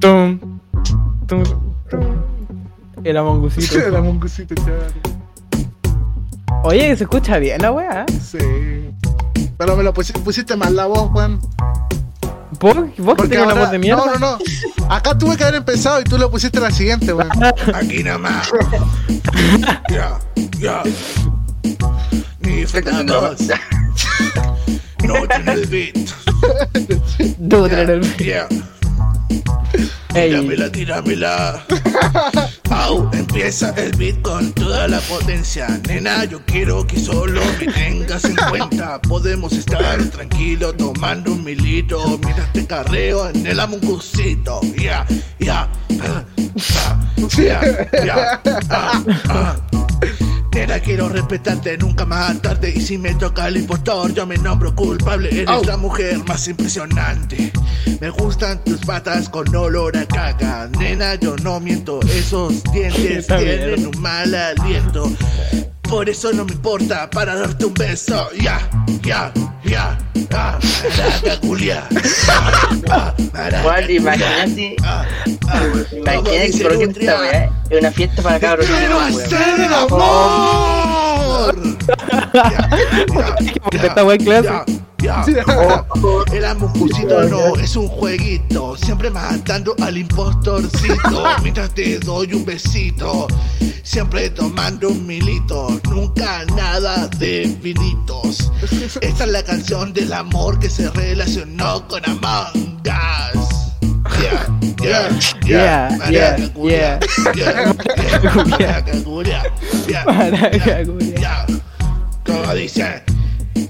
[SPEAKER 2] Tum. Tum. tum. El amongucito.
[SPEAKER 3] La mongusita, chaval.
[SPEAKER 2] Oye, se escucha bien la weá.
[SPEAKER 3] Sí. Pero me lo pusiste, pusiste mal la voz, Juan.
[SPEAKER 2] ¿Vos, vos que tenés una voz de mierda?
[SPEAKER 3] No, no, no. Acá tuve que haber empezado y tú lo pusiste la siguiente, weón.
[SPEAKER 5] Aquí nomás. Ya, ya. Ni fregados. No tiene el beat.
[SPEAKER 2] Debo tener el.
[SPEAKER 5] Ya,
[SPEAKER 2] Ey,
[SPEAKER 5] tíramela, tíramela. Au, empieza el beat con toda la potencia. Nena, yo quiero que solo me tengas en cuenta. Podemos estar tranquilos tomando un milito. Mira este carreo en el amungucito. Ya, ya. ah, ah, Ya, ya. ah, ah. cartera quiero respetarte, nunca más atarte. Y si me toca el impostor, yo me nombro culpable. Eres
[SPEAKER 4] Au.
[SPEAKER 5] la mujer más impresionante. Me gustan tus patas con olor a caca. Nena, yo no miento, esos dientes
[SPEAKER 2] Está bien.
[SPEAKER 5] tienen un mal aliento. Por eso no me importa para darte un beso. Ya, ya, ya, ya. Maraca, culia. Ah, maraca,
[SPEAKER 4] Juan,
[SPEAKER 5] culia.
[SPEAKER 4] imagínate,
[SPEAKER 5] Ah, ah, todo
[SPEAKER 4] imagínate
[SPEAKER 5] dice
[SPEAKER 4] que por
[SPEAKER 5] nutria.
[SPEAKER 4] esta weá es una fiesta para cabros
[SPEAKER 5] ¡Quiero
[SPEAKER 4] chicos, weón.
[SPEAKER 5] hacer el amor! Ya, ya,
[SPEAKER 2] porque
[SPEAKER 5] ya,
[SPEAKER 2] esta wea es clase. Oh.
[SPEAKER 5] ya, ya. El amorcito no es un jueguito, siempre matando al impostorcito. Mientras te doy un besito, siempre tomando un milito, nunca nada de vinitos. Esta es la canción del amor que se relacionó con Among Us. Yeah, yeah, yeah,
[SPEAKER 2] Yeah,
[SPEAKER 5] maraca,
[SPEAKER 2] yeah,
[SPEAKER 5] culia. Yeah, yeah, maraca, culia. Yeah,
[SPEAKER 2] Maraca,
[SPEAKER 5] yeah,
[SPEAKER 2] culia.
[SPEAKER 5] yeah. Como dice,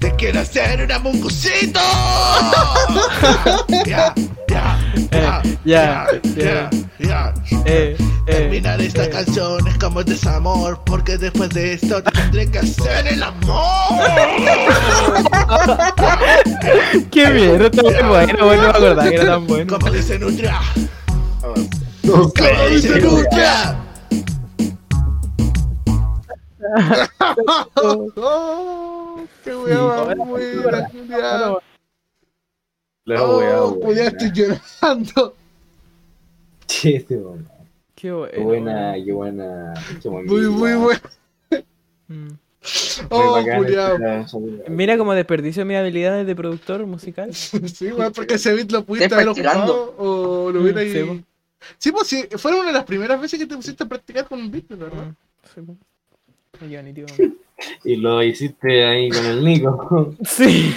[SPEAKER 5] te quiero hacer un amungucito. Ya, ya, ya,
[SPEAKER 2] Eh,
[SPEAKER 5] ya,
[SPEAKER 2] ya,
[SPEAKER 5] ya, ya.
[SPEAKER 2] Eh, eh,
[SPEAKER 5] Terminar esta
[SPEAKER 2] eh.
[SPEAKER 5] canción es como el desamor, porque después de esto te tendré que hacer el amor.
[SPEAKER 2] Qué bien, está muy bueno, bueno, no me acordaba que era tan bueno.
[SPEAKER 5] Como dice Nutria,
[SPEAKER 1] No
[SPEAKER 5] como dice Nutria.
[SPEAKER 3] ¡Oh! ¡Qué weá
[SPEAKER 2] Ahora,
[SPEAKER 3] más buena, Julián!
[SPEAKER 2] Bueno,
[SPEAKER 1] Lo voy a
[SPEAKER 3] ¡Oh, Julián, estoy llorando!
[SPEAKER 1] Che, este weón.
[SPEAKER 2] Qué
[SPEAKER 1] Qué
[SPEAKER 2] bueno.
[SPEAKER 1] buena, qué buena. qué buen
[SPEAKER 3] Muy,
[SPEAKER 1] video.
[SPEAKER 3] muy bueno.
[SPEAKER 2] Mm.
[SPEAKER 1] Muy
[SPEAKER 3] ¡Oh,
[SPEAKER 1] bacán este
[SPEAKER 3] Julián!
[SPEAKER 1] esta-
[SPEAKER 2] Mira como desperdicio mis habilidades de productor musical.
[SPEAKER 3] Sí, weón, porque ese beat lo pudiste
[SPEAKER 4] Estoy
[SPEAKER 3] haber
[SPEAKER 4] practicando.
[SPEAKER 3] ocupado o lo hubiera
[SPEAKER 2] Mm, sí, po.
[SPEAKER 3] ahí. Sí, pues sí, fue una de las primeras veces que te pusiste a practicar con un beat, ¿verdad?
[SPEAKER 2] Mm, sí, po. Qué bonito.
[SPEAKER 1] Y lo hiciste ahí con el Nico.
[SPEAKER 2] Sí.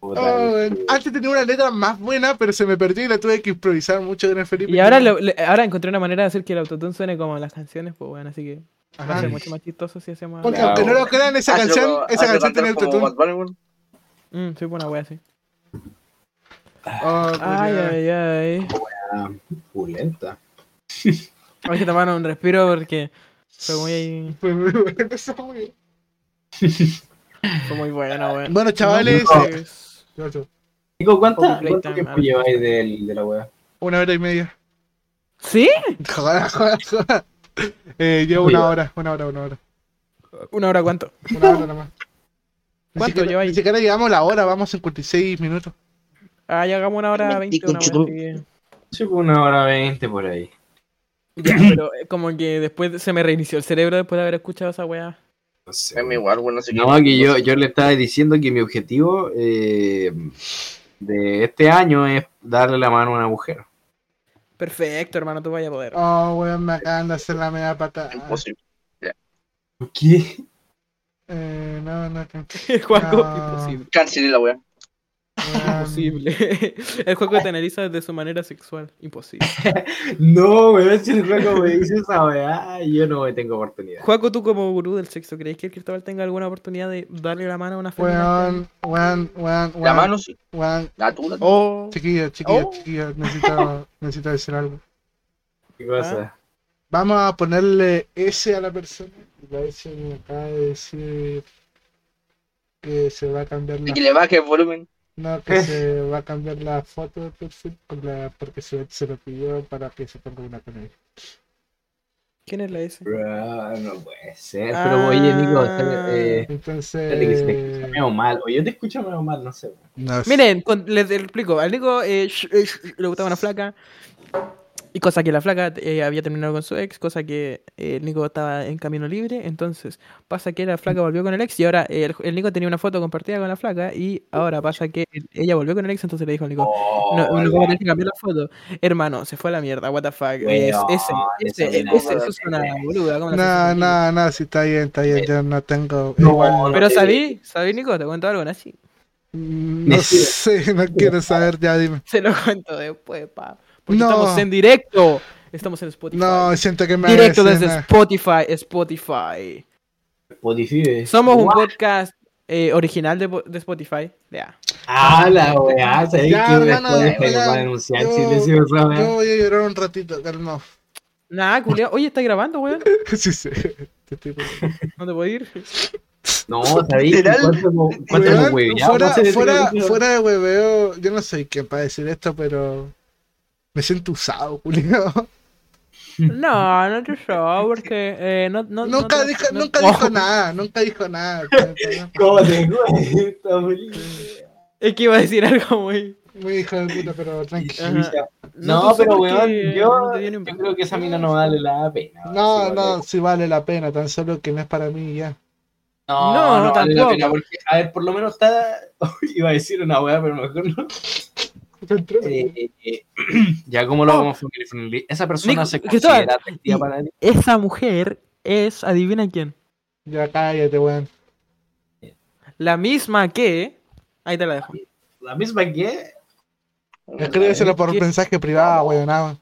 [SPEAKER 1] Puta,
[SPEAKER 3] Oh,
[SPEAKER 1] que-
[SPEAKER 3] weón. antes tenía una letra más buena, pero se me perdió y la tuve que improvisar mucho, gran Felipe.
[SPEAKER 2] Y ahora, lo- le- ahora encontré una manera de hacer que el autotune suene como las canciones, pues bueno, así que va a
[SPEAKER 3] Ajá.
[SPEAKER 2] ser mucho más chistoso si hacemos.
[SPEAKER 3] Porque
[SPEAKER 1] Ya,
[SPEAKER 3] aunque no
[SPEAKER 1] weón.
[SPEAKER 3] lo crean, esa
[SPEAKER 4] Hazlo-
[SPEAKER 3] canción, esa
[SPEAKER 4] hazlo
[SPEAKER 3] canción tiene
[SPEAKER 4] cantar como
[SPEAKER 3] autotune.
[SPEAKER 4] Bad Bunny, weón.
[SPEAKER 2] Mm, sí, pues una wea así.
[SPEAKER 3] Oh,
[SPEAKER 2] Ay,
[SPEAKER 3] Julián.
[SPEAKER 2] ay, ay.
[SPEAKER 1] Ah, pulenta.
[SPEAKER 2] Hay que tomar un respiro porque fue muy,
[SPEAKER 3] Fue muy bueno esa weá.
[SPEAKER 2] fue muy buena, weón.
[SPEAKER 3] Bueno, chavales,
[SPEAKER 2] No,
[SPEAKER 3] eh,
[SPEAKER 2] pues,
[SPEAKER 1] Nico, ¿cuánta,
[SPEAKER 2] Poco
[SPEAKER 1] ¿cuánto
[SPEAKER 2] playtime,
[SPEAKER 1] tiempo
[SPEAKER 2] harto.
[SPEAKER 1] lleváis del- de la wea?
[SPEAKER 3] una hora y media.
[SPEAKER 2] ¿Sí?
[SPEAKER 3] Joder, joder, joder. Eh, llevo
[SPEAKER 1] Cuidado.
[SPEAKER 3] una hora, una hora, una hora.
[SPEAKER 2] ¿Una hora cuánto?
[SPEAKER 3] Una hora nada más. Ni
[SPEAKER 2] ¿Cuánto
[SPEAKER 3] siquiera-
[SPEAKER 2] lleva ahí?
[SPEAKER 3] Ni siquiera llegamos a la hora, vamos 56 minutos.
[SPEAKER 2] Ah, ya hagamos una hora veinte, una
[SPEAKER 4] Chico,
[SPEAKER 2] hora así.
[SPEAKER 1] Sí, una hora veinte por ahí.
[SPEAKER 2] Ya, pero eh, como que después se me reinició el cerebro después de haber escuchado esa weá.
[SPEAKER 1] No sé.
[SPEAKER 4] Es mi igual, weón, no sé
[SPEAKER 1] No, que yo, yo le estaba diciendo que mi objetivo eh, de este año es darle la mano a una mujer.
[SPEAKER 2] Perfecto, hermano, tú vayas a poder.
[SPEAKER 3] Oh, weón, me acaban de hacer la media pata.
[SPEAKER 4] qué. Imposible.
[SPEAKER 1] ¿Por qué?
[SPEAKER 3] Eh, no, no, no.
[SPEAKER 2] El juego
[SPEAKER 3] Ah.
[SPEAKER 2] imposible.
[SPEAKER 4] Cancelé la weá.
[SPEAKER 2] Imposible. El juego te analiza de su manera sexual. Imposible.
[SPEAKER 1] No, weón, si el juego me dice esa weá, yo no tengo oportunidad.
[SPEAKER 2] Juaco, tú como gurú del sexo, ¿crees que el Cristóbal tenga alguna oportunidad de darle la mano a una femina?
[SPEAKER 3] Weón, weón, weón,
[SPEAKER 4] La
[SPEAKER 3] weón,
[SPEAKER 4] mano sí,
[SPEAKER 3] weón.
[SPEAKER 4] la tuya.
[SPEAKER 2] Oh,
[SPEAKER 3] Chiquillo, chiquillo,
[SPEAKER 2] Oh.
[SPEAKER 3] chiquillo, necesito, necesito decir algo.
[SPEAKER 1] ¿Qué cosa?
[SPEAKER 3] Vamos a ponerle S a la persona. Y la S me acaba de decir que se va a cambiar
[SPEAKER 4] Y
[SPEAKER 3] la,
[SPEAKER 4] que le baje el volumen.
[SPEAKER 3] no, que se va a cambiar la foto de perfil con la, porque se, se lo pidió para que se ponga una con él.
[SPEAKER 2] ¿quién es la S?
[SPEAKER 1] Bro, no puede ser. Pero oye, Nico, eh, espérate que se te escucha
[SPEAKER 3] Entonces,
[SPEAKER 1] medio mal. O yo te escucho medio mal, no sé.
[SPEAKER 3] no sé.
[SPEAKER 2] Miren, con- les explico. Al Nico eh, sh- eh, sh- le gustaba una flaca. Y cosa que la flaca eh, había terminado con su ex, cosa que eh, el Nico estaba en camino libre. Entonces pasa que la flaca volvió con el ex y ahora eh, el, el Nico tenía una foto compartida con la flaca y ahora pasa que el- ella volvió con el ex, entonces le dijo al Nico, no,
[SPEAKER 1] Oh,
[SPEAKER 2] Nico,
[SPEAKER 1] weón,
[SPEAKER 2] tienes que cambiar la foto. Hermano, se fue a la mierda, what the fuck. Es, ese,
[SPEAKER 1] Weón,
[SPEAKER 2] ese,
[SPEAKER 1] esa mina,
[SPEAKER 2] ese-
[SPEAKER 1] weón.
[SPEAKER 2] eso es una boluda. ¿cómo la
[SPEAKER 3] No,
[SPEAKER 2] haces así?
[SPEAKER 3] no, no, si está bien, está bien, yo no tengo.
[SPEAKER 1] Eh,
[SPEAKER 3] eh,
[SPEAKER 1] No,
[SPEAKER 3] igual,
[SPEAKER 1] no.
[SPEAKER 2] Pero
[SPEAKER 1] te
[SPEAKER 2] sabí, sabí Nico, te cuento algo, Nachi.
[SPEAKER 3] no
[SPEAKER 1] Decide.
[SPEAKER 3] sé, no quiero saber, ya dime.
[SPEAKER 2] Se lo cuento después, pa. Porque
[SPEAKER 3] No.
[SPEAKER 2] estamos en directo. Estamos en Spotify.
[SPEAKER 3] No, siento que me
[SPEAKER 2] directo
[SPEAKER 3] agradecen
[SPEAKER 2] desde
[SPEAKER 3] a-
[SPEAKER 2] Spotify, Spotify.
[SPEAKER 1] Spotify.
[SPEAKER 2] Somos un podcast eh, original de, po- de Spotify. Ya.
[SPEAKER 1] Ah, la weá, sabéis
[SPEAKER 3] Ya,
[SPEAKER 1] que
[SPEAKER 3] hermano,
[SPEAKER 1] después te
[SPEAKER 3] oigan,
[SPEAKER 1] va a denunciar
[SPEAKER 3] yo-
[SPEAKER 1] si le sigo esa
[SPEAKER 3] Yo
[SPEAKER 1] weá.
[SPEAKER 3] voy a llorar un ratito, calmado.
[SPEAKER 2] Nada, culiao. Oye, está grabando, weón.
[SPEAKER 3] Sí, sí. este tipo.
[SPEAKER 2] No te puedo ir.
[SPEAKER 1] No, ¿sabéis?
[SPEAKER 4] Literal,
[SPEAKER 1] ¿Cuánto hemos- cuánto
[SPEAKER 3] Weón,
[SPEAKER 1] hemos hueveado
[SPEAKER 3] fuera,
[SPEAKER 1] hacer este
[SPEAKER 3] fuera,
[SPEAKER 1] capítulo?
[SPEAKER 3] fuera de hueveo, yo no soy quien para decir esto, pero me siento usado, Julio.
[SPEAKER 2] No, no te yo, porque eh, no, no, no
[SPEAKER 3] nunca
[SPEAKER 2] te-
[SPEAKER 3] dijo,
[SPEAKER 2] no-
[SPEAKER 3] nunca
[SPEAKER 2] Oh,
[SPEAKER 3] dijo nada, nunca dijo nada. weón, weón.
[SPEAKER 1] ¿Cómo te cuesta, boludo?
[SPEAKER 2] Es que iba a decir algo muy.
[SPEAKER 3] Muy hijo de puta, pero tranquilo.
[SPEAKER 2] Ajá.
[SPEAKER 1] No,
[SPEAKER 2] te sé
[SPEAKER 1] pero
[SPEAKER 2] por qué,
[SPEAKER 1] weón,
[SPEAKER 2] no
[SPEAKER 1] yo,
[SPEAKER 2] te dio ni un-
[SPEAKER 1] yo creo que esa mina no vale la pena.
[SPEAKER 3] No,
[SPEAKER 1] Sí,
[SPEAKER 3] no,
[SPEAKER 1] vale.
[SPEAKER 3] si vale la pena, tan solo que no es para mí y ya.
[SPEAKER 1] No,
[SPEAKER 2] No,
[SPEAKER 1] no, vale la
[SPEAKER 2] tampoco.
[SPEAKER 1] pena, porque, a ver, por lo menos está. Iba a decir una weá, pero mejor no. Eh, eh, eh, ya, ¿cómo lo
[SPEAKER 2] No.
[SPEAKER 1] vamos a friendly? Esa persona
[SPEAKER 2] Oh. Nico,
[SPEAKER 1] se
[SPEAKER 2] que
[SPEAKER 1] considera
[SPEAKER 2] estaba-
[SPEAKER 1] atractiva
[SPEAKER 2] y-
[SPEAKER 1] para ti.
[SPEAKER 2] Esa mujer es, adivina quién.
[SPEAKER 3] Ya cállate, weón.
[SPEAKER 2] La misma que. Ahí te la dejo.
[SPEAKER 1] La misma que.
[SPEAKER 3] Escríbeselo por
[SPEAKER 2] ¿Qué?
[SPEAKER 3] mensaje privado, weón. nada.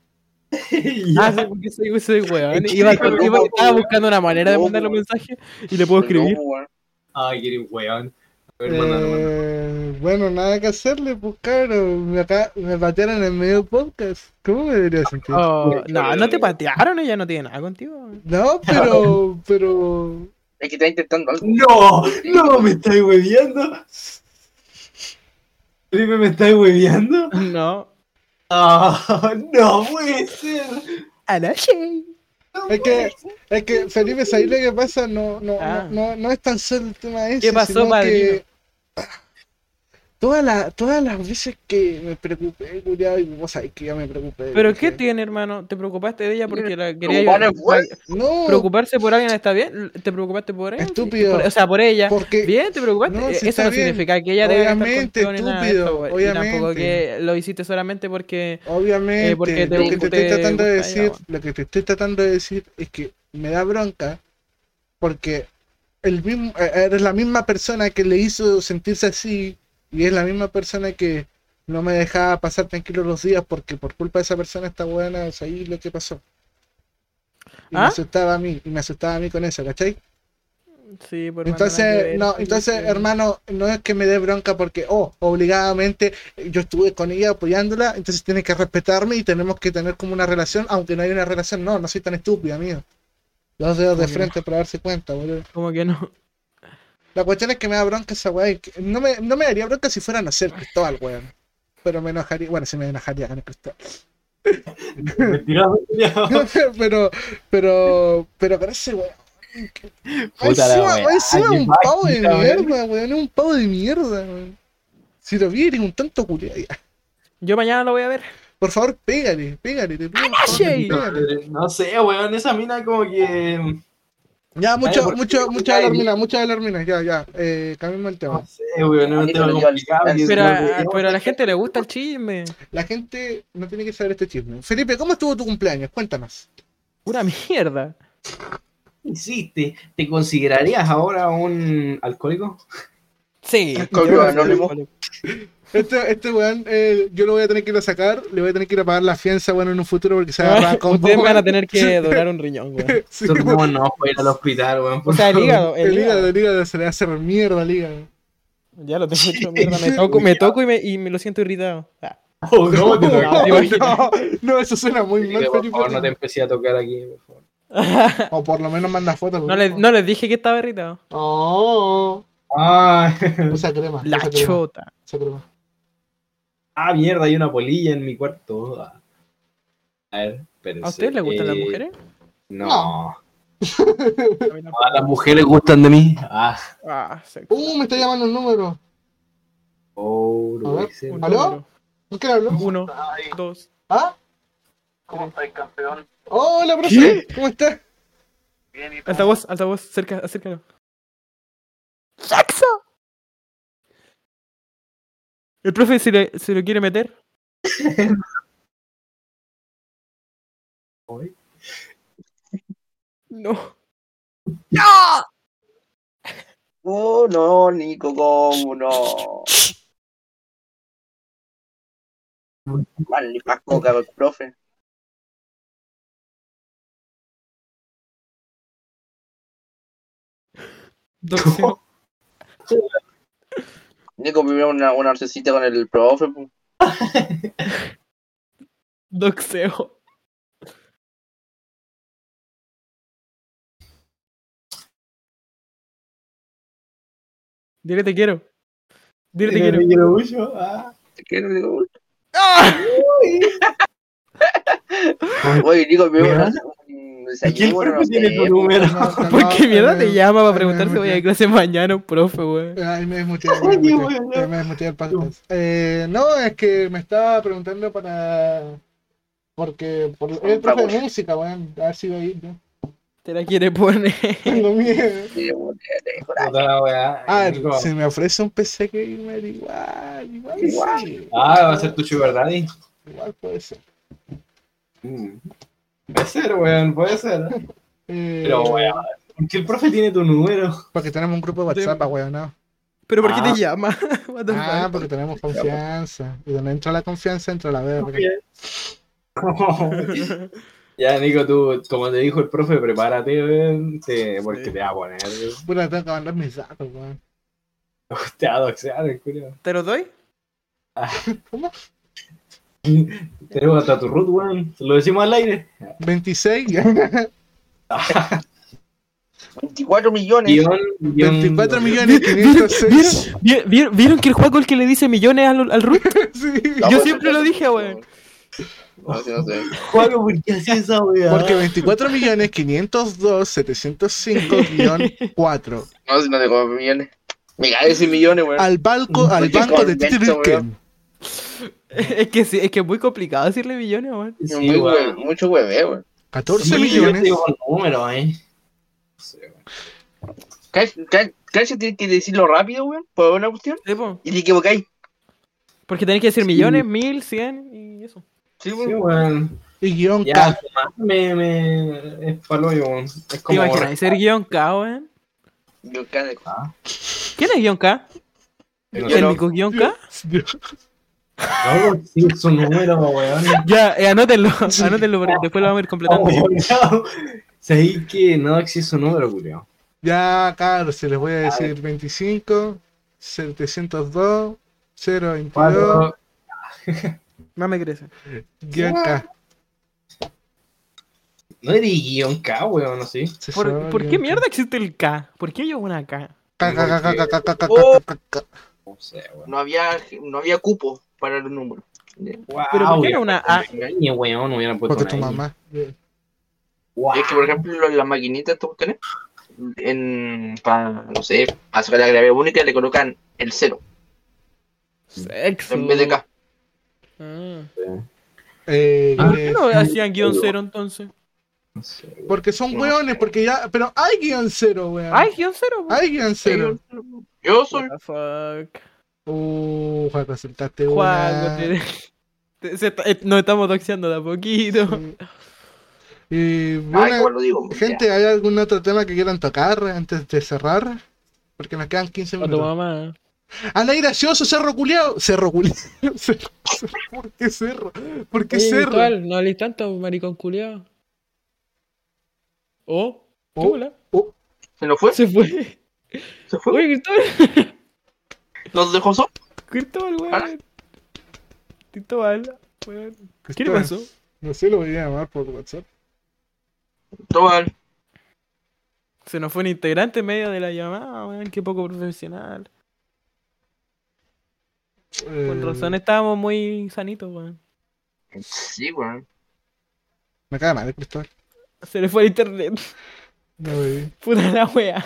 [SPEAKER 2] Ah, sí, porque soy, soy weón.
[SPEAKER 1] Es que
[SPEAKER 2] Iba,
[SPEAKER 1] dijo,
[SPEAKER 2] iba-
[SPEAKER 4] no,
[SPEAKER 2] estaba
[SPEAKER 4] weón.
[SPEAKER 2] buscando una manera de
[SPEAKER 4] No,
[SPEAKER 2] mandarle un
[SPEAKER 4] weón.
[SPEAKER 2] mensaje y le puedo escribir.
[SPEAKER 4] No, weón.
[SPEAKER 2] Ah.
[SPEAKER 1] Ay, eres un weón. A ver, manda, manda.
[SPEAKER 3] Eh, bueno, nada que hacerle, pues cabrón. Me, acá, me patearon en el medio podcast. ¿Cómo me debería sentir?
[SPEAKER 2] Oh, no, no te patearon, ella no tiene nada contigo.
[SPEAKER 3] No, pero, pero.
[SPEAKER 4] Es que está intentando algo.
[SPEAKER 1] No, no me estáis hueviando. Felipe, me estáis hueviando.
[SPEAKER 2] No.
[SPEAKER 1] Ah, no puede ser.
[SPEAKER 2] Anoche.
[SPEAKER 3] Es que, es que Felipe, ¿sabes lo que pasa? No, no,
[SPEAKER 2] Ah.
[SPEAKER 3] no, no, no es tan solo el tema ese.
[SPEAKER 2] ¿Qué pasó,
[SPEAKER 3] sino que
[SPEAKER 2] padrino?
[SPEAKER 3] Todas las, todas las veces que me preocupé, culiado, y vos sabés que ya me preocupé.
[SPEAKER 2] ¿Pero
[SPEAKER 3] dije,
[SPEAKER 2] qué tiene, hermano? ¿Te preocupaste de ella porque la quería
[SPEAKER 4] Preocupar
[SPEAKER 2] ayudar?
[SPEAKER 4] es bueno.
[SPEAKER 3] No,
[SPEAKER 2] ¿Preocuparse por alguien está bien? ¿Te preocupaste por ella?
[SPEAKER 3] Estúpido.
[SPEAKER 2] Por- o sea, por ella.
[SPEAKER 3] porque
[SPEAKER 2] Bien, te preocupaste. Eh,
[SPEAKER 3] No, sí
[SPEAKER 2] Eso
[SPEAKER 3] está
[SPEAKER 2] no
[SPEAKER 3] bien.
[SPEAKER 2] significa que ella debe estar
[SPEAKER 3] Obviamente,
[SPEAKER 2] contigo ni nada de
[SPEAKER 3] estúpido,
[SPEAKER 2] eso, güey. Y tampoco
[SPEAKER 3] obviamente.
[SPEAKER 2] que lo hiciste solamente porque...
[SPEAKER 3] obviamente
[SPEAKER 2] Eh, porque te
[SPEAKER 3] lo que te
[SPEAKER 2] gusta-
[SPEAKER 3] estoy
[SPEAKER 2] te
[SPEAKER 3] tratando de
[SPEAKER 2] gusta ella,
[SPEAKER 3] decir,
[SPEAKER 2] bueno.
[SPEAKER 3] lo que te estoy tratando de decir es que me da bronca porque el mismo, eh, eres la misma persona que le hizo sentirse así y es la misma persona que no me dejaba pasar tranquilo los días porque por culpa de esa persona esta buena es ahí lo que pasó. Y me
[SPEAKER 2] ¿Ah?
[SPEAKER 3] asustaba a mí, y me asustaba a mí con eso, ¿cachai?
[SPEAKER 2] Sí, por
[SPEAKER 3] Entonces, no, entonces, hermano, no es que me dé bronca porque, oh, obligadamente eh, yo estuve con ella apoyándola, entonces tiene que respetarme y tenemos que tener como una relación, aunque no hay una relación, no, no soy tan estúpido, amigo. Dos dedos de
[SPEAKER 2] Ok.
[SPEAKER 3] frente para darse cuenta, boludo.
[SPEAKER 2] Como que no.
[SPEAKER 3] La cuestión es que me da bronca esa weá. y que- No me, no me daría bronca si fuera, no sé, el Cristóbal, weón. Pero me enojaría, bueno, sí me enojaría con el Cristóbal.
[SPEAKER 1] Mentiroso, culiao.
[SPEAKER 3] pero, pero, pero con ese weón. que-
[SPEAKER 1] Puta la
[SPEAKER 3] encima,
[SPEAKER 1] weá,
[SPEAKER 3] encima
[SPEAKER 1] qué
[SPEAKER 3] un pavo de
[SPEAKER 1] máquina, weón.
[SPEAKER 3] mierda, weón. Es un pavo de mierda, weón. Si lo vi, eres un tanto culiado.
[SPEAKER 2] Yo mañana lo voy a ver.
[SPEAKER 3] Por favor, pégale, pégale, te pido. por favor,
[SPEAKER 2] Shay!
[SPEAKER 3] pégale.
[SPEAKER 1] No sé, weón, esa mina como que.
[SPEAKER 3] Ya,
[SPEAKER 1] Ay,
[SPEAKER 3] mucho,
[SPEAKER 1] ¿por qué
[SPEAKER 3] mucho,
[SPEAKER 1] te
[SPEAKER 3] mucha
[SPEAKER 1] caes?
[SPEAKER 3] alarmina, mucha alarmina, ya, ya. Eh, cambiemos el tema.
[SPEAKER 1] No sé, weón, es un tema complicado. que-
[SPEAKER 2] Pero,
[SPEAKER 1] que-
[SPEAKER 2] pero a la gente le gusta el chisme.
[SPEAKER 3] La gente no tiene que saber este chisme. Felipe, ¿cómo estuvo tu cumpleaños? Cuéntanos.
[SPEAKER 2] Una mierda.
[SPEAKER 1] hiciste? ¿Te considerarías ahora un alcohólico?
[SPEAKER 2] Sí.
[SPEAKER 4] Alcohólico
[SPEAKER 2] yo-
[SPEAKER 4] anónimo.
[SPEAKER 3] Este, este weón, eh, yo lo voy a tener que ir a sacar, le voy a tener que ir a pagar la fianza, bueno, en un futuro porque se agarra con
[SPEAKER 2] Ustedes
[SPEAKER 3] vos,
[SPEAKER 2] van a
[SPEAKER 3] weón.
[SPEAKER 2] tener que donar un riñón, güey.
[SPEAKER 3] Sí,
[SPEAKER 1] Tú
[SPEAKER 3] weón.
[SPEAKER 1] no, no, fue ir al hospital, weón.
[SPEAKER 2] O
[SPEAKER 1] por
[SPEAKER 2] sea, el
[SPEAKER 1] favor.
[SPEAKER 2] hígado, el,
[SPEAKER 3] El hígado,
[SPEAKER 2] hígado.
[SPEAKER 3] el hígado se le hace mierda al hígado.
[SPEAKER 2] Ya lo tengo hecho mierda. Me toco, me toco y, me, y me lo siento irritado. Ah,
[SPEAKER 1] Oh, no, te
[SPEAKER 2] No,
[SPEAKER 1] tocaste.
[SPEAKER 2] te imaginas.
[SPEAKER 3] No, no, eso suena muy
[SPEAKER 1] Así
[SPEAKER 3] mal,
[SPEAKER 1] que, por
[SPEAKER 3] Felipe.
[SPEAKER 1] favor, no te empecé a tocar aquí, por favor.
[SPEAKER 3] O por lo menos manda fotos.
[SPEAKER 2] no, les, no les dije que estaba irritado.
[SPEAKER 3] Oh,
[SPEAKER 1] Ah,
[SPEAKER 3] usa crema.
[SPEAKER 2] La
[SPEAKER 3] usa crema,
[SPEAKER 2] chota.
[SPEAKER 3] usa crema.
[SPEAKER 1] ah, mierda, hay una polilla en mi cuarto. Ah. A ver, espérense.
[SPEAKER 2] ¿A ustedes les gustan las
[SPEAKER 1] Eh,
[SPEAKER 2] mujeres?
[SPEAKER 1] No.
[SPEAKER 2] A mí tampoco.
[SPEAKER 1] Ah, las mujeres gustan de mí. Ah,
[SPEAKER 2] Ah, sexo.
[SPEAKER 3] Uh, me está llamando el número.
[SPEAKER 1] oh, no
[SPEAKER 3] A ver,
[SPEAKER 1] puede ser.
[SPEAKER 2] Un
[SPEAKER 3] ¿Aló?
[SPEAKER 2] número.
[SPEAKER 3] ¿Por qué le habló?
[SPEAKER 2] Uno, dos.
[SPEAKER 3] ¿Ah?
[SPEAKER 4] ¿Cómo estás, campeón?
[SPEAKER 3] Oh, hola, profe. ¿Cómo está?
[SPEAKER 4] Bien, y tú.
[SPEAKER 2] Altavoz, altavoz, cerca, acércalo. ¡Sexo! El profe se, le- se lo quiere meter.
[SPEAKER 1] ¿Hoy?
[SPEAKER 2] No.
[SPEAKER 4] Oh, no, Nico, cómo no. Vale, más coca con el profe.
[SPEAKER 2] Doxeo.
[SPEAKER 4] Nico primero una, una arcecita con el profe. pu.
[SPEAKER 2] Doxeo. Dile te quiero. Dile te
[SPEAKER 1] Tiene
[SPEAKER 2] quiero.
[SPEAKER 1] el quiero mucho. Ah.
[SPEAKER 4] Te quiero, digo, uy.
[SPEAKER 2] ¡Ah!
[SPEAKER 4] Oye, digo, me voy a
[SPEAKER 1] ¿Verdad?
[SPEAKER 4] un
[SPEAKER 1] Aquí el
[SPEAKER 4] desayuno,
[SPEAKER 1] profe
[SPEAKER 4] no
[SPEAKER 1] tiene
[SPEAKER 4] sé,
[SPEAKER 1] tu número.
[SPEAKER 2] ¿Por qué mierda te llama para preguntar si voy
[SPEAKER 3] preguntarse
[SPEAKER 2] a ir a clase mañana, un profe, weón?
[SPEAKER 3] Ay, me desmuteé, me
[SPEAKER 1] Oye,
[SPEAKER 3] desmuteé,
[SPEAKER 1] bueno.
[SPEAKER 3] me desmuteé el podcast. Eh, no, es que me estaba preguntando para... Porque por... es el profe de música, weón. A ver si voy a ir, ¿no?
[SPEAKER 2] Te la quiere poner.
[SPEAKER 3] Tengo miedo.
[SPEAKER 4] te quiero, te dejo,
[SPEAKER 1] Puta la weá.
[SPEAKER 3] Ah,
[SPEAKER 1] Nico.
[SPEAKER 3] si me ofrece un PC que irme, igual, igual,
[SPEAKER 4] Igual.
[SPEAKER 3] sí.
[SPEAKER 1] Ah, va a ser tu sugar daddy. Mm.
[SPEAKER 3] Igual puede ser.
[SPEAKER 1] Puede ser, weón, puede ser.
[SPEAKER 3] Eh,
[SPEAKER 1] Pero, weón, ¿por qué el profe tiene tu número?
[SPEAKER 3] Porque tenemos un grupo de
[SPEAKER 2] De-
[SPEAKER 3] WhatsApp, weón, ¿no?
[SPEAKER 2] ¿Pero por qué
[SPEAKER 1] Ah.
[SPEAKER 2] te llama? What the
[SPEAKER 3] Ah,
[SPEAKER 2] fuck?
[SPEAKER 3] porque tenemos
[SPEAKER 1] pues.
[SPEAKER 3] confianza. Y donde entra la confianza, entra la verga.
[SPEAKER 1] ya, Nico, tú, como te dijo el profe, prepárate, weón, te- porque
[SPEAKER 2] Sí.
[SPEAKER 1] te va a poner, weón.
[SPEAKER 3] Pura, tengo que mandar mis datos, weón.
[SPEAKER 1] te va a doxear, el culo.
[SPEAKER 2] ¿Te lo doy?
[SPEAKER 1] Tenemos hasta tu root, weón, lo decimos al aire.
[SPEAKER 3] 26,
[SPEAKER 4] te- 24 millones.
[SPEAKER 1] Guión, guión-
[SPEAKER 3] 24 millones 506.
[SPEAKER 2] ¿Vieron, vieron- vieron que el Juaco es el que le dice millones al, al Ruth?
[SPEAKER 3] Sí.
[SPEAKER 4] No,
[SPEAKER 2] Yo
[SPEAKER 4] pues,
[SPEAKER 2] siempre lo dije, weón.
[SPEAKER 4] No, si no sé.
[SPEAKER 1] Juaco, ¿por qué hacía esa weá?
[SPEAKER 3] Porque 24 millones 502 705 4.
[SPEAKER 4] No, si no te como millones. Me cae 100 millones, weón.
[SPEAKER 3] Al banco, al
[SPEAKER 4] Oye,
[SPEAKER 3] banco de
[SPEAKER 4] correcto,
[SPEAKER 3] Titi
[SPEAKER 4] weón.
[SPEAKER 3] Birken.
[SPEAKER 2] Es que sí, es que es muy complicado decirle millones, weón.
[SPEAKER 1] Sí,
[SPEAKER 4] Muy
[SPEAKER 1] weón.
[SPEAKER 4] hue- Mucho hueve, weón.
[SPEAKER 3] 14
[SPEAKER 1] Sí, Yo te
[SPEAKER 3] millones.
[SPEAKER 1] digo el número, eh. No sé, weón.
[SPEAKER 4] Cacha, ca- cacha, tienes que decirlo rápido, weón, por una cuestión.
[SPEAKER 2] Sí, po.
[SPEAKER 4] Y te equivocáis.
[SPEAKER 2] Porque tenés que decir millones, mil, cien y eso.
[SPEAKER 4] Sí,
[SPEAKER 1] Sí,
[SPEAKER 4] weón.
[SPEAKER 1] weón.
[SPEAKER 3] Y guión
[SPEAKER 1] Ya,
[SPEAKER 3] K.
[SPEAKER 1] me, me, es palo, weón. Es
[SPEAKER 2] ¿Te
[SPEAKER 1] como...
[SPEAKER 2] imaginas ser guión K, weón?
[SPEAKER 4] Yo cada-
[SPEAKER 2] ¿Quién es guión K?
[SPEAKER 1] No,
[SPEAKER 2] ¿El
[SPEAKER 4] no.
[SPEAKER 2] Nico guión K?
[SPEAKER 1] no, sí, su número, weón.
[SPEAKER 2] Ya, eh, anótenlo, anótenlo porque después lo vamos a ir completando.
[SPEAKER 1] Oh, culiao. Sabí que no existe un número, culiao.
[SPEAKER 3] Ya, claro, se les voy a decir 25 702 022
[SPEAKER 1] Cuatro.
[SPEAKER 2] Más me crece.
[SPEAKER 3] guión K.
[SPEAKER 1] No eres guión K, weón, así.
[SPEAKER 3] Se
[SPEAKER 2] ¿Por,
[SPEAKER 3] llama
[SPEAKER 2] por qué
[SPEAKER 3] guión K.
[SPEAKER 2] mierda existe el K? ¿Por qué yo una K?
[SPEAKER 3] Ca, ca, ca, ca, ca, ca, ca,
[SPEAKER 4] Oh.
[SPEAKER 3] ca, ca, ca.
[SPEAKER 1] No sé, weón.
[SPEAKER 4] No había, no había cupo para los números.
[SPEAKER 2] ¿Pero
[SPEAKER 1] Wow,
[SPEAKER 2] por qué era
[SPEAKER 1] weón.
[SPEAKER 2] una A?
[SPEAKER 1] Ni weón, hubieran puesto
[SPEAKER 3] Porque tu
[SPEAKER 1] una I.
[SPEAKER 3] mamá.
[SPEAKER 1] Wow.
[SPEAKER 4] Y es que, por ejemplo, las maquinitas, ¿tú tenés? En, pa, no sé, para sacar la gravedad única le colocan el cero
[SPEAKER 2] Sexo.
[SPEAKER 4] en vez de K.
[SPEAKER 2] Ah.
[SPEAKER 3] Eh,
[SPEAKER 2] ¿Por
[SPEAKER 3] eh,
[SPEAKER 2] qué no hacían guión cero entonces?
[SPEAKER 1] No sé, weón.
[SPEAKER 3] Porque son hueones, porque ya. Pero hay guión cero, weón.
[SPEAKER 2] ¡Ay, guión cero! weón.
[SPEAKER 3] Hay guión cero.
[SPEAKER 4] Yo
[SPEAKER 2] What
[SPEAKER 4] soy.
[SPEAKER 2] the fuck?
[SPEAKER 3] Uh, Juaco, aceptaste
[SPEAKER 2] Juan,
[SPEAKER 3] una.
[SPEAKER 2] no te- te- se está- eh, nos estamos doxeando de a poquito.
[SPEAKER 3] Sí. Y
[SPEAKER 4] Ay,
[SPEAKER 3] bueno,
[SPEAKER 4] ¿cómo ah, lo digo?
[SPEAKER 3] gente, ¿hay algún otro tema que quieran tocar antes de cerrar? Porque nos quedan 15
[SPEAKER 2] A tu
[SPEAKER 3] minutos.
[SPEAKER 2] mamá.
[SPEAKER 3] ¡Anda, ahí gracioso, cerro culiao! Cerro culiao. Cerro, cerro. ¿Por qué cerro? ¿Por qué
[SPEAKER 2] Oye,
[SPEAKER 3] cerro?
[SPEAKER 2] virtual, No hables tanto, maricón culiao. Oh, ¿qué
[SPEAKER 3] Oh.
[SPEAKER 2] bola?
[SPEAKER 4] ¿Se nos fue?
[SPEAKER 2] Se fue.
[SPEAKER 4] ¿Se fue?
[SPEAKER 2] Oye, Cristóbal.
[SPEAKER 4] ¿Nos dejó solo?
[SPEAKER 2] Cristóbal,
[SPEAKER 4] Ah.
[SPEAKER 2] weón. Cristóbal, weón. ¿Qué le
[SPEAKER 3] Cristóbal,
[SPEAKER 2] pasó?
[SPEAKER 3] No sé, lo voy a llamar por WhatsApp.
[SPEAKER 4] Toma,
[SPEAKER 2] Se nos fue un integrante en medio de la llamada, weón. Qué poco profesional. Con
[SPEAKER 3] Eh,
[SPEAKER 2] razón estábamos muy sanitos, weón.
[SPEAKER 4] Sí, weón.
[SPEAKER 3] Me cae mal, Cristóbal.
[SPEAKER 2] Se le fue el internet.
[SPEAKER 3] No, eh, güey.
[SPEAKER 2] Puta la wea.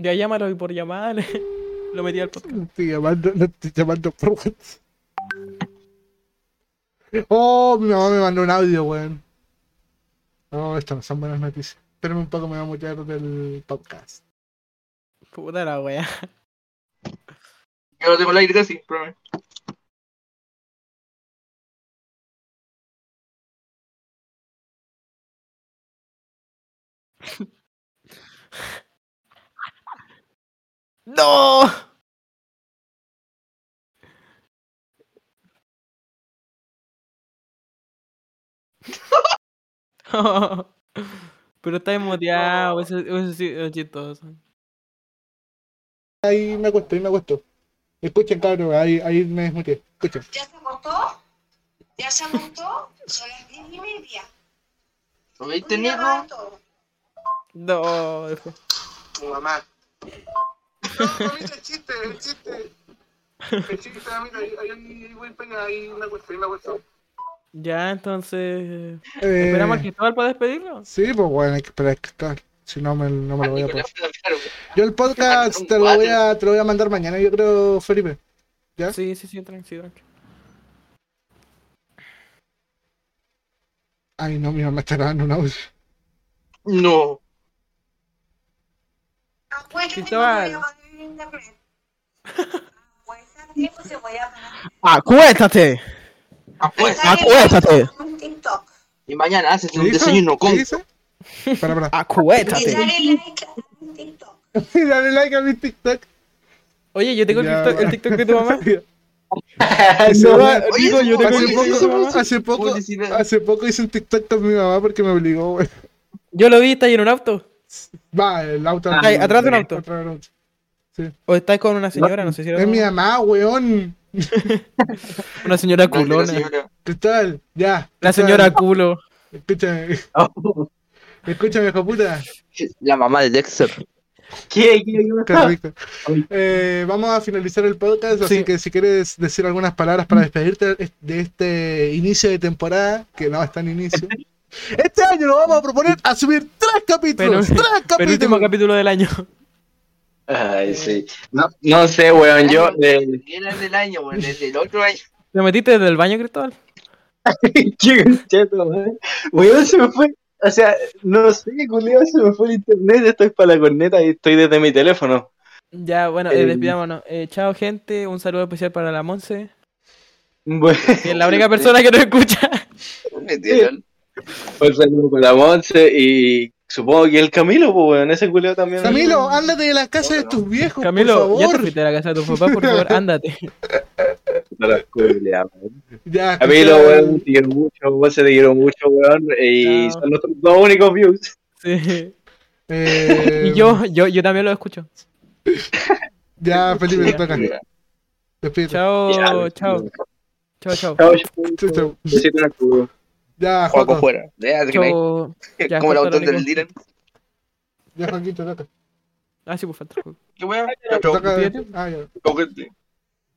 [SPEAKER 2] Ya llámalo y por llamada le- lo metí al podcast.
[SPEAKER 3] No estoy llamando, no estoy llamando por WhatsApp. Oh, mi mamá me mandó un audio, weón. No, estas no son buenas noticias. Espérame un poco, me voy a mutear del podcast.
[SPEAKER 2] Puta la wea.
[SPEAKER 4] Yo no tengo el aire casi, pero.
[SPEAKER 2] ¡No! Pero está desmoteado, eso, eso sí es chistoso.
[SPEAKER 3] Ahí me acuesto, ahí me acuesto. Escuchen, cabrón, ahí, ahí me desmuteé. Escuchen.
[SPEAKER 6] ¿Ya se agotó? ¿Ya se agotó? Son las diez y media.
[SPEAKER 4] ¿Lo viste,
[SPEAKER 6] Un día
[SPEAKER 4] Nico?
[SPEAKER 6] barato.
[SPEAKER 2] No,
[SPEAKER 4] Tu mamá.
[SPEAKER 3] No, mamita, el chiste, el chiste. El chiste, mamita, ahí, ahí, ahí voy pega, ahí una cuestión, una cuestión.
[SPEAKER 2] ya entonces.
[SPEAKER 3] Eh,
[SPEAKER 2] ¿Esperamos al Cristóbal para despedirlo?
[SPEAKER 3] Sí, pues bueno, hay que esperar que tal. Si no, me, no me lo voy a poner.
[SPEAKER 4] Nicolás, claro.
[SPEAKER 3] Yo el podcast te lo voy a, te lo voy a mandar mañana, yo creo, Felipe. ¿Ya?
[SPEAKER 2] Sí, sí, sí, tranquilo.
[SPEAKER 3] Ay, no, mi mamá está grabando un audio.
[SPEAKER 4] No.
[SPEAKER 6] Acuérdate
[SPEAKER 2] Cristóbal.
[SPEAKER 6] que no voy a pagar el internet. Acuérdate, pues se voy a pagar.
[SPEAKER 2] ¡Acuéstate!
[SPEAKER 3] Ah,
[SPEAKER 4] Apuesta.
[SPEAKER 2] Acuérdate.
[SPEAKER 6] Un TikTok.
[SPEAKER 4] Y mañana haces
[SPEAKER 3] ¿Qué
[SPEAKER 4] un
[SPEAKER 3] dijo?
[SPEAKER 4] desayuno
[SPEAKER 3] ¿Qué
[SPEAKER 4] con. Ah.
[SPEAKER 3] dice? Para, para.
[SPEAKER 6] Y
[SPEAKER 2] ¡Acuéstate!
[SPEAKER 6] dale like a un TikTok.
[SPEAKER 3] Dale like a mi TikTok.
[SPEAKER 2] Oye, yo tengo el
[SPEAKER 3] Ya,
[SPEAKER 2] TikTok, el
[SPEAKER 3] va.
[SPEAKER 2] TikTok de tu mamá.
[SPEAKER 3] Hace
[SPEAKER 2] va,
[SPEAKER 3] poco-
[SPEAKER 4] digo, yo tengo
[SPEAKER 3] hace
[SPEAKER 4] que decir eso,
[SPEAKER 3] poco,
[SPEAKER 4] mamá.
[SPEAKER 3] hace poco,
[SPEAKER 4] Publicidad.
[SPEAKER 3] hace poco hice un TikTok con mi mamá porque me obligó, güey.
[SPEAKER 2] Yo lo vi, está ahí en un auto.
[SPEAKER 3] Va, el auto.
[SPEAKER 2] Ay, atrás de un auto.
[SPEAKER 3] Atrás de un auto.
[SPEAKER 2] O está con una señora, no sé si era
[SPEAKER 3] Es mi mamá, weón.
[SPEAKER 2] una señora
[SPEAKER 4] No,
[SPEAKER 2] culona.
[SPEAKER 4] señora.
[SPEAKER 3] Cristal, ya.
[SPEAKER 2] La
[SPEAKER 3] Cristal,
[SPEAKER 2] señora culo.
[SPEAKER 3] Escúchame, escúchame, hijo puta.
[SPEAKER 4] La mamá de Dexter.
[SPEAKER 1] ¿Qué? ¿Qué? ¿Qué?
[SPEAKER 3] Qué rico. Eh, vamos a finalizar el podcast, así
[SPEAKER 2] Sí.
[SPEAKER 3] que si quieres decir algunas palabras para despedirte de este inicio de temporada, que no está en inicio. Este año nos vamos a proponer a subir tres capítulos.
[SPEAKER 2] Pero-
[SPEAKER 3] tres
[SPEAKER 2] Pero último
[SPEAKER 3] capítulos.
[SPEAKER 2] capítulo del año.
[SPEAKER 1] Ay, sí. No, no sé, weón. Yo, eh,
[SPEAKER 4] Era el del año, güey. El del otro año.
[SPEAKER 2] ¿Te metiste desde el baño, Cristóbal?
[SPEAKER 1] Qué cheto, weón. Weón, se me fue. O sea, no sé qué culiao se me fue el internet. Estoy para la corneta y estoy desde mi teléfono.
[SPEAKER 2] Ya, bueno, eh,
[SPEAKER 1] Eh.
[SPEAKER 2] despidámonos. Eh, chao, gente. Un saludo especial para la Monse,
[SPEAKER 1] Bueno,
[SPEAKER 2] que es la única persona que nos escucha.
[SPEAKER 4] Me dieron.
[SPEAKER 1] un saludo para Pues la Monse y supongo que el Camilo, pues, weón. Ese culiao también.
[SPEAKER 3] Camilo, ándate de la casa de tus viejos,
[SPEAKER 2] Camilo,
[SPEAKER 3] por
[SPEAKER 2] ya te
[SPEAKER 3] favor.
[SPEAKER 2] fuiste a la casa de tu papá, por favor, ándate.
[SPEAKER 1] Para culiao, weón.
[SPEAKER 3] Ya,
[SPEAKER 1] Camilo,
[SPEAKER 3] Cristal.
[SPEAKER 1] weón, te quiero mucho, vos te quiero mucho, weón, y
[SPEAKER 2] Chao.
[SPEAKER 1] son nuestros dos únicos views.
[SPEAKER 2] Sí.
[SPEAKER 3] Eh,
[SPEAKER 2] Y yo, yo, yo también lo escucho.
[SPEAKER 3] Ya, Felipe, te toca. Despídete.
[SPEAKER 2] Chao,
[SPEAKER 1] Ya.
[SPEAKER 2] chao, chao, chao.
[SPEAKER 1] Chao,
[SPEAKER 3] Chau,
[SPEAKER 1] chao.
[SPEAKER 3] chau.
[SPEAKER 1] Besito en el culo.
[SPEAKER 3] Ya,
[SPEAKER 4] Juego
[SPEAKER 3] Joaco.
[SPEAKER 4] fuera. Ya, que me-
[SPEAKER 2] Chao. Ya,
[SPEAKER 4] Como el
[SPEAKER 2] justo
[SPEAKER 4] autor
[SPEAKER 2] lo
[SPEAKER 4] del
[SPEAKER 2] digo.
[SPEAKER 4] Dylan.
[SPEAKER 3] Ya, Joaquín, te toca.
[SPEAKER 2] Ah, sí, por falta.
[SPEAKER 4] Qué wea.
[SPEAKER 3] Te toca-
[SPEAKER 2] despídete.
[SPEAKER 3] Ah, ya.
[SPEAKER 4] Chao, gente.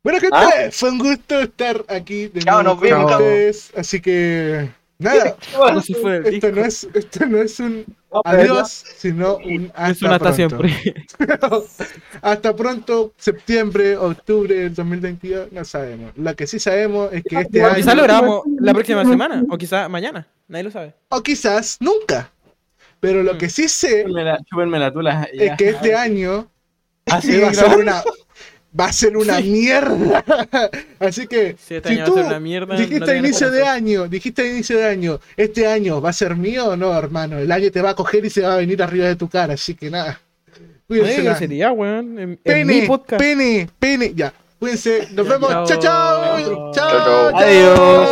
[SPEAKER 3] Bueno, gente,
[SPEAKER 1] Ah.
[SPEAKER 3] fue un gusto estar aquí de
[SPEAKER 4] Chao,
[SPEAKER 3] nuevo
[SPEAKER 4] nos vemos,
[SPEAKER 3] con
[SPEAKER 4] chao.
[SPEAKER 3] ustedes. Así que, nada,
[SPEAKER 2] No se fue del disco.
[SPEAKER 3] esto no, es, esto no es un
[SPEAKER 1] Adiós.
[SPEAKER 3] adiós, sino un hasta,
[SPEAKER 2] Es una pues. hasta
[SPEAKER 3] pronto.
[SPEAKER 2] siempre.
[SPEAKER 3] hasta pronto, septiembre, octubre del 2022, no sabemos. Lo que sí sabemos es que este año,
[SPEAKER 2] Quizás lo grabamos la próxima semana, o quizás mañana. Nadie lo sabe.
[SPEAKER 3] o quizás nunca, pero lo que sí sé
[SPEAKER 1] Chúpenmela tú las.
[SPEAKER 3] es que este año
[SPEAKER 1] Así
[SPEAKER 2] ¿Ah,
[SPEAKER 3] va a ser una... Va a ser una mierda. Así que,
[SPEAKER 2] Si este
[SPEAKER 3] si
[SPEAKER 2] año va a
[SPEAKER 3] tú
[SPEAKER 2] ser una mierda. no
[SPEAKER 3] Dijiste a
[SPEAKER 2] tiene
[SPEAKER 3] inicio de
[SPEAKER 2] corazón.
[SPEAKER 3] año, dijiste a inicio de año, este año va a ser mío o no, hermano. El año te va a coger y se va a venir arriba de tu cara, así que nada. Cuídense.
[SPEAKER 2] Ay,
[SPEAKER 3] nada.
[SPEAKER 2] grosería, weón. En, en mi
[SPEAKER 3] Pene,
[SPEAKER 2] podcast.
[SPEAKER 3] pene, pene, ya. Cuídense, nos
[SPEAKER 2] Ya,
[SPEAKER 3] vemos.
[SPEAKER 2] chao.
[SPEAKER 3] Chao, chao. Chao,
[SPEAKER 4] Chao, chao.
[SPEAKER 3] chao.
[SPEAKER 1] Adiós.